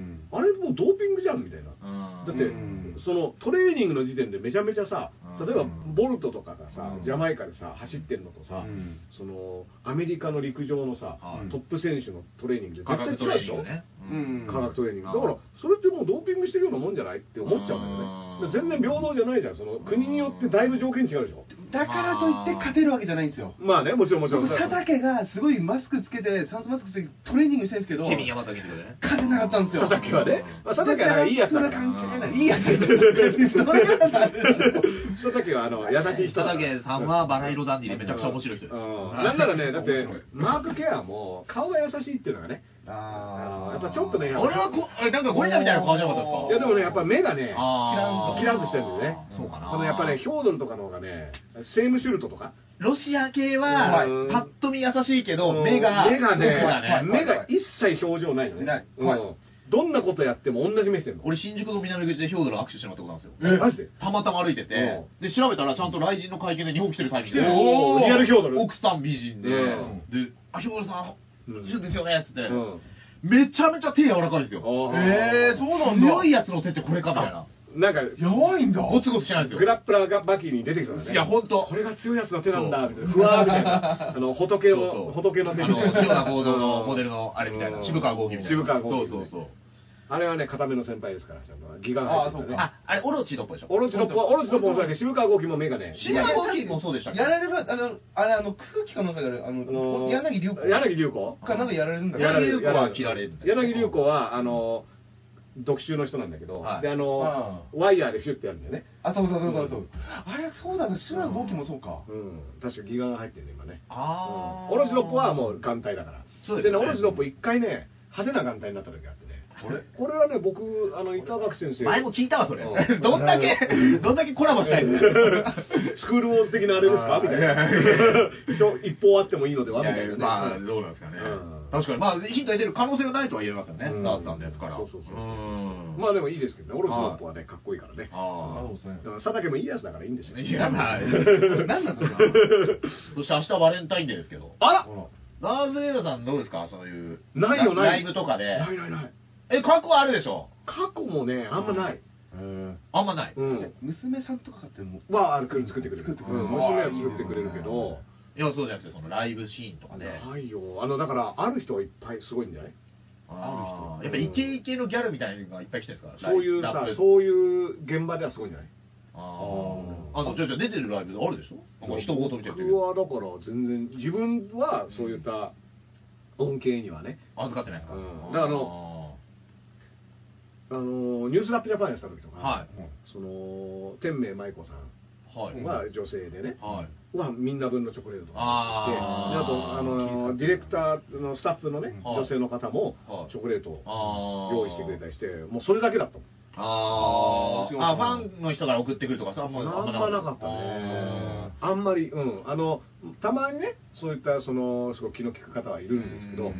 [SPEAKER 3] もうドーピングじゃんみたいな。
[SPEAKER 4] うん
[SPEAKER 3] だって、
[SPEAKER 5] うん
[SPEAKER 3] そのトレーニングの時点でめちゃめちゃさ
[SPEAKER 4] うん
[SPEAKER 3] 例えばボルトとかがさ、
[SPEAKER 4] うん
[SPEAKER 3] ジャマイカでさ走ってるのとさ、
[SPEAKER 5] うん
[SPEAKER 3] そのアメリカの陸上のさ、
[SPEAKER 4] はい
[SPEAKER 3] トップ選手のトレーニングで
[SPEAKER 4] 科
[SPEAKER 3] 絶
[SPEAKER 4] 学ト
[SPEAKER 3] 対違う
[SPEAKER 4] レー
[SPEAKER 3] で
[SPEAKER 4] ニ
[SPEAKER 3] し
[SPEAKER 4] ン
[SPEAKER 3] ょ
[SPEAKER 4] グね。
[SPEAKER 5] うん
[SPEAKER 3] 科学トレーニングだ
[SPEAKER 4] あ
[SPEAKER 3] からそれってもうドーピングしてるようなもんじゃないって思っちゃうんだよね
[SPEAKER 4] うん
[SPEAKER 3] だから全然平等じゃないじゃんその国によってだいぶ条件違うでしょ
[SPEAKER 5] だからといって勝てるわけじゃないんですよ
[SPEAKER 3] まあねもちろんもちろ ん
[SPEAKER 5] 僕佐竹がすごいマスクつけて酸素マスクつけてトレーニングしてるんですけど
[SPEAKER 4] ケビン山崎とかね。
[SPEAKER 5] 勝てなかったんですよ
[SPEAKER 3] 佐竹はね、まあ、佐竹はなんかいいやつだ
[SPEAKER 5] だ
[SPEAKER 3] か
[SPEAKER 5] からら関係ないいいやつそれがなんだ
[SPEAKER 3] 佐竹はあの優しい人だ
[SPEAKER 4] 佐竹さんはバラ色ダンディでめちゃくちゃ面白い人です。
[SPEAKER 3] うん
[SPEAKER 4] はい
[SPEAKER 3] なんならね、だっ
[SPEAKER 5] 面
[SPEAKER 3] て
[SPEAKER 5] 白い、
[SPEAKER 3] マークケアも顔が優しいっていうのがね、
[SPEAKER 5] あ
[SPEAKER 3] やっぱちょっとね、
[SPEAKER 4] 俺はこ、えなんかゴリラみたいな顔じゃなかった
[SPEAKER 3] いや
[SPEAKER 4] ですか
[SPEAKER 3] でもね、やっぱ目がね、
[SPEAKER 4] あー
[SPEAKER 3] キランとしてるんでね、
[SPEAKER 4] そうかな
[SPEAKER 3] あのやっぱね、ヒョードルとかの方がね、セームシュルトとか、
[SPEAKER 4] ロシア系は
[SPEAKER 3] うん、
[SPEAKER 4] パッと見優しいけど、目が、
[SPEAKER 3] 目がね
[SPEAKER 4] そうだね、
[SPEAKER 3] 目が一切表情ないのね。
[SPEAKER 5] ない
[SPEAKER 3] うんどんなことやっても同じ目してるの。
[SPEAKER 4] 俺、新宿の南口でヒョードル握手してもらったことなんですよ。
[SPEAKER 3] えマジで
[SPEAKER 4] たまたま歩いてて、で、調べたら、ちゃんと来人の会見で日本来てるタイミングで、
[SPEAKER 3] おーリアルヒョードル
[SPEAKER 4] 奥さん美人で、
[SPEAKER 3] うん
[SPEAKER 4] で、あ、ヒョードルさん、
[SPEAKER 3] うん
[SPEAKER 4] 美人ですよね、つって、
[SPEAKER 3] うん
[SPEAKER 4] めちゃめちゃ手柔らかいんですよ。
[SPEAKER 3] あー
[SPEAKER 5] えーそうなんだ
[SPEAKER 4] 強いやつの手ってこれかみたいな。
[SPEAKER 3] なんか、
[SPEAKER 5] やばいんだ
[SPEAKER 4] ゴツゴツしないんです
[SPEAKER 3] グ
[SPEAKER 4] よ。
[SPEAKER 3] ラップラーがバキに出てきそうだね。
[SPEAKER 4] いや、ほんと。
[SPEAKER 3] これが強いやつの手なんだ、
[SPEAKER 4] そう
[SPEAKER 3] みたいな。ふわーみたい な。あの、仏
[SPEAKER 4] そうそ
[SPEAKER 3] の、
[SPEAKER 4] う
[SPEAKER 3] 仏の手
[SPEAKER 4] あ
[SPEAKER 3] み
[SPEAKER 4] の、
[SPEAKER 3] たいな
[SPEAKER 4] 塩田報道のモデルのあれみたいな、渋川豪輝みたいな。
[SPEAKER 3] 渋川豪輝
[SPEAKER 4] そうそうそう。
[SPEAKER 3] あれはね、固めの先輩ですから、ちゃんと。ギガが入ってるから
[SPEAKER 4] あ、
[SPEAKER 3] ね。
[SPEAKER 4] あれ、オロチのっぽいでしょ
[SPEAKER 3] オロチのポ、オロチのポンさんで渋川豪輝も目がね、
[SPEAKER 4] 渋川豪輝もそうでしたっけ
[SPEAKER 5] やられる、あの、あれ、あの、空気かなんかやる、あ
[SPEAKER 3] あの
[SPEAKER 5] の、
[SPEAKER 3] ー
[SPEAKER 5] 柳流子。
[SPEAKER 3] 柳流子
[SPEAKER 5] かなんかやられるんだ
[SPEAKER 4] やられる柳流子は
[SPEAKER 3] 柳
[SPEAKER 4] 嫌われるんだよ
[SPEAKER 3] 柳流子は、あの、独習の人なんだけど、
[SPEAKER 4] はい
[SPEAKER 3] で、あの、ワイヤーでフィュッてやるんだよね。
[SPEAKER 5] あ、そうそうそうそうそう。あれ、そうだな、シュラゴキもそうか。
[SPEAKER 3] うん。確かギガが入ってるね、今ね。
[SPEAKER 4] あ
[SPEAKER 3] うんオロチのポはもう眼帯だから。
[SPEAKER 4] そうですね
[SPEAKER 3] ね、オロチのポ一回ね、派手な眼帯になった時があってね。これはね、僕、あの、板垣先生。
[SPEAKER 4] 前も聞いたわ、それ
[SPEAKER 3] う。ん
[SPEAKER 4] どんだ け、どんだけコラボしたいの
[SPEAKER 3] スクールウォーズ的なあれです
[SPEAKER 4] あ
[SPEAKER 3] か
[SPEAKER 4] ー
[SPEAKER 3] みたい
[SPEAKER 4] いやいやいや
[SPEAKER 3] な。一 一方あってもいいのではみたいな ね。
[SPEAKER 4] まあ、
[SPEAKER 3] うん
[SPEAKER 4] どうなんですかね
[SPEAKER 3] うん。
[SPEAKER 4] 確かに、まあ、ヒントに出る可能性がないとは言えますよね
[SPEAKER 3] う。ん
[SPEAKER 4] ダースさんですから。
[SPEAKER 3] そうそうそうそう
[SPEAKER 4] うん
[SPEAKER 3] まあでもいいですけどね。俺のスマップはね、かっこいいからね。
[SPEAKER 4] あ
[SPEAKER 5] そうですね
[SPEAKER 3] だから佐竹もいいやつだからいいんですよ。
[SPEAKER 4] あ。いや、まあ、
[SPEAKER 5] 何なんですか
[SPEAKER 4] そして明日バレンタインデーですけど。
[SPEAKER 3] あら
[SPEAKER 4] ダース・レイダーさんどうですかそういう。
[SPEAKER 3] ないよ、
[SPEAKER 4] ラ
[SPEAKER 3] な
[SPEAKER 4] ラ
[SPEAKER 3] い。
[SPEAKER 4] イブとかで。
[SPEAKER 3] ないないない。
[SPEAKER 4] え、過去あるでしょ
[SPEAKER 3] 過去もね、あんまない。
[SPEAKER 4] あんまない。
[SPEAKER 3] うん。
[SPEAKER 5] 娘さんとかってもう
[SPEAKER 3] まあ、作ってくれる。
[SPEAKER 5] 作ってくれる
[SPEAKER 3] うん娘は作ってくれるけど、
[SPEAKER 4] いや、そうじゃなくて、そのライブシーンとかで。
[SPEAKER 3] ないよ。あの、だから、ある人はいっぱいすごいんじゃない
[SPEAKER 4] ああ。
[SPEAKER 3] ある人
[SPEAKER 4] やっぱイケイケのギャルみたいなのがいっぱい来てるんですから。
[SPEAKER 3] そういう
[SPEAKER 4] ラ
[SPEAKER 3] さ
[SPEAKER 4] イ、ブ
[SPEAKER 3] そういう現場ではすごいんじゃない
[SPEAKER 4] ああ。あの、じゃあじゃあ出てるライブあるでしょなんか人ごと見てるけ
[SPEAKER 3] 僕
[SPEAKER 4] ど。
[SPEAKER 3] はだから全然自分はそういった恩恵にはね
[SPEAKER 4] 預かってないですか
[SPEAKER 3] うんだからあのあのニュースラップジャパンやってた時とか、
[SPEAKER 4] は
[SPEAKER 3] その天明舞子さん
[SPEAKER 4] あーはい。
[SPEAKER 3] は女性でね、
[SPEAKER 4] はい。
[SPEAKER 3] はみんな分のチョコレートとかで
[SPEAKER 4] あー
[SPEAKER 3] あとあのディレクターのスタッフのね、
[SPEAKER 4] はい
[SPEAKER 3] 女性の方も
[SPEAKER 4] はい
[SPEAKER 3] チョコレートを
[SPEAKER 4] あー
[SPEAKER 3] 用意してくれたりしてもうそれだけだったもん
[SPEAKER 4] あ
[SPEAKER 5] あー
[SPEAKER 4] あ、ファンの人から送ってくるとかさ、もう
[SPEAKER 3] あんまなかったねあんまりうんあのたまにねそういったそのすごい気の利く方はいるんですけど、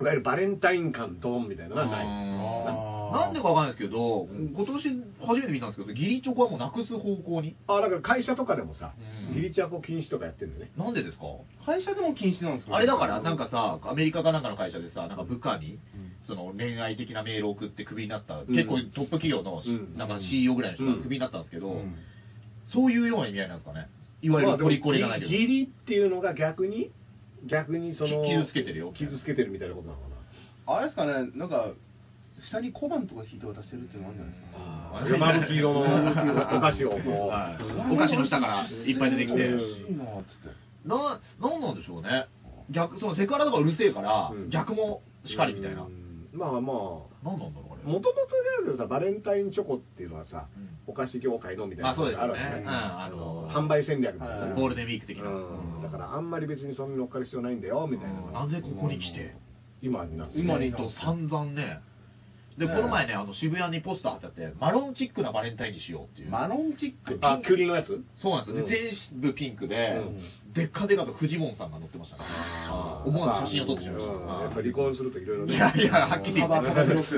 [SPEAKER 3] いわゆるバレンタイン感ドンみたいなのはない。
[SPEAKER 4] あーなんでかわかんないですけど、今年初めて見たんですけど、ギリチョコはもうなくす方向に。
[SPEAKER 3] あだから会社とかでもさ
[SPEAKER 4] う、ん
[SPEAKER 3] ギリチャコ禁止とかやってるんだよね。
[SPEAKER 4] なんでですか
[SPEAKER 5] 会社でも禁止なんですか
[SPEAKER 4] あれだから、なんかさ、アメリカかなんかの会社でさ、なんか部下に、その恋愛的なメールを送ってクビになった、結構トップ企業の、
[SPEAKER 3] うん
[SPEAKER 4] なんか CEO ぐらいの人がクビになったんですけど、そういうような意味合いなんですかね。いわゆ
[SPEAKER 3] まあ
[SPEAKER 4] る
[SPEAKER 3] で
[SPEAKER 4] ポ
[SPEAKER 3] も
[SPEAKER 4] リコレじゃないけど。
[SPEAKER 3] ギリっていうのが逆に、逆にその、
[SPEAKER 4] き傷つけてるよ
[SPEAKER 3] 傷つけてるみたいなことなのかな。
[SPEAKER 5] あれですかねなんか下に小判とか引いて渡してるっていうのあるんじゃないですか
[SPEAKER 4] あー
[SPEAKER 3] 山 吹色のお菓子をこ
[SPEAKER 4] はいお菓子の下からいっぱい出てきて。
[SPEAKER 5] 欲しいなーっつって
[SPEAKER 4] な、なんなんでしょうね。逆、そのセクハラとかうるせえから、
[SPEAKER 3] うん
[SPEAKER 4] 逆も
[SPEAKER 3] う、
[SPEAKER 4] しかりみたいな。
[SPEAKER 3] うんまあまあ、も
[SPEAKER 4] なんなんだろう、あれ。
[SPEAKER 3] ともとであるさ、バレンタインチョコっていうのはさ、
[SPEAKER 4] うん
[SPEAKER 3] お菓子業界のみたい
[SPEAKER 4] ま
[SPEAKER 3] な
[SPEAKER 4] あそうですよ
[SPEAKER 3] わ
[SPEAKER 4] ね。
[SPEAKER 3] けじゃ
[SPEAKER 4] うん、あ
[SPEAKER 3] あの
[SPEAKER 4] の、
[SPEAKER 3] 販売戦略みたいなね
[SPEAKER 5] はい
[SPEAKER 4] ゴールデンウィーク的な。
[SPEAKER 3] うんだからあんまり別にそんなに乗っかる必要ないんだよみたいなのが
[SPEAKER 4] なぜここに来て、
[SPEAKER 3] 今になって
[SPEAKER 5] 今に
[SPEAKER 4] ほんと散々ね。で、
[SPEAKER 5] ね
[SPEAKER 4] この前ね、あの渋谷にポスター貼ってあって、マロンチックなバレンタインにしようっていう。
[SPEAKER 5] マロンチック
[SPEAKER 3] あキュウリのやつ
[SPEAKER 4] そうなんですよ。で、全部ピンクで、でっかでかとフジモンさんが乗ってましたね。はい思わず写真を撮ってしまい
[SPEAKER 3] うんやっ
[SPEAKER 4] ま
[SPEAKER 3] ぱ離婚するといろいろ
[SPEAKER 4] した。
[SPEAKER 3] ね
[SPEAKER 4] いやいや、はっきり言って
[SPEAKER 5] 幅幅広く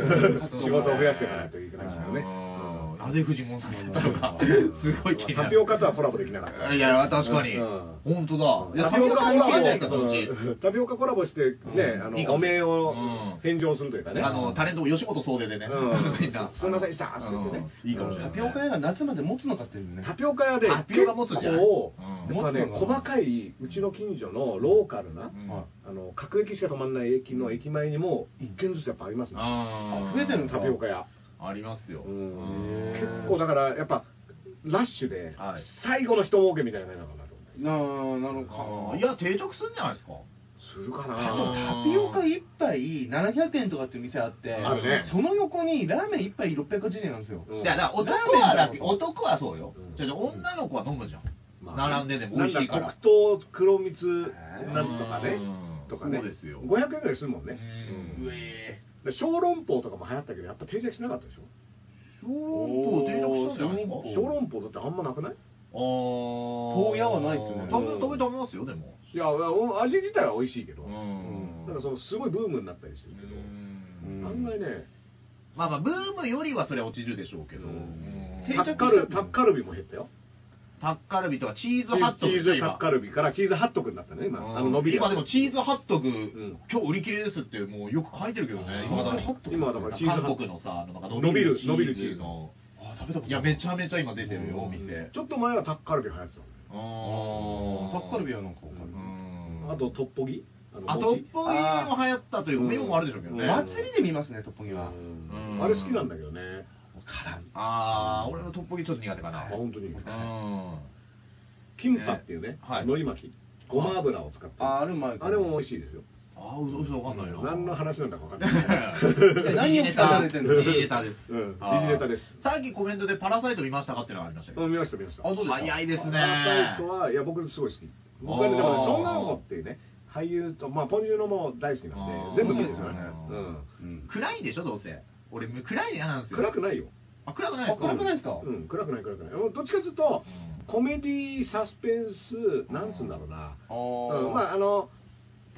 [SPEAKER 3] 仕事を増やしていかないといけないですからね
[SPEAKER 4] うんなぜフジモンさんだったのか、 すごい気にな
[SPEAKER 3] タ
[SPEAKER 4] る。
[SPEAKER 3] ピオカとはコラボできなかった
[SPEAKER 4] いや、確かに
[SPEAKER 3] うん。
[SPEAKER 4] 本当だ。いや、
[SPEAKER 3] タ
[SPEAKER 4] タ
[SPEAKER 3] ピ
[SPEAKER 4] ピ
[SPEAKER 3] オ
[SPEAKER 4] オ
[SPEAKER 3] カ
[SPEAKER 4] カ
[SPEAKER 3] コ
[SPEAKER 4] 関係ない
[SPEAKER 3] ラ
[SPEAKER 4] んですか、
[SPEAKER 3] ボ
[SPEAKER 4] そのうち。
[SPEAKER 3] うんタピオカコラボしてね
[SPEAKER 4] うん
[SPEAKER 3] あ
[SPEAKER 4] いいか
[SPEAKER 3] の
[SPEAKER 4] も
[SPEAKER 3] お名を
[SPEAKER 4] うん
[SPEAKER 3] 返上するというかね
[SPEAKER 4] あの、タレントも吉本総出でね
[SPEAKER 3] うん。
[SPEAKER 4] みんな。
[SPEAKER 3] すいませんでしたって言ってね
[SPEAKER 4] うんいいかもしれない。
[SPEAKER 5] タピオカ屋が夏まで持つのかっていうね
[SPEAKER 3] タピオカ屋で
[SPEAKER 4] タピオカ持つじゃない
[SPEAKER 3] 結構
[SPEAKER 4] うん
[SPEAKER 3] やっぱね
[SPEAKER 5] 持つのが
[SPEAKER 3] 細かいうちの近所のローカルな
[SPEAKER 4] うん
[SPEAKER 5] はい
[SPEAKER 3] あの各駅しか止まらない駅の駅前にも一軒ずつやっぱありますね
[SPEAKER 4] あー
[SPEAKER 5] 増えてるんです
[SPEAKER 3] タ
[SPEAKER 5] か
[SPEAKER 3] ピオカ屋
[SPEAKER 4] ありますよ。
[SPEAKER 3] うん
[SPEAKER 4] うん
[SPEAKER 3] 結構だからやっぱラッシュで
[SPEAKER 4] はい
[SPEAKER 3] 最後の人儲けみたいな感じなのかなと思って
[SPEAKER 5] なあなのか
[SPEAKER 4] いや、定着するんじゃないですか。
[SPEAKER 3] する か
[SPEAKER 5] あと
[SPEAKER 3] な
[SPEAKER 5] タピオカ一杯700円とかっていう店あって
[SPEAKER 3] あるね
[SPEAKER 5] その横にラーメン一杯680円なんですよ
[SPEAKER 3] うん
[SPEAKER 4] いや、だから男はだって、男はそうよ
[SPEAKER 3] うん。
[SPEAKER 4] じゃあ女の子は飲むじゃん。
[SPEAKER 3] まあ
[SPEAKER 4] 並んででも美味しいか
[SPEAKER 3] なん
[SPEAKER 4] ら。
[SPEAKER 3] 黒糖黒蜜なんとかね
[SPEAKER 4] うん
[SPEAKER 3] とかね
[SPEAKER 4] そうですよ
[SPEAKER 3] 500円ぐらいするもんね
[SPEAKER 4] うん
[SPEAKER 3] うんで小籠包とかも流行ったけどやっぱ定着しなかったでしょ
[SPEAKER 4] 小籠包定着したんじゃないですか
[SPEAKER 5] おー
[SPEAKER 3] 小籠包だってあんまなくない
[SPEAKER 4] あー
[SPEAKER 5] 豆屋はないっすね
[SPEAKER 4] 食べ食べ食べますよでも
[SPEAKER 3] いやいやお味自体は美味しいけど
[SPEAKER 4] ん
[SPEAKER 3] なんかそのすごいブームになったりしてるけ
[SPEAKER 4] うん
[SPEAKER 3] ど
[SPEAKER 5] ん
[SPEAKER 3] 案外ね
[SPEAKER 4] まあまあブームよりはそれは落ちるでしょうけど
[SPEAKER 3] うん
[SPEAKER 5] 定
[SPEAKER 3] タ
[SPEAKER 5] 着
[SPEAKER 3] ッカルタッカルビも減ったよ
[SPEAKER 4] タッカルビとかチ
[SPEAKER 3] チ
[SPEAKER 4] ーズハッ
[SPEAKER 3] ー
[SPEAKER 4] トグ
[SPEAKER 3] ズタッカ
[SPEAKER 4] ル
[SPEAKER 3] ルビからチーズハットくんだったね今あの伸びるや
[SPEAKER 4] 今
[SPEAKER 3] つ
[SPEAKER 4] でもチーズハットグ
[SPEAKER 3] ん
[SPEAKER 4] 今日売り切れですってもうよく書いてるけどね今だに
[SPEAKER 3] 今だからチーズハット
[SPEAKER 4] 韓国のさあのなんか伸びる
[SPEAKER 3] 伸びる
[SPEAKER 4] チーズの
[SPEAKER 5] あ食べたこと
[SPEAKER 4] いやめちゃめちゃ今出てるよお店
[SPEAKER 3] ちょっと前はタッカルビ流行ってたの
[SPEAKER 4] あ
[SPEAKER 5] タッカルビ
[SPEAKER 4] は
[SPEAKER 5] はなんかわかる
[SPEAKER 3] あとトッポギ
[SPEAKER 4] あトッポギも流行ったというか今もあるでしょうけどね
[SPEAKER 3] うん
[SPEAKER 5] 祭りで見ますねトッポギは
[SPEAKER 4] うん
[SPEAKER 3] あれ好きなんだけどね
[SPEAKER 5] 辛い
[SPEAKER 4] ああ俺のトッポギちょっと苦手か
[SPEAKER 3] あ
[SPEAKER 4] な
[SPEAKER 3] 本当に
[SPEAKER 4] うん
[SPEAKER 3] キンパっていうね
[SPEAKER 4] はい
[SPEAKER 3] 海苔巻きごま油を使って
[SPEAKER 5] あ
[SPEAKER 3] あ
[SPEAKER 5] あれ前
[SPEAKER 3] れも美味しいですよ
[SPEAKER 4] ああ、うそわかんないな。
[SPEAKER 3] 何の話なんだか 分かんない
[SPEAKER 4] え
[SPEAKER 5] 何を
[SPEAKER 4] 時事ネ
[SPEAKER 5] 語
[SPEAKER 4] タ
[SPEAKER 5] られてんの
[SPEAKER 4] 時事ネタです。
[SPEAKER 3] うん
[SPEAKER 4] あー
[SPEAKER 3] 時事ネタです
[SPEAKER 4] さっきコメントでパラサイト見ましたかっていうのがありましたけ
[SPEAKER 3] う
[SPEAKER 4] ど。
[SPEAKER 3] ん見ました見ました
[SPEAKER 5] あどうですか
[SPEAKER 4] 早いですね。
[SPEAKER 3] パラサイトはいや僕すごい好き僕はねだから
[SPEAKER 4] あー
[SPEAKER 3] ソン・ガンホっていうね俳優とまあポンジュノも大好きなんで全部好きですよね
[SPEAKER 4] あー
[SPEAKER 3] うん
[SPEAKER 5] うん
[SPEAKER 4] 暗いでしょ、どうせ。俺、暗いの嫌なんですよ。
[SPEAKER 3] 暗くないよ
[SPEAKER 4] あ、暗くないですか
[SPEAKER 5] あ暗くないですか
[SPEAKER 3] うん、暗くない暗くないうんどっちかというと
[SPEAKER 4] うん
[SPEAKER 3] コメディサスペンスなんつうんだろうな
[SPEAKER 5] あ
[SPEAKER 3] うん、まああの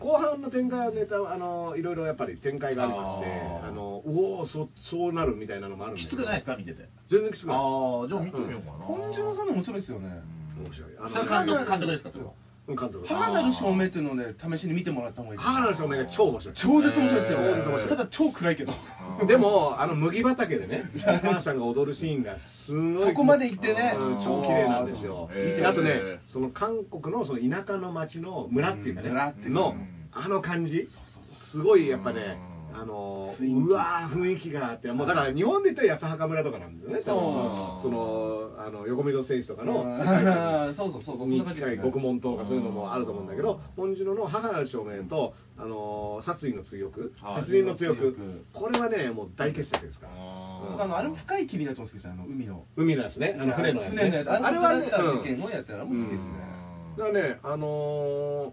[SPEAKER 3] 後半の展開はネタはあのいろいろやっぱり展開がありまして
[SPEAKER 4] あー
[SPEAKER 3] あのおおそそうなるみたいなのもあるんで
[SPEAKER 4] きつくないですか見てて。
[SPEAKER 3] 全然きつく
[SPEAKER 4] あ
[SPEAKER 3] ない
[SPEAKER 4] あ、じゃあ見てみようかな。
[SPEAKER 5] 本庄さんの面白いですよね
[SPEAKER 4] うん
[SPEAKER 3] 面白いあの
[SPEAKER 4] それ監督監督ですか、それは。
[SPEAKER 3] うん監督
[SPEAKER 5] 花なる照明っていうのをね試しに見てもらった方がいいです
[SPEAKER 3] 母なる照明が超面白い
[SPEAKER 5] 超絶面白いですよ、
[SPEAKER 3] 超絶面白い
[SPEAKER 5] ただ超暗いけど
[SPEAKER 4] うん
[SPEAKER 3] でもあの麦 畑でねお母さんが踊るシーンがすごい
[SPEAKER 5] そこまで行ってね
[SPEAKER 3] うん超綺麗なんですよ
[SPEAKER 4] へー
[SPEAKER 3] あとねその韓国のその田舎の町の村っていうかね
[SPEAKER 5] うん村っていうか
[SPEAKER 3] の
[SPEAKER 4] うん
[SPEAKER 3] あの感じすごいやっぱね
[SPEAKER 4] うん
[SPEAKER 3] あの
[SPEAKER 5] 雰囲気
[SPEAKER 3] うわー雰囲気があってもうだから日本で言ったら安墓村とかなんですよね
[SPEAKER 5] そう
[SPEAKER 3] そのそのあの横溝選手とかの世界 観
[SPEAKER 5] うん そうそうそうそうそんな感じです
[SPEAKER 3] 近
[SPEAKER 5] ね
[SPEAKER 3] い獄門とかそういうのもあると思うんだけ
[SPEAKER 4] うん
[SPEAKER 3] ど本次郎の母なる少年と、あのー殺意の追憶
[SPEAKER 4] はい
[SPEAKER 3] 殺人の追
[SPEAKER 5] 追
[SPEAKER 3] 憶
[SPEAKER 5] 憶
[SPEAKER 3] これはねもう大傑作ですから
[SPEAKER 4] あ
[SPEAKER 3] うん
[SPEAKER 4] ー
[SPEAKER 5] あのあれも深い霧のやつも好きですよあの海の
[SPEAKER 3] 海なんですねあの船のやつ,、ね、
[SPEAKER 5] 船のやつあ
[SPEAKER 3] あ
[SPEAKER 5] れ
[SPEAKER 3] れ
[SPEAKER 5] は
[SPEAKER 3] は
[SPEAKER 5] ね
[SPEAKER 3] ね、うん
[SPEAKER 5] 事件をやったらもう好きですね
[SPEAKER 3] だからねあのー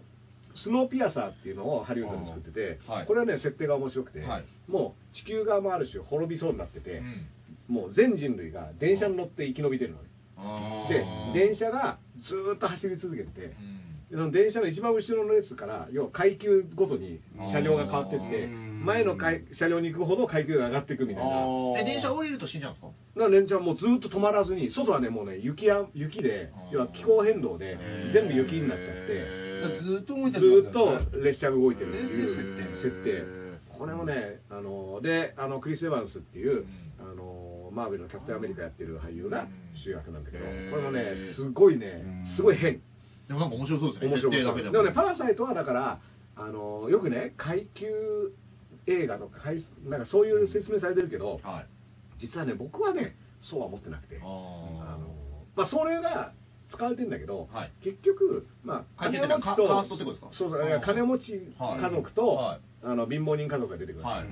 [SPEAKER 3] スノーピアサーっていうのをハリウッドで作ってて、
[SPEAKER 4] うんはい
[SPEAKER 3] これはね設定が面白くて、
[SPEAKER 4] はい
[SPEAKER 3] もう地球側もある種滅びそうになって
[SPEAKER 4] う
[SPEAKER 3] て、
[SPEAKER 4] ん
[SPEAKER 3] もう全人類が電車に乗って生き延びてるのね
[SPEAKER 4] あ
[SPEAKER 3] で
[SPEAKER 4] ー
[SPEAKER 3] 電車がずーっと走り続けてて、
[SPEAKER 4] うん
[SPEAKER 3] その電車の一番後ろの列から要は階級ごとに車両が変わってって
[SPEAKER 5] うん
[SPEAKER 3] 前の階車両に行くほど階級が上がっていくみたいな
[SPEAKER 4] え、電車
[SPEAKER 5] 多い
[SPEAKER 4] 降りると死んじゃうんですか
[SPEAKER 3] だから連ちゃんもうずっと止まらずに外はねもうね雪や雪で
[SPEAKER 4] うん
[SPEAKER 3] 要は気候変動で
[SPEAKER 4] へー
[SPEAKER 3] 全部雪になっちゃって
[SPEAKER 5] ずーっと
[SPEAKER 3] ず
[SPEAKER 5] 動いて
[SPEAKER 3] ーっ
[SPEAKER 5] わけですね
[SPEAKER 3] と列車が動いてるってい
[SPEAKER 4] へ
[SPEAKER 3] う
[SPEAKER 4] ー
[SPEAKER 3] 設定これもねあのであのクリス・エヴァンスってい
[SPEAKER 4] うん
[SPEAKER 3] うあのマーベルのキャプテンアメリカやってる俳優が主役なんだけど
[SPEAKER 4] へー
[SPEAKER 3] これもねすごいねすごい変
[SPEAKER 4] でもなんか面白そうですね。
[SPEAKER 3] 面白
[SPEAKER 4] 設定だ
[SPEAKER 3] か
[SPEAKER 4] け
[SPEAKER 3] っ
[SPEAKER 4] で
[SPEAKER 3] た
[SPEAKER 4] も。
[SPEAKER 3] でもね「パラサイト」はだからあのよくね階級映画とか階なんかそういう説明されてるけど
[SPEAKER 4] はい。
[SPEAKER 3] 実はね僕はねそうは思ってなくて
[SPEAKER 4] あ
[SPEAKER 3] あ
[SPEAKER 4] ー
[SPEAKER 3] のまあ、それが使われてんだけど、
[SPEAKER 4] はい
[SPEAKER 3] 結局、まあ、
[SPEAKER 4] 解
[SPEAKER 3] 金
[SPEAKER 4] 決だ
[SPEAKER 3] 持
[SPEAKER 4] か
[SPEAKER 3] ち
[SPEAKER 4] らカ
[SPEAKER 3] と
[SPEAKER 4] カーストってことですか
[SPEAKER 3] そうそう
[SPEAKER 4] あー
[SPEAKER 3] 金持ち家族と、
[SPEAKER 4] はい
[SPEAKER 3] あの貧乏人家族が出てくる、
[SPEAKER 4] はい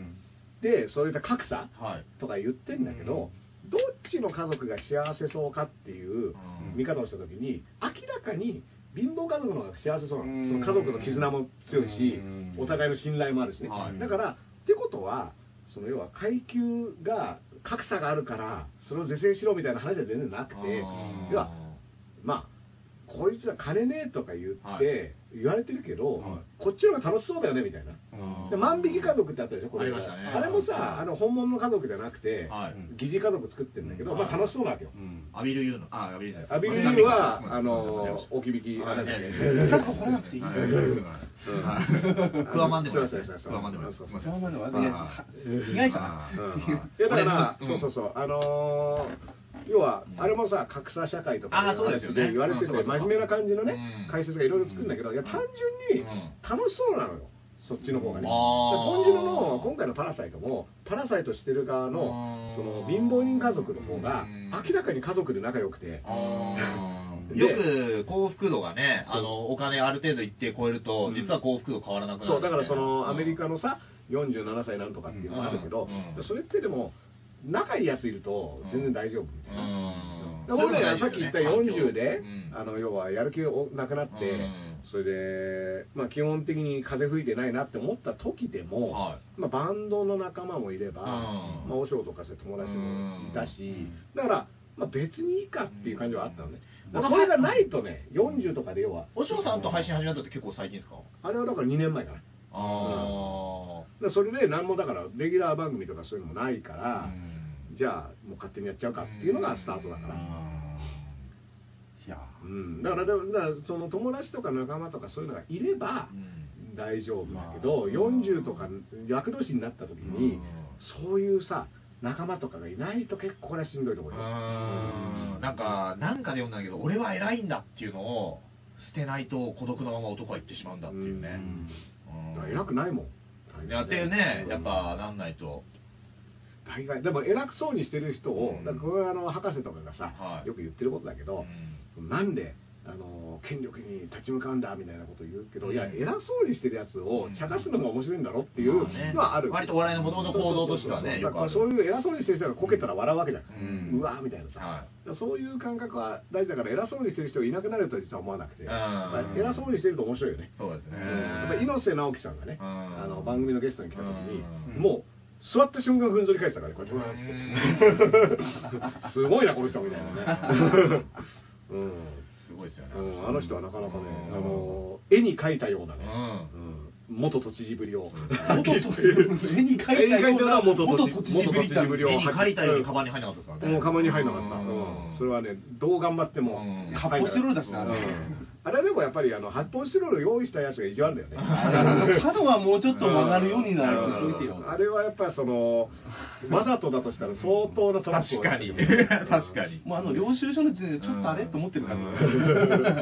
[SPEAKER 3] でそういった格差
[SPEAKER 4] はい。
[SPEAKER 3] とか言ってんだけど、どっちの家族が幸せそうかっていう
[SPEAKER 4] うん
[SPEAKER 3] 見方をした時に明らかに貧乏家族の方が幸せそうな
[SPEAKER 5] うん
[SPEAKER 3] のその家族の絆も強いし
[SPEAKER 5] うん
[SPEAKER 3] お互いの信頼もあるしね、
[SPEAKER 4] はい
[SPEAKER 3] だからってことはその要は階級が格差があるからそれを是正しろみたいな話は全然なくて
[SPEAKER 4] あー
[SPEAKER 3] 要はまあこいつは金ねえとか言
[SPEAKER 4] は
[SPEAKER 3] っ
[SPEAKER 4] い
[SPEAKER 3] て言われてるけど、
[SPEAKER 5] はい
[SPEAKER 3] こっちの方が楽しそうだよねみたいな。
[SPEAKER 4] うん
[SPEAKER 3] で万引き家族ってあったでしょこ
[SPEAKER 4] あ
[SPEAKER 3] れ
[SPEAKER 4] りましたね
[SPEAKER 3] あれも
[SPEAKER 4] は
[SPEAKER 3] さ
[SPEAKER 4] い
[SPEAKER 3] あの本物の家族じゃなくて、
[SPEAKER 4] はい
[SPEAKER 3] 疑似家族作ってるんだけど、
[SPEAKER 4] うん
[SPEAKER 3] まあ、楽しそうなわけよ、
[SPEAKER 5] うん
[SPEAKER 4] アビルユーの、あ、アビルユーです
[SPEAKER 3] アビル・ユーはあの置き引きあれだ
[SPEAKER 5] なんか掘らなくていい
[SPEAKER 4] クワマンでもいいです
[SPEAKER 3] そう
[SPEAKER 4] ね
[SPEAKER 3] そうそうそう
[SPEAKER 4] クワマンでもいいです
[SPEAKER 3] そうそう
[SPEAKER 5] ドラマの話
[SPEAKER 3] うん
[SPEAKER 5] いやは被害者だな
[SPEAKER 3] うん
[SPEAKER 5] っていう
[SPEAKER 3] いやだから、
[SPEAKER 4] うん
[SPEAKER 3] そうそうそう、あのー要は
[SPEAKER 4] う、ん
[SPEAKER 3] あれもさ、格差社会とか
[SPEAKER 4] あーそうですよね
[SPEAKER 3] 言われてて、
[SPEAKER 4] うんそうそうそう
[SPEAKER 3] 真面目な感じのね、
[SPEAKER 4] うん
[SPEAKER 3] 解説がいろいろつくんだけど、いや、単純
[SPEAKER 4] う
[SPEAKER 3] に
[SPEAKER 4] ん
[SPEAKER 3] 楽しそうなのよ、そっちの方がね。
[SPEAKER 4] あー
[SPEAKER 3] 本次郎の今回のパラサイトも、パラサイトしてる側の
[SPEAKER 4] うん、
[SPEAKER 3] その貧乏人家族の方が
[SPEAKER 4] うん、
[SPEAKER 3] 明らかに家族で仲良くて、
[SPEAKER 4] あー
[SPEAKER 3] で
[SPEAKER 4] よく幸福度がね、
[SPEAKER 3] そう
[SPEAKER 4] あのお金ある程度一定超えると
[SPEAKER 3] う、ん
[SPEAKER 4] 実は幸福度変わらなくなる。
[SPEAKER 3] そうだからそのアメリ
[SPEAKER 4] うん
[SPEAKER 3] カのさ47歳なんとかっていうのがあるけど、
[SPEAKER 4] うんうん
[SPEAKER 3] それってでも仲いいやついると全然大丈夫みたいな、
[SPEAKER 4] うん
[SPEAKER 3] だから俺らさっき言った40で、
[SPEAKER 4] うん
[SPEAKER 3] あの要はやる気をなくなって、
[SPEAKER 4] うん
[SPEAKER 3] それで、まあ、基本的に風吹いてないなって思った時でも、
[SPEAKER 4] は
[SPEAKER 3] まあ、バンドの仲間もいれば、
[SPEAKER 4] うん
[SPEAKER 3] まあ、お尚とかして友達もいたし、
[SPEAKER 5] うん
[SPEAKER 3] だから、まあ、別にいいかっていう感じはあったのね、
[SPEAKER 4] ん
[SPEAKER 3] だからそれがないとね40とかで要は
[SPEAKER 4] お嬢さんと配信始めたって結構最近ですか
[SPEAKER 3] あれはだから2年前かな
[SPEAKER 4] あ
[SPEAKER 3] だからそれで何もだからレギュラー番組とかそういうのもないか
[SPEAKER 4] あ
[SPEAKER 3] ら、じゃあもう勝手にやっちゃうかっていうのがスタートだから、
[SPEAKER 5] いや
[SPEAKER 3] うん、だからだからだからその友達とか仲間とかそういうのがいれば大丈夫だけど、
[SPEAKER 4] まあ
[SPEAKER 3] 40とか厄年になった時に、そういうさ仲間とかがいないと結構これはしんどいと思うよ、
[SPEAKER 4] うんなんか、なんかで読んだんだけど、俺は偉いんだっていうのを捨てないと孤独のまま男は行ってしまうんだっていうね。
[SPEAKER 3] だ
[SPEAKER 4] うん
[SPEAKER 3] から偉くないもん
[SPEAKER 4] やってるね、やっぱなんないと。
[SPEAKER 3] 大概でも偉くそうにしてる人を、
[SPEAKER 4] うん
[SPEAKER 3] だからこれはあの博士とかがさ、
[SPEAKER 4] はい
[SPEAKER 3] よく言ってることだけど、
[SPEAKER 4] う
[SPEAKER 3] なんであの権力に立ち向かうんだみたいなことを言うけど、
[SPEAKER 4] うん
[SPEAKER 3] いや偉そうにしてるやつを茶化すのが面白いんだろっていう
[SPEAKER 4] まあね
[SPEAKER 3] のはある、
[SPEAKER 4] 割とお笑いの元々行動としてはね
[SPEAKER 3] そうそうそう
[SPEAKER 4] よくあ
[SPEAKER 3] そうだからそういう偉そうにしてる人がこけたら笑うわけじゃん、
[SPEAKER 4] う
[SPEAKER 3] うんわーみたいなさ、
[SPEAKER 4] は
[SPEAKER 3] そういう感覚は大事だから偉そうにしてる人がいなくなるとは実は思わなくて、
[SPEAKER 4] うん
[SPEAKER 3] だから偉そうにしてると面白いよね、
[SPEAKER 4] そうですね
[SPEAKER 3] うんやっぱ。猪瀬直樹さんがね、
[SPEAKER 4] うん
[SPEAKER 3] あの番組のゲストに来た時に、
[SPEAKER 5] うん
[SPEAKER 3] もう座った瞬間ふんぞり返したからねこうやって すごいなこの人みたいなね うん
[SPEAKER 4] すごいですよね
[SPEAKER 3] うんあの人はなかなかね、
[SPEAKER 4] うん
[SPEAKER 3] あの絵に描いたようなね、
[SPEAKER 4] う
[SPEAKER 3] うん元都知事ぶりを
[SPEAKER 5] 元都知事 絵に描いたような
[SPEAKER 3] 絵に元都知
[SPEAKER 5] 元都知
[SPEAKER 3] 事
[SPEAKER 5] 事ぶり感
[SPEAKER 3] ぶりを
[SPEAKER 4] 絵に描いたようにカバンに入らなかったですから
[SPEAKER 3] もう
[SPEAKER 4] ね
[SPEAKER 3] 釜に入らなかった、
[SPEAKER 4] う
[SPEAKER 3] う
[SPEAKER 4] ん
[SPEAKER 3] んそれはねどう頑張っても
[SPEAKER 4] うん
[SPEAKER 3] 入
[SPEAKER 5] 発
[SPEAKER 3] らなかった
[SPEAKER 5] 泡スチロールだしな
[SPEAKER 3] うんあれでもやっぱりあの発泡スチロール用意したやつが意地悪だよね
[SPEAKER 5] 角はもうちょっと曲がるようになるとしといてよ。
[SPEAKER 3] あれはやっぱりそのわざとだとしたら相当なトラップ
[SPEAKER 4] 確
[SPEAKER 3] を
[SPEAKER 4] かに確かに
[SPEAKER 5] もうあの領収書の時点でちょっとあれと思ってるから、
[SPEAKER 3] うん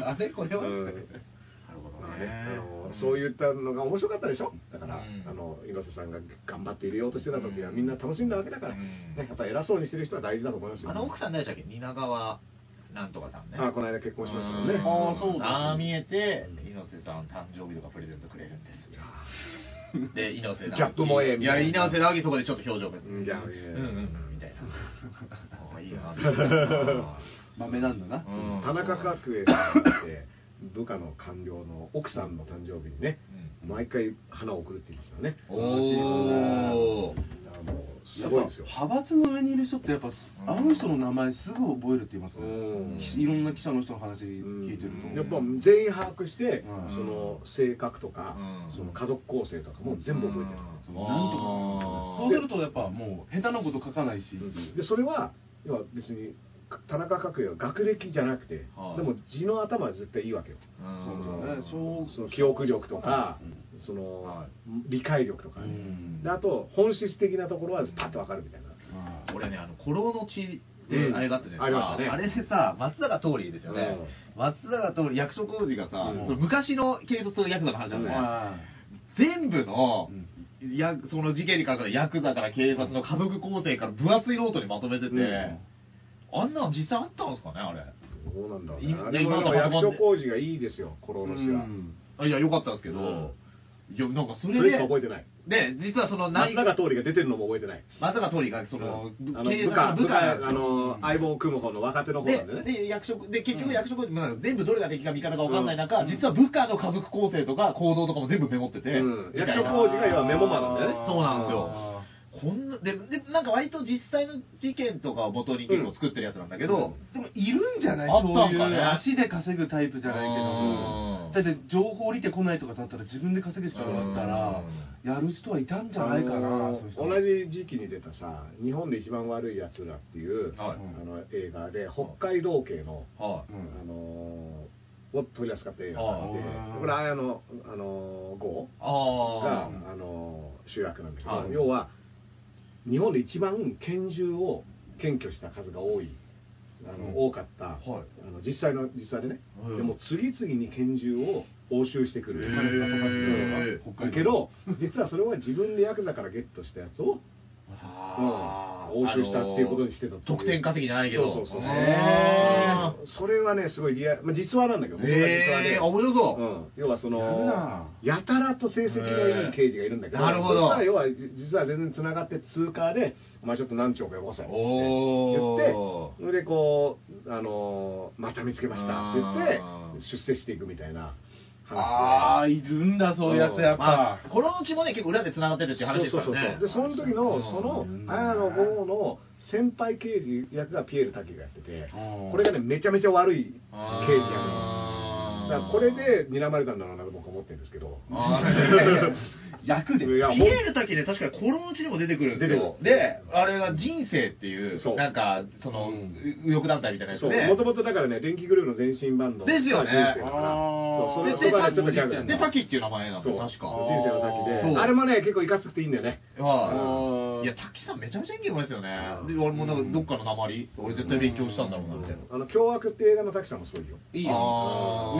[SPEAKER 5] あれこれは、
[SPEAKER 3] うん
[SPEAKER 4] なるほ
[SPEAKER 3] まあねあのそういったのが面白かったでしょだから、
[SPEAKER 4] うん
[SPEAKER 3] あの猪瀬さんが頑張って入れようとしてた時は
[SPEAKER 4] うん
[SPEAKER 3] みんな楽しんだわけだから、
[SPEAKER 4] うん
[SPEAKER 3] ね、やっぱ偉そうにしてる人は大事だと思いますよ
[SPEAKER 4] あの奥さん誰でしたっけ蜷川なんとかさんね
[SPEAKER 3] あこの間結婚しましたもんね
[SPEAKER 4] う
[SPEAKER 5] あーそうだ
[SPEAKER 4] ああ見えて
[SPEAKER 3] うん
[SPEAKER 4] 猪瀬さん誕生日とかプレゼントくれるんですで猪瀬直樹
[SPEAKER 3] ギャップ萌え
[SPEAKER 4] い
[SPEAKER 3] みた
[SPEAKER 4] や
[SPEAKER 3] いな
[SPEAKER 4] 猪瀬直樹そこでちょっと表情が
[SPEAKER 3] うんギャップ
[SPEAKER 4] うんうんうんみたい なああいいなと思って
[SPEAKER 5] 豆なんだな。
[SPEAKER 4] うん
[SPEAKER 3] 田中角栄さんって部下の官僚の奥さんの誕生日にね毎回花を贈るって言いますからね
[SPEAKER 4] おー
[SPEAKER 3] だからもうす
[SPEAKER 5] やっぱ
[SPEAKER 3] ごいですよ
[SPEAKER 5] 派閥の上にいる人ってやっぱあの人の名前すぐ覚えるって言いますね
[SPEAKER 3] うん
[SPEAKER 5] いろんな記者の人の話聞いてる
[SPEAKER 3] うん
[SPEAKER 5] と
[SPEAKER 3] やっぱ全員把握して、
[SPEAKER 5] うん
[SPEAKER 3] その性格とか、
[SPEAKER 4] うん
[SPEAKER 3] その家族構成とかも全部覚えてる、
[SPEAKER 5] そう
[SPEAKER 4] あー
[SPEAKER 5] なんとかそうするとやっぱもう下手なこと書かないし
[SPEAKER 3] でそれは要は別に田中角栄は学歴じゃなくて、
[SPEAKER 4] はい
[SPEAKER 3] でも字の頭は絶対いいわけよ
[SPEAKER 4] うん
[SPEAKER 5] そうそうねそう
[SPEAKER 3] その記憶力とか、
[SPEAKER 5] うん
[SPEAKER 3] その、
[SPEAKER 4] はい
[SPEAKER 3] 理解力とかね、
[SPEAKER 5] うん
[SPEAKER 3] であと本質的なところはパッとわかるみたいな、
[SPEAKER 5] まあ
[SPEAKER 4] 俺ね、あの、古老の血って、あれがあったじゃない
[SPEAKER 3] うんあり
[SPEAKER 4] ですか。あれ
[SPEAKER 3] ましたね
[SPEAKER 4] でさ、松坂桃李ですよね。松坂桃李、役所広司がさ、
[SPEAKER 3] うん
[SPEAKER 4] その昔の警察とヤクザの話なんだよね。
[SPEAKER 5] まあ
[SPEAKER 4] 全部の
[SPEAKER 5] う、ん
[SPEAKER 4] やその事件に関するヤクザから警察の家族構成から分厚いノートにまとめてて、
[SPEAKER 3] うん
[SPEAKER 4] あんなの実際あったんですかね、あれ。
[SPEAKER 3] どうなんだろう
[SPEAKER 4] い
[SPEAKER 3] ねあれも
[SPEAKER 4] 今の
[SPEAKER 3] 役所工事がいいですよコロの氏は、
[SPEAKER 4] あいや、よかったですけど、
[SPEAKER 3] うん
[SPEAKER 4] いや、なんかそ
[SPEAKER 3] そ
[SPEAKER 4] れ
[SPEAKER 3] れし
[SPEAKER 4] で
[SPEAKER 3] か、覚えてない
[SPEAKER 4] で、実はその
[SPEAKER 3] 松
[SPEAKER 4] 内、
[SPEAKER 3] 坂桃李が出てるのも覚えてない
[SPEAKER 4] 松坂桃李が、その、
[SPEAKER 3] うんあの
[SPEAKER 4] 警
[SPEAKER 3] 部
[SPEAKER 4] 察
[SPEAKER 3] 下
[SPEAKER 4] の
[SPEAKER 3] 部
[SPEAKER 4] 部下
[SPEAKER 3] 下
[SPEAKER 4] なんですよ
[SPEAKER 3] あの相棒を組む方の若手の方なんでね
[SPEAKER 4] でで役職で結局役職も全部どれが敵か味方か分かんない中、実は部下の家族構成とか行動とかも全部メモってて、
[SPEAKER 3] うん
[SPEAKER 4] みたいな
[SPEAKER 3] 役所広司が今メモマンなんだよね
[SPEAKER 4] そうなんですよ
[SPEAKER 5] あ
[SPEAKER 4] こんなででなんか割と実際の事件とかを元に結構作ってるやつなんだけど、
[SPEAKER 5] ーでもいるんじゃない
[SPEAKER 4] あったん
[SPEAKER 5] そう
[SPEAKER 4] かね
[SPEAKER 5] いう足で稼ぐタイプじゃないけ
[SPEAKER 4] うん
[SPEAKER 5] どだって情報降りてこないとかだったら自分で稼ぐしかなかったらやる人はいたんじゃないか
[SPEAKER 3] あ
[SPEAKER 5] な
[SPEAKER 3] の
[SPEAKER 5] そういう人
[SPEAKER 3] 同じ時期に出たさ「日本で一番悪いやつら」っていう、
[SPEAKER 4] はい
[SPEAKER 3] あの映画で北海道系の、
[SPEAKER 4] は
[SPEAKER 5] う
[SPEAKER 4] い
[SPEAKER 5] ん
[SPEAKER 3] あのーを取り扱った映画があって
[SPEAKER 5] あー
[SPEAKER 3] これ綾野あの剛が
[SPEAKER 4] あ
[SPEAKER 3] あのー主役なんだけど、
[SPEAKER 4] はい
[SPEAKER 3] 要は日本で一番拳銃を検挙した数が多いあの、
[SPEAKER 5] うん
[SPEAKER 3] 多かった、
[SPEAKER 4] はい
[SPEAKER 3] あの実際の実際でね、
[SPEAKER 4] うん
[SPEAKER 3] でも次々に拳銃を押収してくる、
[SPEAKER 4] へー
[SPEAKER 3] うんだけど実はそれは自分でヤクザからゲットしたやつを
[SPEAKER 4] あ、
[SPEAKER 3] うん押収したっていうことにしてたっていう
[SPEAKER 4] 得点稼ぎじゃないけど
[SPEAKER 3] そうそうそう
[SPEAKER 4] へー
[SPEAKER 3] それはねすごいリアル、まあ、実話なんだけど僕は実話で、
[SPEAKER 4] へー面白そう、
[SPEAKER 3] うん、要はそ
[SPEAKER 5] やる
[SPEAKER 3] の
[SPEAKER 5] な
[SPEAKER 3] やたらと成績がいい刑事がいるんだけ
[SPEAKER 4] へ
[SPEAKER 3] ど、
[SPEAKER 4] ーなるほど
[SPEAKER 3] そいつは要は実は全然つながって通貨で「お前ちょっと何兆かよこせ」って言
[SPEAKER 4] お
[SPEAKER 3] って
[SPEAKER 4] ー
[SPEAKER 3] それでこう、あのーまた見つけました」って言って
[SPEAKER 4] あー
[SPEAKER 3] 出世していくみたいな
[SPEAKER 5] あ
[SPEAKER 3] 話
[SPEAKER 5] あいるんだそういうやつやっ
[SPEAKER 4] ま
[SPEAKER 5] ぱ
[SPEAKER 4] あ、このうちもね、結構裏で繋がってるっていう話
[SPEAKER 3] で
[SPEAKER 4] です
[SPEAKER 3] そう
[SPEAKER 4] か
[SPEAKER 3] そうそう
[SPEAKER 4] らね。
[SPEAKER 3] でその時
[SPEAKER 4] う
[SPEAKER 3] の
[SPEAKER 4] ん
[SPEAKER 3] その
[SPEAKER 5] うん
[SPEAKER 3] 綾野剛の先輩刑事役がピエール瀧がやってて
[SPEAKER 5] うん
[SPEAKER 3] これがねめちゃめちゃ悪い刑事役
[SPEAKER 4] あー
[SPEAKER 3] なのだからこれで睨まれたんだろうなと僕は思ってるんですけど
[SPEAKER 4] あー
[SPEAKER 5] 役で
[SPEAKER 3] いや
[SPEAKER 4] ピエール滝ね、確かにこのうちにも出てくるんですよ。
[SPEAKER 3] 出てくる
[SPEAKER 4] で、あれが人生っていう、
[SPEAKER 3] そう
[SPEAKER 4] なんか、その、
[SPEAKER 5] うん
[SPEAKER 4] 右翼団体みたいなやつ
[SPEAKER 3] そう、
[SPEAKER 4] で。
[SPEAKER 3] もともとだからね、電気グループの前身バンド。
[SPEAKER 4] ですよね
[SPEAKER 3] 人生だから
[SPEAKER 5] あー
[SPEAKER 3] そう、そ
[SPEAKER 4] で、
[SPEAKER 3] れそれがね、ちょっとギャグ
[SPEAKER 4] で、で滝っていう名前なんです
[SPEAKER 3] そう、
[SPEAKER 4] よ、
[SPEAKER 3] 確
[SPEAKER 4] 確
[SPEAKER 3] か。
[SPEAKER 4] か。
[SPEAKER 3] 人生の
[SPEAKER 4] そ
[SPEAKER 3] 滝
[SPEAKER 4] う
[SPEAKER 3] で。あれもね、結構いかつくていいんだよね。
[SPEAKER 4] はい。いや、滝さんめちゃめちゃ演技うまいですよね。で、俺もなんかどっかの鉛、俺絶対勉強したんだろうな、みたいな。
[SPEAKER 3] あの、凶悪って映画の滝さんもすごいよ。
[SPEAKER 5] いい
[SPEAKER 4] あ
[SPEAKER 5] よ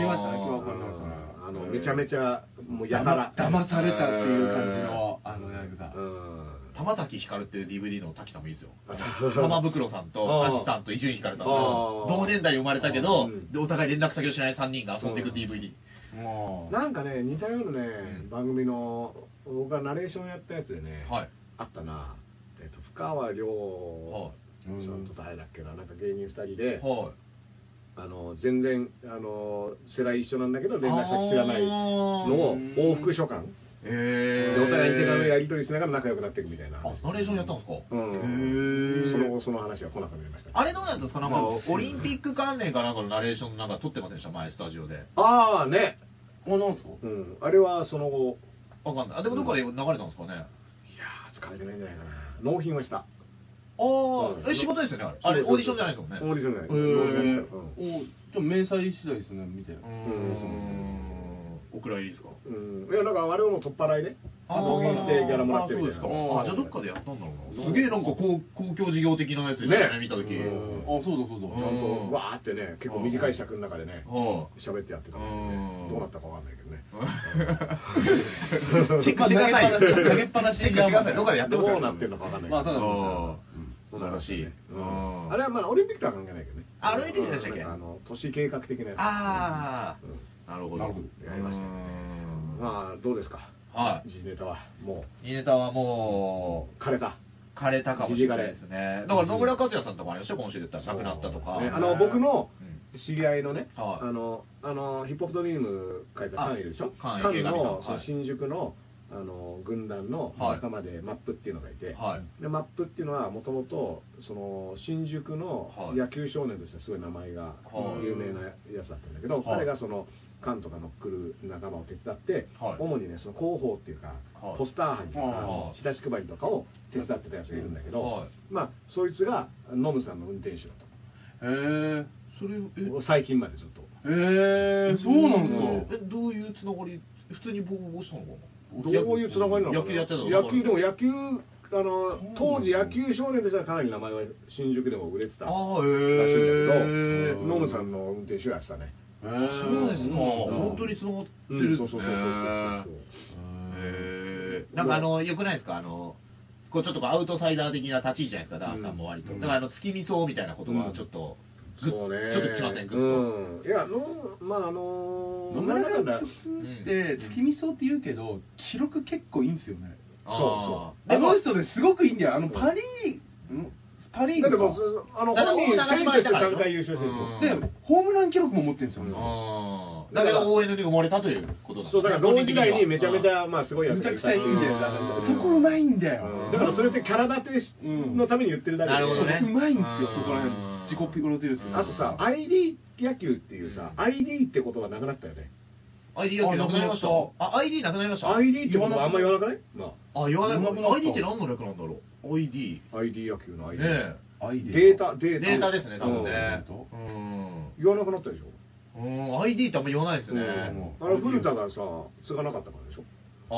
[SPEAKER 4] ー
[SPEAKER 5] 見ましたね今日は
[SPEAKER 3] あ
[SPEAKER 5] これ見ましたね
[SPEAKER 3] のあの、めちゃめちゃ、もうやたら
[SPEAKER 5] 騙。騙されたっていう感じのあのヤクザ
[SPEAKER 3] うん。
[SPEAKER 4] 玉崎ひかるっていう DVD の滝さんもいいですよ。
[SPEAKER 3] あ
[SPEAKER 4] 玉袋さんと、
[SPEAKER 3] あー
[SPEAKER 4] あちさんと伊集院光さん
[SPEAKER 3] あ
[SPEAKER 4] と
[SPEAKER 3] ー、
[SPEAKER 4] 同年代に生まれたけど、
[SPEAKER 3] うん
[SPEAKER 4] でお互い連絡先を知らない3人が遊んでいく DVD。
[SPEAKER 5] もう
[SPEAKER 3] なんかね、似たような
[SPEAKER 4] う
[SPEAKER 3] ね、
[SPEAKER 4] ん
[SPEAKER 3] 番組の、僕がナレーションやったやつでね、
[SPEAKER 4] はい。
[SPEAKER 3] あったな。えっと、深川亮
[SPEAKER 4] は
[SPEAKER 5] うん
[SPEAKER 3] さんと誰だっけな、なんか芸人二人で、
[SPEAKER 4] はい。
[SPEAKER 3] あの全然あの世代一緒なんだけど連絡先知らないのを往復書簡
[SPEAKER 4] え
[SPEAKER 3] お互いに手紙をやり取りしながら仲良くなっていくみたいな
[SPEAKER 4] あ、ナレーションやったんですか
[SPEAKER 3] うん
[SPEAKER 4] へえ
[SPEAKER 3] その後その話は来なくなりました
[SPEAKER 4] あれどうなんですかなんか、オリンピック関連かなんかのナレーションなんか撮ってませんでした前、スタジオで。
[SPEAKER 3] ああね
[SPEAKER 5] あ、なんですか
[SPEAKER 3] うんあれはその後
[SPEAKER 4] わかんない。あ、でもどっかで流れたんですかね。
[SPEAKER 3] いやー使われてないんじゃないかな納品はした
[SPEAKER 4] ああ、
[SPEAKER 3] うん
[SPEAKER 4] え、仕事ですよね、あれ。あれ、オーディションじゃないですもんね。
[SPEAKER 3] オーディションじゃない
[SPEAKER 4] へー
[SPEAKER 3] 納品はしたうん
[SPEAKER 5] おじゃあ明細次第ですね、みたいな。
[SPEAKER 4] うー
[SPEAKER 3] そうです
[SPEAKER 4] ん。お蔵入りですか
[SPEAKER 3] うんいやなんかあれはもう取っ払いね
[SPEAKER 4] あ
[SPEAKER 3] 納品してギャラもらってるみたい
[SPEAKER 4] あ
[SPEAKER 3] な
[SPEAKER 4] そうですか。あ、じゃあどっかでやったんだろうな。
[SPEAKER 3] う
[SPEAKER 4] す
[SPEAKER 3] ん
[SPEAKER 4] げえなんか公公共事業的なやつでしたよね、
[SPEAKER 3] ね
[SPEAKER 4] 見たとき。
[SPEAKER 3] うん
[SPEAKER 5] あ、そうだそうだ。
[SPEAKER 3] ちゃん
[SPEAKER 4] うん
[SPEAKER 3] とわーってね結構短い尺の中でね
[SPEAKER 4] は
[SPEAKER 3] 喋ってやってたん
[SPEAKER 4] うん
[SPEAKER 3] でどうなったかわかんないけどね
[SPEAKER 4] い。チェックしてください。
[SPEAKER 5] 投げっぱなし
[SPEAKER 4] チェックしてください。どっかでやってますか
[SPEAKER 3] ど
[SPEAKER 4] ら
[SPEAKER 3] うなってるのかわかんない
[SPEAKER 5] まあそうだ
[SPEAKER 4] あ
[SPEAKER 3] う
[SPEAKER 4] ー
[SPEAKER 3] ん
[SPEAKER 4] 素晴らしい。
[SPEAKER 3] うんあれはまあオリンピックとは関係ないけどね
[SPEAKER 4] あオリンピックでしたっけ
[SPEAKER 3] うんあの都市計画的なやつ
[SPEAKER 4] あ
[SPEAKER 3] うん
[SPEAKER 4] あ、なるほど。
[SPEAKER 5] なるほ
[SPEAKER 3] どやりましたね
[SPEAKER 4] うん
[SPEAKER 3] まあどうですか
[SPEAKER 4] は
[SPEAKER 3] 時事ネタはも
[SPEAKER 4] い。ニネタはも
[SPEAKER 3] う枯れた
[SPEAKER 4] う、枯れたかもしれないですね。だから野村克也さんとかもありましたよ、今週で言ったら。亡くなったとか。
[SPEAKER 3] ねあの僕の
[SPEAKER 4] うん
[SPEAKER 3] 知り合いのね、
[SPEAKER 4] はい
[SPEAKER 3] あのあのヒップホップドリーム書いたカンいるでしょ
[SPEAKER 4] あ
[SPEAKER 3] カ
[SPEAKER 4] 菅井映
[SPEAKER 3] ン
[SPEAKER 4] 画見たは
[SPEAKER 3] の
[SPEAKER 4] い
[SPEAKER 3] その新宿のあの軍団の
[SPEAKER 4] はい
[SPEAKER 3] 仲間でマップっていうのがいて、
[SPEAKER 4] はい。
[SPEAKER 3] でマップっていうのはもともとその新宿の
[SPEAKER 4] はい
[SPEAKER 3] 野球少年としてすごい名前が
[SPEAKER 4] はい
[SPEAKER 3] 有名なやつだったんだけど、
[SPEAKER 4] はい
[SPEAKER 3] 彼がそのカンとかの来る仲間を手伝って、
[SPEAKER 4] はい
[SPEAKER 3] 主にねその広報っていうか、
[SPEAKER 4] はい
[SPEAKER 3] ポスター貼りとか、
[SPEAKER 4] はい
[SPEAKER 3] チラシ配りとかを手伝ってたやつがいるんだけど、
[SPEAKER 4] はい
[SPEAKER 3] まあそいつがノムさんの運転手だと。
[SPEAKER 5] へえ。それ、え、
[SPEAKER 3] 最近までずっと
[SPEAKER 5] へえ、そうなんです
[SPEAKER 3] う
[SPEAKER 5] か
[SPEAKER 3] ん。
[SPEAKER 4] え、どういうつながり、普通に僕応募したのかな
[SPEAKER 3] どういうつながりなの
[SPEAKER 4] 野球やってたの
[SPEAKER 3] 野球でも野球あの当時
[SPEAKER 5] そうなんだ
[SPEAKER 3] 野球少年としてはかなり名前は新宿でも売れてたらしいんだ
[SPEAKER 4] ああ、へ
[SPEAKER 3] け
[SPEAKER 4] え。
[SPEAKER 3] どノムさんの運転手やってた
[SPEAKER 5] へ
[SPEAKER 3] ね
[SPEAKER 5] え
[SPEAKER 4] そうですか。本当につながってるんです
[SPEAKER 3] そうそ
[SPEAKER 4] ね
[SPEAKER 3] うそうそうそう
[SPEAKER 4] へーなんかあの、よくないですかあの、こうちょっとこうアウトサイダー的な立ち位置じゃないですか、ダースさんも割と。
[SPEAKER 3] うん
[SPEAKER 4] だからあの、月見草みたいなことはちょっと、
[SPEAKER 3] そうそうね
[SPEAKER 4] ちょっと来ません、ぐっと。
[SPEAKER 3] うんいやのまああの
[SPEAKER 5] 野村監督
[SPEAKER 4] ん
[SPEAKER 5] って月見草って言うけど記録結構いいんですよね
[SPEAKER 4] あーで
[SPEAKER 5] あの
[SPEAKER 4] も
[SPEAKER 5] 人ねすごくいいんだよあの
[SPEAKER 3] うん
[SPEAKER 5] パリーんパリー
[SPEAKER 3] だけ
[SPEAKER 5] グ
[SPEAKER 3] ど
[SPEAKER 5] か
[SPEAKER 3] そうあの
[SPEAKER 4] だから
[SPEAKER 3] 本人選手として3回優勝してる
[SPEAKER 4] うん
[SPEAKER 5] でホームラン記録も持ってるんですよ
[SPEAKER 3] うん
[SPEAKER 5] ね
[SPEAKER 4] あーだけど、応援のに埋もれたということなんですね
[SPEAKER 3] そうだから同時代にめちゃめち
[SPEAKER 4] うん
[SPEAKER 3] ゃまあすごいやつ
[SPEAKER 5] めち
[SPEAKER 3] が
[SPEAKER 5] ゃ
[SPEAKER 3] い
[SPEAKER 5] く
[SPEAKER 3] た
[SPEAKER 5] ちゃいいんだよ
[SPEAKER 4] うん
[SPEAKER 5] そこうまいんだよ
[SPEAKER 3] うんだからそれってキャラ立てし
[SPEAKER 5] うん
[SPEAKER 3] のために言ってるだけで
[SPEAKER 4] なるほどね
[SPEAKER 5] うまいんですよ
[SPEAKER 4] うん
[SPEAKER 5] そこら辺自己プロデュース
[SPEAKER 4] うん
[SPEAKER 3] あとさ、ID 野球っていうさ、ID って言葉なくなったよね。
[SPEAKER 4] ID 野球なくなりました。あ、ID なくなりました。
[SPEAKER 3] ID って言葉あんま言わなくないま
[SPEAKER 4] あ、言わない
[SPEAKER 5] 言わなくなった
[SPEAKER 4] ID って何の略なんだろう ?ID。
[SPEAKER 3] あ、ID 野球の
[SPEAKER 4] ね
[SPEAKER 3] ID。
[SPEAKER 4] え。
[SPEAKER 5] アイ
[SPEAKER 3] データ、
[SPEAKER 4] デ
[SPEAKER 3] データ。
[SPEAKER 4] ータですね、多分ね
[SPEAKER 5] うん。
[SPEAKER 4] うん
[SPEAKER 3] 言わなくなったでしょ。
[SPEAKER 4] うん。ID ってあんま言わないですね。
[SPEAKER 3] あれ、古田がさ、継がなかったからでしょ。
[SPEAKER 4] あ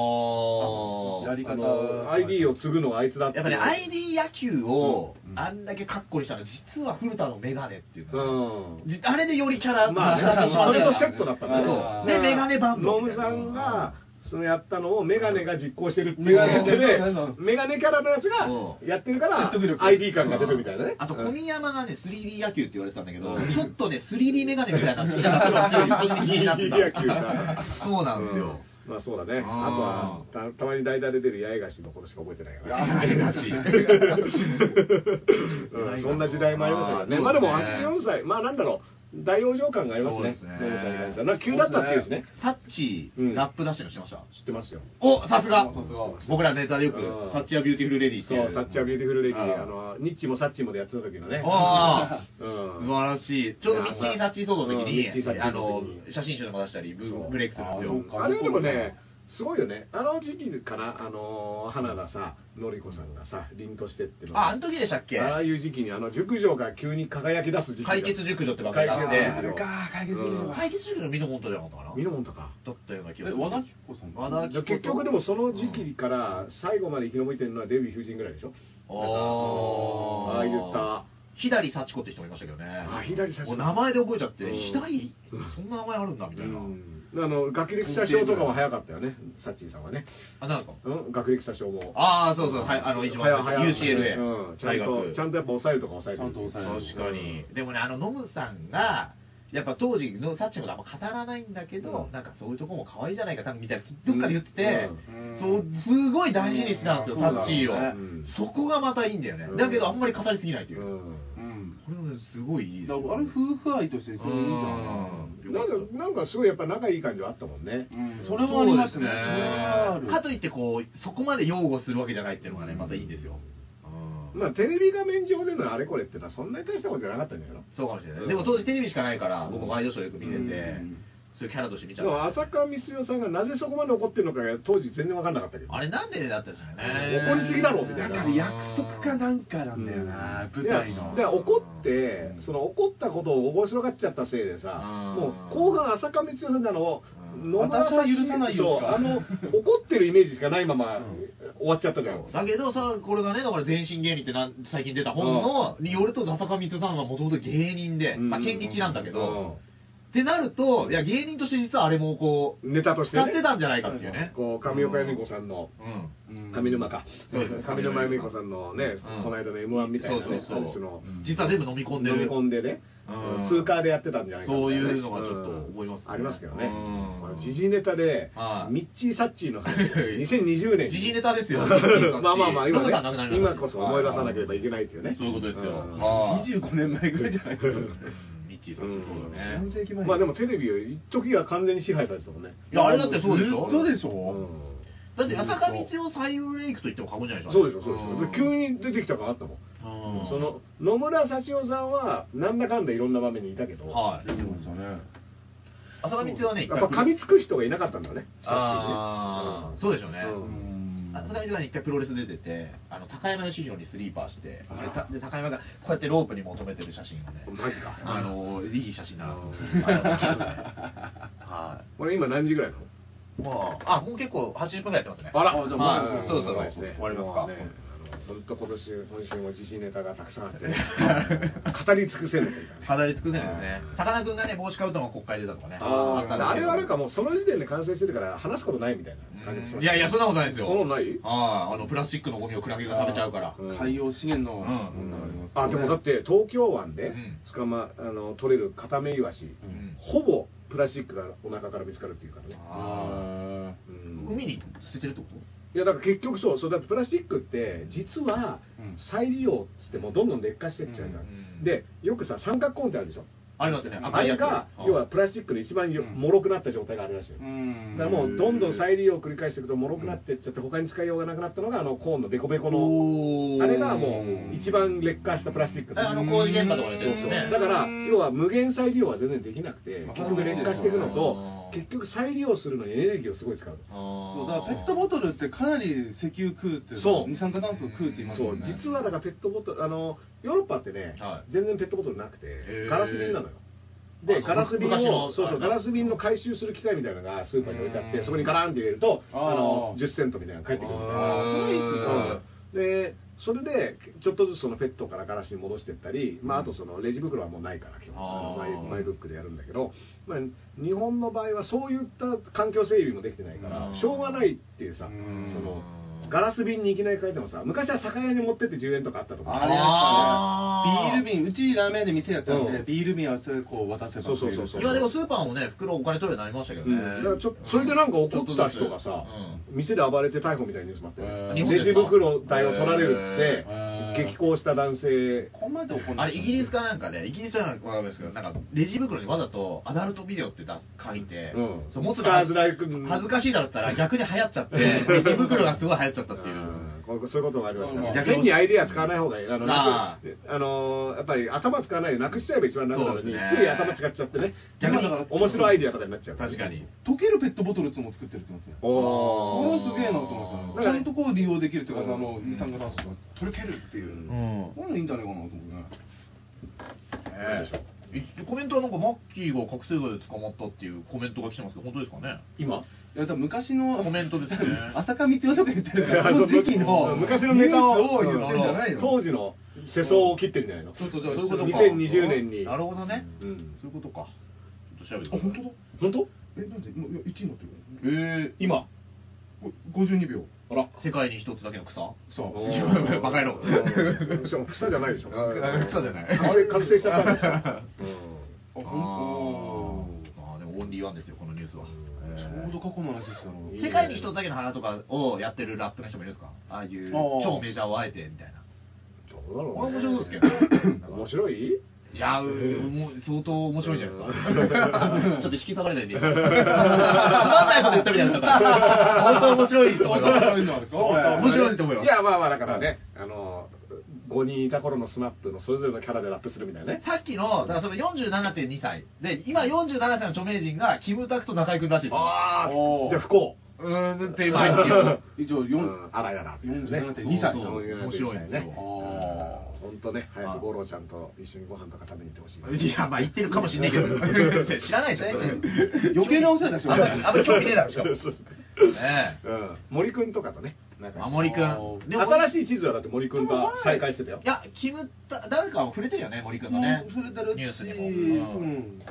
[SPEAKER 4] あ。
[SPEAKER 5] やり
[SPEAKER 3] あ
[SPEAKER 5] 方
[SPEAKER 3] の、ID を継ぐのはあいつだって
[SPEAKER 4] や
[SPEAKER 3] い
[SPEAKER 4] っ
[SPEAKER 3] う。
[SPEAKER 4] ぱね、ID 野球を
[SPEAKER 5] うん
[SPEAKER 4] あんだけカッコにしたの、実は古田のメガネっていう
[SPEAKER 3] う
[SPEAKER 4] のが
[SPEAKER 3] ん。
[SPEAKER 4] じあれでよりキャラ
[SPEAKER 3] まあね、
[SPEAKER 4] が立ちま
[SPEAKER 3] そ
[SPEAKER 4] った
[SPEAKER 3] れ
[SPEAKER 4] よ
[SPEAKER 3] と
[SPEAKER 4] ね
[SPEAKER 3] セットだったんだよ
[SPEAKER 4] そう。
[SPEAKER 3] だ
[SPEAKER 4] で、
[SPEAKER 3] から
[SPEAKER 4] メガネバンド
[SPEAKER 3] ノ
[SPEAKER 4] みた
[SPEAKER 3] ム
[SPEAKER 4] いな。
[SPEAKER 3] さんが、そのやったのをメガネが実行してるっていう設定で
[SPEAKER 5] うんうん、
[SPEAKER 3] メガネキャラのやつが
[SPEAKER 4] うん
[SPEAKER 3] やってるか
[SPEAKER 5] 説
[SPEAKER 3] ら
[SPEAKER 5] 得力、
[SPEAKER 3] ID 感が出るみたいなね。
[SPEAKER 4] あと、小宮山がね、3D 野球って言われてたんだけど、
[SPEAKER 3] うん
[SPEAKER 4] ちょっとね、3D メガネみたいなのしたら、ちょっと個人的に気になって
[SPEAKER 3] 3D 野球か
[SPEAKER 4] た。そうなんですよ。
[SPEAKER 3] うんまあそうだね。
[SPEAKER 4] あ
[SPEAKER 3] あとはた、たまに代打で出る八重樫のことしか覚えてないか
[SPEAKER 4] あ
[SPEAKER 3] らね。
[SPEAKER 4] れらし い。
[SPEAKER 3] うんそんな時代もありましたからね。
[SPEAKER 4] あー
[SPEAKER 3] まあでも
[SPEAKER 4] そうです
[SPEAKER 3] 84歳、まあなんだろう、大往生感がありますね。
[SPEAKER 4] そうですね
[SPEAKER 3] ノムさんに関してはなんか急だったっていうしね。
[SPEAKER 4] サッチ
[SPEAKER 3] うん、
[SPEAKER 4] ラップ出してるの知ってました
[SPEAKER 3] 知ってますよ。
[SPEAKER 4] お、さすが
[SPEAKER 5] さすが
[SPEAKER 4] 僕らネタでよく
[SPEAKER 3] うん、
[SPEAKER 4] サッチアビューティフルレディーって
[SPEAKER 3] そ
[SPEAKER 4] いう
[SPEAKER 3] う、サッチャービューティフルレディ
[SPEAKER 4] うん
[SPEAKER 3] ー、あの、ニッチもサッチもでやってた時のね。
[SPEAKER 4] あ
[SPEAKER 3] う
[SPEAKER 4] あ、
[SPEAKER 3] ん
[SPEAKER 4] 素晴らしい。ちょうどミッチー・サッチー騒動の時
[SPEAKER 3] うんミッチーサッ
[SPEAKER 4] に、
[SPEAKER 3] チ
[SPEAKER 4] あ
[SPEAKER 3] ーの
[SPEAKER 4] の
[SPEAKER 3] 時に、
[SPEAKER 4] 写真集とか出したり、ブ
[SPEAKER 3] そう
[SPEAKER 4] ブレイクするんです
[SPEAKER 5] あ
[SPEAKER 4] よ
[SPEAKER 5] そう。か
[SPEAKER 3] あれでもね、すごいよね。あの時期かな、あの、花田さ、のりこさんがさ、凛としてっての
[SPEAKER 4] あ、あの時でしたっけ
[SPEAKER 3] ああいう時期に、あの、熟女が急に輝き出す時期が。
[SPEAKER 4] 解決熟女って番組があっ
[SPEAKER 3] 解
[SPEAKER 5] あ
[SPEAKER 3] 決
[SPEAKER 4] て、
[SPEAKER 5] れか解決する
[SPEAKER 3] うん
[SPEAKER 5] のか
[SPEAKER 4] 解決熟女ミノモントじゃなかったか
[SPEAKER 3] ミ
[SPEAKER 4] な
[SPEAKER 3] ノモンとか。
[SPEAKER 4] だったような気
[SPEAKER 5] え
[SPEAKER 4] がする。
[SPEAKER 5] 和田貴子さん
[SPEAKER 4] 和田貴子と
[SPEAKER 3] 結局でもその時期から最後まで生き延びてるのはデヴィ夫人ぐらいでしょ
[SPEAKER 4] ああ。
[SPEAKER 3] ああ言った。
[SPEAKER 4] 左幸子って人もいましたけどね。
[SPEAKER 3] あ左幸子
[SPEAKER 4] もう名前で覚えちゃって、
[SPEAKER 3] うん
[SPEAKER 4] 左、そんな名前あるんだみたいな。
[SPEAKER 3] あの学歴詐称とかは早かったよねサッチーさんはね、
[SPEAKER 4] あ、なんか。
[SPEAKER 3] うん、学歴詐称も
[SPEAKER 4] ああ、そうそう、はい、あの、一番
[SPEAKER 3] 早早
[SPEAKER 4] 最初 UCLA、
[SPEAKER 3] うん、ちゃんとちゃんとやっぱ抑えるとか抑えてる
[SPEAKER 5] ちゃんと抑える
[SPEAKER 4] 確かに。でもね、あの、ノムさんが、やっぱ当時のサッチのことあんま語らないんだけど、
[SPEAKER 3] うん
[SPEAKER 4] なんかそういうとこも可愛いじゃないか、多分みたいな、どっかで言ってて、
[SPEAKER 5] うん
[SPEAKER 4] そう、すごい大事にしてたんですよ、
[SPEAKER 5] うん
[SPEAKER 4] サッチー
[SPEAKER 5] そうだ
[SPEAKER 4] を
[SPEAKER 5] ろう
[SPEAKER 3] ね。
[SPEAKER 4] そこがまたいいんだよね
[SPEAKER 3] う。ん
[SPEAKER 4] だけど、あんまり語りすぎないというう。
[SPEAKER 3] ん
[SPEAKER 5] うん
[SPEAKER 4] こ僕のすごいいいです
[SPEAKER 5] だ
[SPEAKER 4] よ
[SPEAKER 5] からあれ夫婦愛としてすごいいいじ
[SPEAKER 4] う
[SPEAKER 3] なんかなんかすごいやっぱ仲いい感じはあったもんね
[SPEAKER 5] ゃない、うん、それはあります
[SPEAKER 4] そう
[SPEAKER 5] ねそれはある
[SPEAKER 4] かといってこうそこまで擁護するわけじゃないっていうのがねまたいいんですよ、
[SPEAKER 3] まあテレビ画面上でのあれこれってのはそんなに大したことじゃなかったんじゃないの
[SPEAKER 4] そうかもしれない、
[SPEAKER 3] うん
[SPEAKER 4] でも当時テレビしかないから僕ワイドショーよく見てて、
[SPEAKER 5] うん
[SPEAKER 4] そういうキャラとして見ち
[SPEAKER 3] で
[SPEAKER 4] ゃった
[SPEAKER 3] も浅香光代さんがなぜそこまで怒ってるのかが当時全然分かんなかったけど
[SPEAKER 4] あれなんでだったんですかね
[SPEAKER 3] 怒りすぎだろみた
[SPEAKER 5] だ
[SPEAKER 3] いな
[SPEAKER 5] から約束かなんかなんだよな、
[SPEAKER 3] うん
[SPEAKER 5] 舞台の
[SPEAKER 3] いやだから怒ってその怒ったことを面白がっちゃったせいでさ
[SPEAKER 4] うん
[SPEAKER 3] もう後半浅香光代さんってあの
[SPEAKER 4] うん
[SPEAKER 3] 野村
[SPEAKER 5] 私は許さないよ
[SPEAKER 3] そうあの怒ってるイメージしかないまま終わっちゃったじゃん
[SPEAKER 4] だけどさ、これがね、だから全身芸人ってなん最近出た本の、によると、笹川光さんはもともと芸人で、
[SPEAKER 3] うん
[SPEAKER 4] まあ、権力なんだけど、ってなると、いや、芸人として実はあれもこう、
[SPEAKER 3] ネタとして
[SPEAKER 4] 使
[SPEAKER 3] ね
[SPEAKER 4] ってたんじゃないかっていうね。
[SPEAKER 3] こう上岡由美子さんの
[SPEAKER 4] うん。
[SPEAKER 5] うん
[SPEAKER 3] 上沼か
[SPEAKER 4] そうです
[SPEAKER 3] 上沼由美子さんのね
[SPEAKER 4] うん
[SPEAKER 3] この間の m 1みたいなね
[SPEAKER 4] そうそう
[SPEAKER 3] ある種
[SPEAKER 4] そう
[SPEAKER 3] の。
[SPEAKER 4] 実は全部飲み込んで
[SPEAKER 3] 飲み
[SPEAKER 4] る。
[SPEAKER 3] 込んでね、
[SPEAKER 4] うん
[SPEAKER 3] 通過でやってたんじゃないかみたいなね
[SPEAKER 4] そういうのがちょっと思いますね
[SPEAKER 3] ありますけどね
[SPEAKER 4] うん
[SPEAKER 3] この時事ネタで
[SPEAKER 4] はい
[SPEAKER 3] ミッチー・サッチー の話2020年
[SPEAKER 4] 時事ネタです よ
[SPEAKER 3] まあまあまあ今,、
[SPEAKER 4] ノブさん亡くなり
[SPEAKER 3] ね、
[SPEAKER 4] ました
[SPEAKER 3] 今こそ思い出さなければいけないっていうね
[SPEAKER 4] そういうことですよ。
[SPEAKER 3] うん
[SPEAKER 4] はい
[SPEAKER 5] 25年前ぐらいじゃないかな
[SPEAKER 4] ミッチーさんってそうだね
[SPEAKER 5] 三。世紀前
[SPEAKER 3] まあでもテレビを一時は完全に支配されてたもんね、
[SPEAKER 4] いや、あれだってそうでしょ
[SPEAKER 5] ずっとでし
[SPEAKER 3] う
[SPEAKER 5] ょ、
[SPEAKER 3] ん
[SPEAKER 4] だって、浅香光代再ブレイクと言っても過言じゃないですか。
[SPEAKER 3] そうでしょそうでしょ、で急に出てきた感あったもん、
[SPEAKER 4] うん
[SPEAKER 3] その野村幸男さんはなんだかんだいろんな場面にいたけど、
[SPEAKER 4] はい。
[SPEAKER 5] 出てましたね
[SPEAKER 4] 浅香光代はね、一
[SPEAKER 3] やっ
[SPEAKER 4] 回
[SPEAKER 3] ぱ噛みつく人がいなかったんだね
[SPEAKER 4] ああ、
[SPEAKER 3] サ
[SPEAKER 4] そ
[SPEAKER 3] ッチーね
[SPEAKER 4] うでしょうね。
[SPEAKER 3] う
[SPEAKER 5] うんん
[SPEAKER 4] 浅香光代は一回プロレス出てて、あの高山義弘にスリーパーして、で
[SPEAKER 3] あー
[SPEAKER 4] たで高山がこうやってロープに求めてる写真をね、
[SPEAKER 3] マジか
[SPEAKER 4] あのいい写真だなと思って。は
[SPEAKER 3] これ今何時ぐらいなの
[SPEAKER 4] い。もうあもう結構80分ぐらいやってますね。
[SPEAKER 3] あら
[SPEAKER 5] あじゃあ
[SPEAKER 4] はい
[SPEAKER 5] もう
[SPEAKER 4] そろそ
[SPEAKER 3] も
[SPEAKER 4] ろ
[SPEAKER 3] うですね
[SPEAKER 4] 終わりますか。
[SPEAKER 3] もうねあの本当今年今週も自信ネタがたくさんあって 語り尽くせるというかね
[SPEAKER 4] 語り尽くせないですね。さかなクンがね帽子買うとも国会出たとかね。
[SPEAKER 3] あ
[SPEAKER 4] ったんですけど
[SPEAKER 3] ーあれはなんかもうその時点で完成してるから話すことないみたいな感じがしま
[SPEAKER 4] う
[SPEAKER 3] す
[SPEAKER 4] んいやいやそんなことないですよ。
[SPEAKER 3] そんなことない
[SPEAKER 4] あああのプラスチックのゴミをクラゲが食べちゃうから。
[SPEAKER 3] うん
[SPEAKER 5] 海洋資源の
[SPEAKER 4] うん
[SPEAKER 5] 問題あります
[SPEAKER 3] あでもだって東京湾
[SPEAKER 4] う
[SPEAKER 3] で
[SPEAKER 4] ん
[SPEAKER 3] 捕まあの取れるカタメイワシ
[SPEAKER 4] うん
[SPEAKER 3] ほぼプラスチックがお腹から見つかるっていうからね
[SPEAKER 4] あー
[SPEAKER 3] うん
[SPEAKER 4] 海に捨ててるってこと？
[SPEAKER 3] いやだから結局そうそうだってプラスチックって実は
[SPEAKER 5] うん
[SPEAKER 3] 再利用っつってもうどんどん劣化してっちゃうじゃん、
[SPEAKER 4] うんうん
[SPEAKER 3] でよくさ三角コーンってあるでしょ
[SPEAKER 4] ありますね。
[SPEAKER 3] あれが要はプラスチックの一番よ
[SPEAKER 4] うん
[SPEAKER 3] 脆くなった状態があるらしいよ
[SPEAKER 5] う
[SPEAKER 3] だ
[SPEAKER 5] ん
[SPEAKER 3] からもうどんどん再利用を繰り返していくと脆くなってっちゃって他に使いようがなくなったのがあのコーンのデコベコの
[SPEAKER 4] おー
[SPEAKER 3] あれがもう一番劣化したプラスチック
[SPEAKER 4] あの
[SPEAKER 3] そう
[SPEAKER 4] 工事現場とかで
[SPEAKER 5] そう
[SPEAKER 4] です
[SPEAKER 3] そう
[SPEAKER 4] よ
[SPEAKER 3] だ
[SPEAKER 4] ね。
[SPEAKER 3] から
[SPEAKER 5] うん
[SPEAKER 3] 要は無限再利用は全然できなくて
[SPEAKER 5] まあ
[SPEAKER 3] 結局劣化していくのと
[SPEAKER 4] うん
[SPEAKER 3] 結局再利用するのにエネルギーをすごい使う
[SPEAKER 5] そうだからペットボトルってかなり石油食うっていう
[SPEAKER 3] そう
[SPEAKER 5] 二酸化炭素食うって言います
[SPEAKER 3] そ
[SPEAKER 5] も
[SPEAKER 3] うん
[SPEAKER 5] ね
[SPEAKER 3] 実はだからペットボトルあのヨーロッパってね、
[SPEAKER 4] は
[SPEAKER 3] 全然ペットボトルなくて
[SPEAKER 4] へー
[SPEAKER 3] ガラス瓶なのよ
[SPEAKER 4] あ
[SPEAKER 3] で
[SPEAKER 4] の
[SPEAKER 3] ガラス瓶
[SPEAKER 4] 昔の
[SPEAKER 3] をそう
[SPEAKER 4] あ
[SPEAKER 3] そ
[SPEAKER 4] れ
[SPEAKER 3] う
[SPEAKER 4] だ
[SPEAKER 3] ガラス瓶の回収する機械みたいなのがスーパーに置いてあっ
[SPEAKER 4] う
[SPEAKER 3] て
[SPEAKER 4] ん
[SPEAKER 3] そこにガランって入れるとあ
[SPEAKER 5] あー
[SPEAKER 3] の10セントみたいなのが返ってくるみた
[SPEAKER 5] あ
[SPEAKER 3] いな
[SPEAKER 5] ーそれいいっすね
[SPEAKER 3] うんでそれでちょっとずつそのペットからガラスに戻してったり、まあ、あとそのレジ袋はもうないから基本
[SPEAKER 4] あ
[SPEAKER 3] マ
[SPEAKER 4] ー
[SPEAKER 3] イマイブックでやるんだけど、まあ、日本の場合はそういった環境整備もできてないから
[SPEAKER 4] うん
[SPEAKER 3] しょうがないっていうさ
[SPEAKER 5] うん
[SPEAKER 3] そのガラス瓶にいきなり変えてもさ昔は酒屋に持ってって10円とかあったとか
[SPEAKER 5] あれや
[SPEAKER 4] あー
[SPEAKER 5] ったねビール瓶うちラーメン屋で店やったんで、
[SPEAKER 3] うん
[SPEAKER 5] ビール瓶はそれこう渡せば
[SPEAKER 3] そうそうそうそう
[SPEAKER 4] いやでもスーパーもね袋お金取るようになりましたけどね。
[SPEAKER 3] うんだからちょそれでなんか怒った人がさ、店で暴れて逮捕みたいにニュースもあって、
[SPEAKER 5] うん
[SPEAKER 3] レジ袋代を取られるっつ
[SPEAKER 5] へ
[SPEAKER 3] って、
[SPEAKER 5] ー
[SPEAKER 3] 激高した男性、
[SPEAKER 5] ここまで怒ん
[SPEAKER 4] うん
[SPEAKER 5] な
[SPEAKER 4] あ
[SPEAKER 5] い
[SPEAKER 4] れイギリスかなんかで、イギリスじゃないかわかんないですけど、なんかレジ袋にわざとアダルトビデオって出す書いて、
[SPEAKER 3] うん
[SPEAKER 4] そう持つの
[SPEAKER 3] 使
[SPEAKER 4] 恥
[SPEAKER 3] いづ
[SPEAKER 4] ず
[SPEAKER 3] らいうん
[SPEAKER 4] 恥ずかしいだろって言ったら逆に流行っちゃって、レジ袋がすごい流行っちゃったっていうう。
[SPEAKER 3] んこうそういうことがありますか
[SPEAKER 5] うん
[SPEAKER 3] ら、変にアイディア使わない方がいい、あのな
[SPEAKER 4] あ
[SPEAKER 3] くあのーやっぱり頭使わないでなくしちゃえば一番楽なの
[SPEAKER 4] そう
[SPEAKER 3] に、
[SPEAKER 4] ですね
[SPEAKER 3] つい頭使っちゃってね、
[SPEAKER 4] 逆
[SPEAKER 5] に
[SPEAKER 3] に面白いアイディアとかになっちゃう、
[SPEAKER 4] 確かに。
[SPEAKER 5] 溶けるペットボトルっていうのを作ってるって言うんですよこ
[SPEAKER 3] お
[SPEAKER 5] れ
[SPEAKER 3] ー
[SPEAKER 5] はすげえなと思いましたねちゃんとこう利用できるっていうかあの二酸化炭素が取り切るっていう、
[SPEAKER 3] うん
[SPEAKER 4] ん。
[SPEAKER 5] こういうのいいんじゃないかなと思うね
[SPEAKER 3] なんでしょう
[SPEAKER 4] えコメントはなんかマッキーが覚醒剤で捕まったっていうコメントが来てますけど、本当ですかね
[SPEAKER 3] 今
[SPEAKER 5] いや多分昔の
[SPEAKER 4] コメントですね
[SPEAKER 5] 浅香光代とか言ってるからその時期の
[SPEAKER 3] 昔のネタを
[SPEAKER 5] ニュースを言ってんじゃないの
[SPEAKER 3] 当時の世相を切ってんじゃないの
[SPEAKER 5] ちょっとじゃあ
[SPEAKER 4] そういうことか
[SPEAKER 3] 2020年に
[SPEAKER 4] なるほどね。
[SPEAKER 3] うん
[SPEAKER 4] そういうことか。ちょっと調べて
[SPEAKER 5] あ本当だ
[SPEAKER 3] 本当
[SPEAKER 5] えなんで今いや1位になってる
[SPEAKER 4] ええ
[SPEAKER 3] 今
[SPEAKER 5] これ52秒
[SPEAKER 3] あら
[SPEAKER 4] 世界に一つだけの草
[SPEAKER 5] さあ
[SPEAKER 4] ー バカ野郎
[SPEAKER 3] うんしかも草じゃないでしょ
[SPEAKER 4] 草じゃない
[SPEAKER 3] あれ覚醒しちゃったん でしょ
[SPEAKER 5] あ
[SPEAKER 4] あー
[SPEAKER 5] ほん
[SPEAKER 4] あーでもオンリーワンですよこのニュースは
[SPEAKER 5] とちょうど過去の話でしたの
[SPEAKER 3] いいね
[SPEAKER 4] 世界に一つだけの花とかをやってるラップの人もいるんですかああいう
[SPEAKER 5] あー
[SPEAKER 4] 超メジャーをあえてみたいな
[SPEAKER 3] うんどうだろうね
[SPEAKER 4] これ面白そうですけどね
[SPEAKER 3] 面白い
[SPEAKER 4] いやー、うもう相当面白いんじゃないですか。ちょっと引き下がれ ないんで。今つまんないこと言ったみたいになっちゃった。本当面白いと思います。
[SPEAKER 5] 面白いのはですか
[SPEAKER 4] 本当面白いと思います。
[SPEAKER 3] いや、まあまあ、だからね、あの、5人いた頃のスマップのそれぞれのキャラでラップするみたいなね。
[SPEAKER 4] さっきの、だからその47.2歳。で、今47歳の著名人が、キムタクと中居君らしいです。
[SPEAKER 3] あ
[SPEAKER 5] おー
[SPEAKER 3] じゃあ不幸。
[SPEAKER 4] うーん、っていう前に言う。
[SPEAKER 5] 以上
[SPEAKER 3] うん
[SPEAKER 5] 4、
[SPEAKER 3] あらやら。
[SPEAKER 5] 47.2歳
[SPEAKER 4] そうそう面白いんですよ。
[SPEAKER 3] 本当ね、早
[SPEAKER 4] はい
[SPEAKER 3] く五郎ちゃんと一緒にご飯とか食べに行ってほしい。
[SPEAKER 4] いや、まあ言ってるかもしんないけど、知らないでしょ。
[SPEAKER 5] 余計なお世話だし、
[SPEAKER 4] あんまり、あんまり興味ねえだろでしょ。
[SPEAKER 3] そうそう
[SPEAKER 4] ね
[SPEAKER 3] うん森くんとかとね、なん
[SPEAKER 4] え。
[SPEAKER 3] か、
[SPEAKER 4] 守君。
[SPEAKER 3] 新しい地図はだって森くんと再会してたよ
[SPEAKER 4] い。や、キムタ、誰か触れてるよね、森君のね。
[SPEAKER 5] 触れてる
[SPEAKER 4] ニュースにも。
[SPEAKER 5] う
[SPEAKER 4] うん
[SPEAKER 5] ん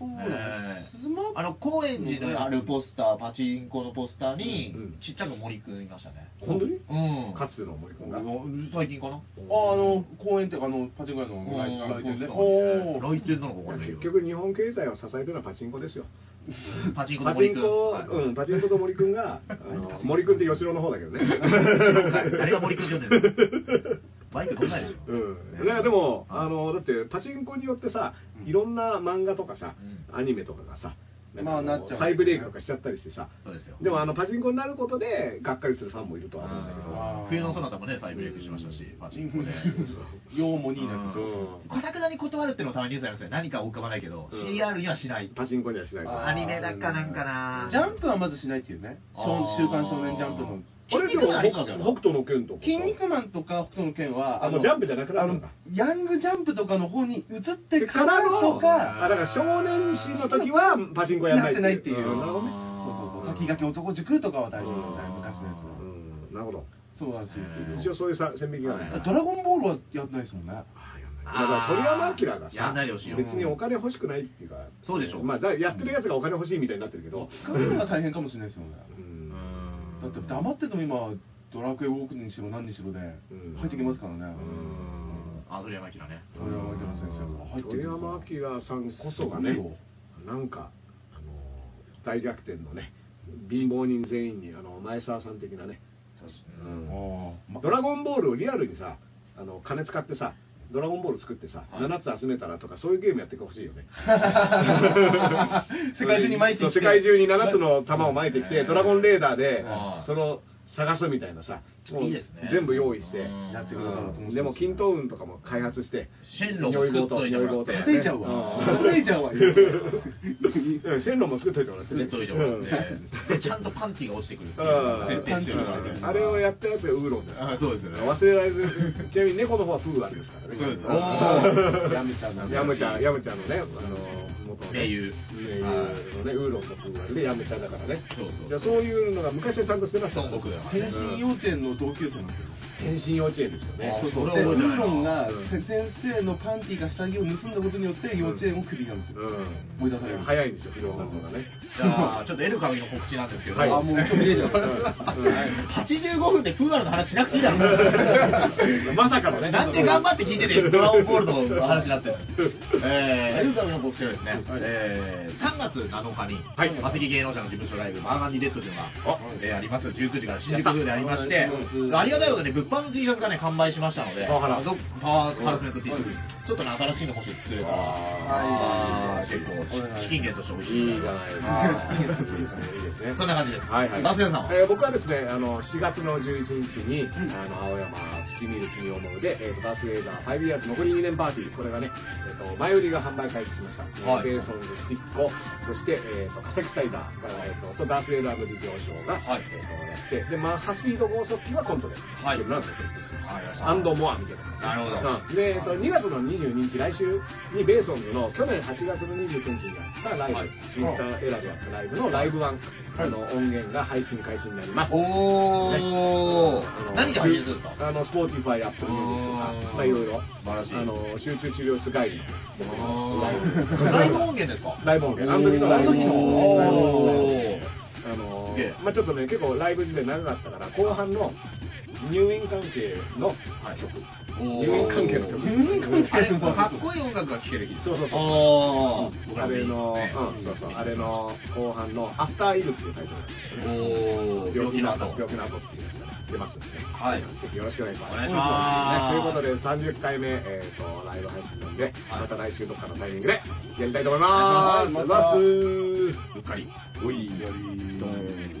[SPEAKER 5] そうなんです。スマ
[SPEAKER 4] あの高円寺のあるポスター、パチンコのポスターに
[SPEAKER 3] うん、
[SPEAKER 4] ちっちゃく森くんいましたね。
[SPEAKER 3] 本当に
[SPEAKER 4] うん。
[SPEAKER 3] かつての森くんが。
[SPEAKER 4] 最近かな
[SPEAKER 5] ああの公園っていうかあのパチンコ屋の来来店ね。おお。
[SPEAKER 4] 来店なのか、これ。
[SPEAKER 3] 結局、日本経済を支えてるのはパチンコですよ。
[SPEAKER 4] パチンコ
[SPEAKER 3] パ
[SPEAKER 4] と
[SPEAKER 3] チ
[SPEAKER 4] 森
[SPEAKER 3] ン
[SPEAKER 4] くん。
[SPEAKER 3] コ
[SPEAKER 4] は、
[SPEAKER 3] うん、パチンコと森くんが、あの森くんって吉野の方だけどね。
[SPEAKER 4] い誰が森くんじゃねえのバイク飛んないでしょ。
[SPEAKER 3] うん、ねでも、あのだってパチンコによってさいろんな漫画とかさ、アニメとかがさんか
[SPEAKER 5] まあなっちゃう
[SPEAKER 3] 再ブレイクとかしちゃったりしてさ
[SPEAKER 4] そうですよ。
[SPEAKER 3] でもあのパチンコになることでがっかりするファンもいるとは思うんだけど
[SPEAKER 5] あー
[SPEAKER 4] 冬のソナタもね、再ブレイクしましたし、パチンコで。
[SPEAKER 5] ようもにいな
[SPEAKER 4] うかたくなに断るっていうのはたまにニュースありますね。何か浮かばないけど、
[SPEAKER 3] うん
[SPEAKER 4] CR にはしない。
[SPEAKER 3] パチンコにはしない
[SPEAKER 5] あー
[SPEAKER 4] アニメだかなんかな
[SPEAKER 5] ジャンプはまずしないっていうね。
[SPEAKER 4] あー
[SPEAKER 5] 少週刊少年ジャンプの。
[SPEAKER 3] 俺で
[SPEAKER 4] 筋肉
[SPEAKER 3] も
[SPEAKER 4] マン
[SPEAKER 3] 北北斗の拳とかさ
[SPEAKER 5] 筋肉マンとか北斗の拳は
[SPEAKER 3] あもうジャンプじゃなくなったんだ
[SPEAKER 5] あのヤングジャンプとかの方に移って
[SPEAKER 3] か
[SPEAKER 5] から
[SPEAKER 3] ら
[SPEAKER 5] と
[SPEAKER 3] の
[SPEAKER 5] か
[SPEAKER 3] あだから少年誌の時はパチンコやんな
[SPEAKER 5] や
[SPEAKER 3] い
[SPEAKER 5] ってないっていう
[SPEAKER 3] うんなるほどね
[SPEAKER 5] そうそうそう先駆け男塾とかは大丈夫みたいな昔のやつは
[SPEAKER 3] うんなるほど
[SPEAKER 5] そうらしいです
[SPEAKER 3] 一
[SPEAKER 5] よ
[SPEAKER 3] 応そういうさ線引きがあるんだ
[SPEAKER 5] ドラゴンボールはやんないですもんね
[SPEAKER 3] あやんないだから鳥山明がさ
[SPEAKER 4] やんないでほしいよ
[SPEAKER 3] 別にお金欲しくないっていうか
[SPEAKER 4] そうでしょ
[SPEAKER 3] まあ、だやってるやつがお金欲しいみたいになってるけど、
[SPEAKER 5] 使うのが大変かもしれないですよね
[SPEAKER 3] うん
[SPEAKER 5] だって黙ってても今ドラクエウォークにしろ何にしろで
[SPEAKER 3] ん
[SPEAKER 5] 入ってきますからね
[SPEAKER 4] あ、鳥山明ね。
[SPEAKER 5] 鳥山明先生が入ってくる
[SPEAKER 3] 鳥山明さんこそが
[SPEAKER 5] す
[SPEAKER 3] ね
[SPEAKER 5] ごいよ
[SPEAKER 3] なんかあの大逆転のね貧乏人全員にあの前澤さん的なね、うん
[SPEAKER 5] あー
[SPEAKER 3] ドラゴンボールをリアルにさあの金使ってさドラゴンボール作ってさ、7つ集めたらとかそういうゲームやってほしいよ ね
[SPEAKER 5] 世界中に巻いてきて
[SPEAKER 3] 世界中に7つの玉を巻いてきて、ドラゴンレーダーで
[SPEAKER 4] はい
[SPEAKER 3] その探すみたいなさもう
[SPEAKER 4] いいですね
[SPEAKER 3] 全部用意し
[SPEAKER 4] う
[SPEAKER 3] て
[SPEAKER 4] ん
[SPEAKER 5] やってくれたらと思うんですよ
[SPEAKER 3] でも均等運とかも開発して
[SPEAKER 4] 線路も作っといてもらって
[SPEAKER 5] 稼いちゃうわ稼いちゃうわ
[SPEAKER 3] うん線路も作っといてもらって
[SPEAKER 4] 作
[SPEAKER 3] ね
[SPEAKER 4] っといてもらって、でちゃんとパンティが落ちてくるって
[SPEAKER 3] う
[SPEAKER 4] いうん設定してるから
[SPEAKER 3] うんあれをやったやつがウーロンです
[SPEAKER 4] あそうですよね
[SPEAKER 3] 忘れられずちなみに猫の方はプーアルですからね
[SPEAKER 4] そうです
[SPEAKER 5] おーヤムちゃんなんで
[SPEAKER 3] ヤムちゃんヤムちゃんのねあの元のね
[SPEAKER 4] 名優
[SPEAKER 3] 名優のねウーロンとプーアルでヤムちゃんだからね
[SPEAKER 4] そうそう
[SPEAKER 3] じゃあそういうのが昔はちゃんとしてました
[SPEAKER 4] 孫悟空だから
[SPEAKER 5] 天津幼稚園の同級生なんですよ
[SPEAKER 3] 天津幼稚園ですよね
[SPEAKER 5] そうそう
[SPEAKER 4] そ
[SPEAKER 5] で
[SPEAKER 4] れ
[SPEAKER 5] ウ
[SPEAKER 4] 覚えてないな
[SPEAKER 5] ーロンがせ先生のパンティーが下着を盗んだことによって幼稚園をクビなんですよ、
[SPEAKER 3] うん
[SPEAKER 5] 思い出される
[SPEAKER 3] 早いんですよ、ヒロさん がね。
[SPEAKER 4] じゃあ、ちょっと L カビの告知なんですけど、
[SPEAKER 3] はい
[SPEAKER 5] あもう今日見れちゃう
[SPEAKER 4] 85分でプーアルの話しなくていいだろ。
[SPEAKER 3] まさかのね
[SPEAKER 4] なんで頑張って聞いてて、ドラゴンボールの話になって る。えー、エルザムの告知はですね、えー、3月7日に、
[SPEAKER 3] はい
[SPEAKER 4] マセキ芸能者の事務所ライブ、マーガンディデッドというのが
[SPEAKER 3] あ、
[SPEAKER 4] えーあります。19時から新宿風でありまして、
[SPEAKER 5] やった
[SPEAKER 4] ありがたいことに物販の T シャツがね、完売しましたので、
[SPEAKER 3] パワハラ
[SPEAKER 4] どパワハラスメント T シャツ、ちょっとね、新しいのもし作れたら、あ
[SPEAKER 5] あー
[SPEAKER 4] ー結構、資金源として美味しい
[SPEAKER 3] いいじゃないですか。
[SPEAKER 5] いいです
[SPEAKER 3] ですね
[SPEAKER 4] そんな感じです。
[SPEAKER 3] はいはい。
[SPEAKER 4] 松也さんは
[SPEAKER 3] えー僕はですね、あの、4月の11日に、あの、青山月見る金曜ので、えーと、ダースレーザー5イヤーズ残り2年パーティー、これがね、えーと、前売りが販売開始しました。
[SPEAKER 4] はい
[SPEAKER 3] ベーソンズスティッコ、そして、えーと、化石サイダーが、えーと、とダースレーザーの事情賞が、
[SPEAKER 4] はい
[SPEAKER 3] えーと、やって、で、まあ、ハスピード剛速機はコントで、
[SPEAKER 4] はい
[SPEAKER 3] なんか決定しま
[SPEAKER 4] はい
[SPEAKER 3] した。アンドモアみたいな。
[SPEAKER 4] なるほど
[SPEAKER 3] うんで、えっと、2月の22日、来週にベーソンズの去年8月の29日にやったライブ、
[SPEAKER 4] はい
[SPEAKER 3] ツイッターエラーでやったライブのライブ版、あの音源が配信開始になります。
[SPEAKER 4] おー、
[SPEAKER 3] あの
[SPEAKER 4] 何で配信するんですか
[SPEAKER 3] あの、スポーティファイ、アップルミュージックと
[SPEAKER 4] あ
[SPEAKER 3] か
[SPEAKER 4] ー、
[SPEAKER 3] まあ、いろい
[SPEAKER 4] 素
[SPEAKER 3] ろ。
[SPEAKER 4] 晴らしい
[SPEAKER 3] あの、集中治療室帰りに僕のライブ。
[SPEAKER 4] ライブ音源ですか
[SPEAKER 3] ライブ音源。あの時のライブ音
[SPEAKER 4] お
[SPEAKER 3] 源。ライブ音源
[SPEAKER 4] ー
[SPEAKER 3] あの
[SPEAKER 4] すげえ
[SPEAKER 3] まあ、ちょっとね、結構ライブ時代長かったから、後半の入院関係の曲、
[SPEAKER 4] おー
[SPEAKER 3] 入院関係の曲、
[SPEAKER 5] 入院関係
[SPEAKER 4] あれ、かっこいい音楽が聴ける日
[SPEAKER 3] そうそうそう
[SPEAKER 4] おー、
[SPEAKER 3] あれの、
[SPEAKER 4] ね
[SPEAKER 3] うん、そうそう、あれの後半の、アフターイルっていうタイトルなんですけどね
[SPEAKER 4] おー、
[SPEAKER 3] 病気の後、
[SPEAKER 4] 病気
[SPEAKER 3] 病気
[SPEAKER 4] の
[SPEAKER 3] の後っていうやつがね出ますんでね。
[SPEAKER 4] はい
[SPEAKER 3] ぜひよろしくお願いします。
[SPEAKER 4] お願いします
[SPEAKER 3] ねということで、30回目、えっ、と、ライブ配信なんで、また来週どっかのタイミングでやりたいと思いま
[SPEAKER 1] お
[SPEAKER 3] す。
[SPEAKER 1] 願いします
[SPEAKER 3] うっかり。おい、
[SPEAKER 1] より
[SPEAKER 3] どん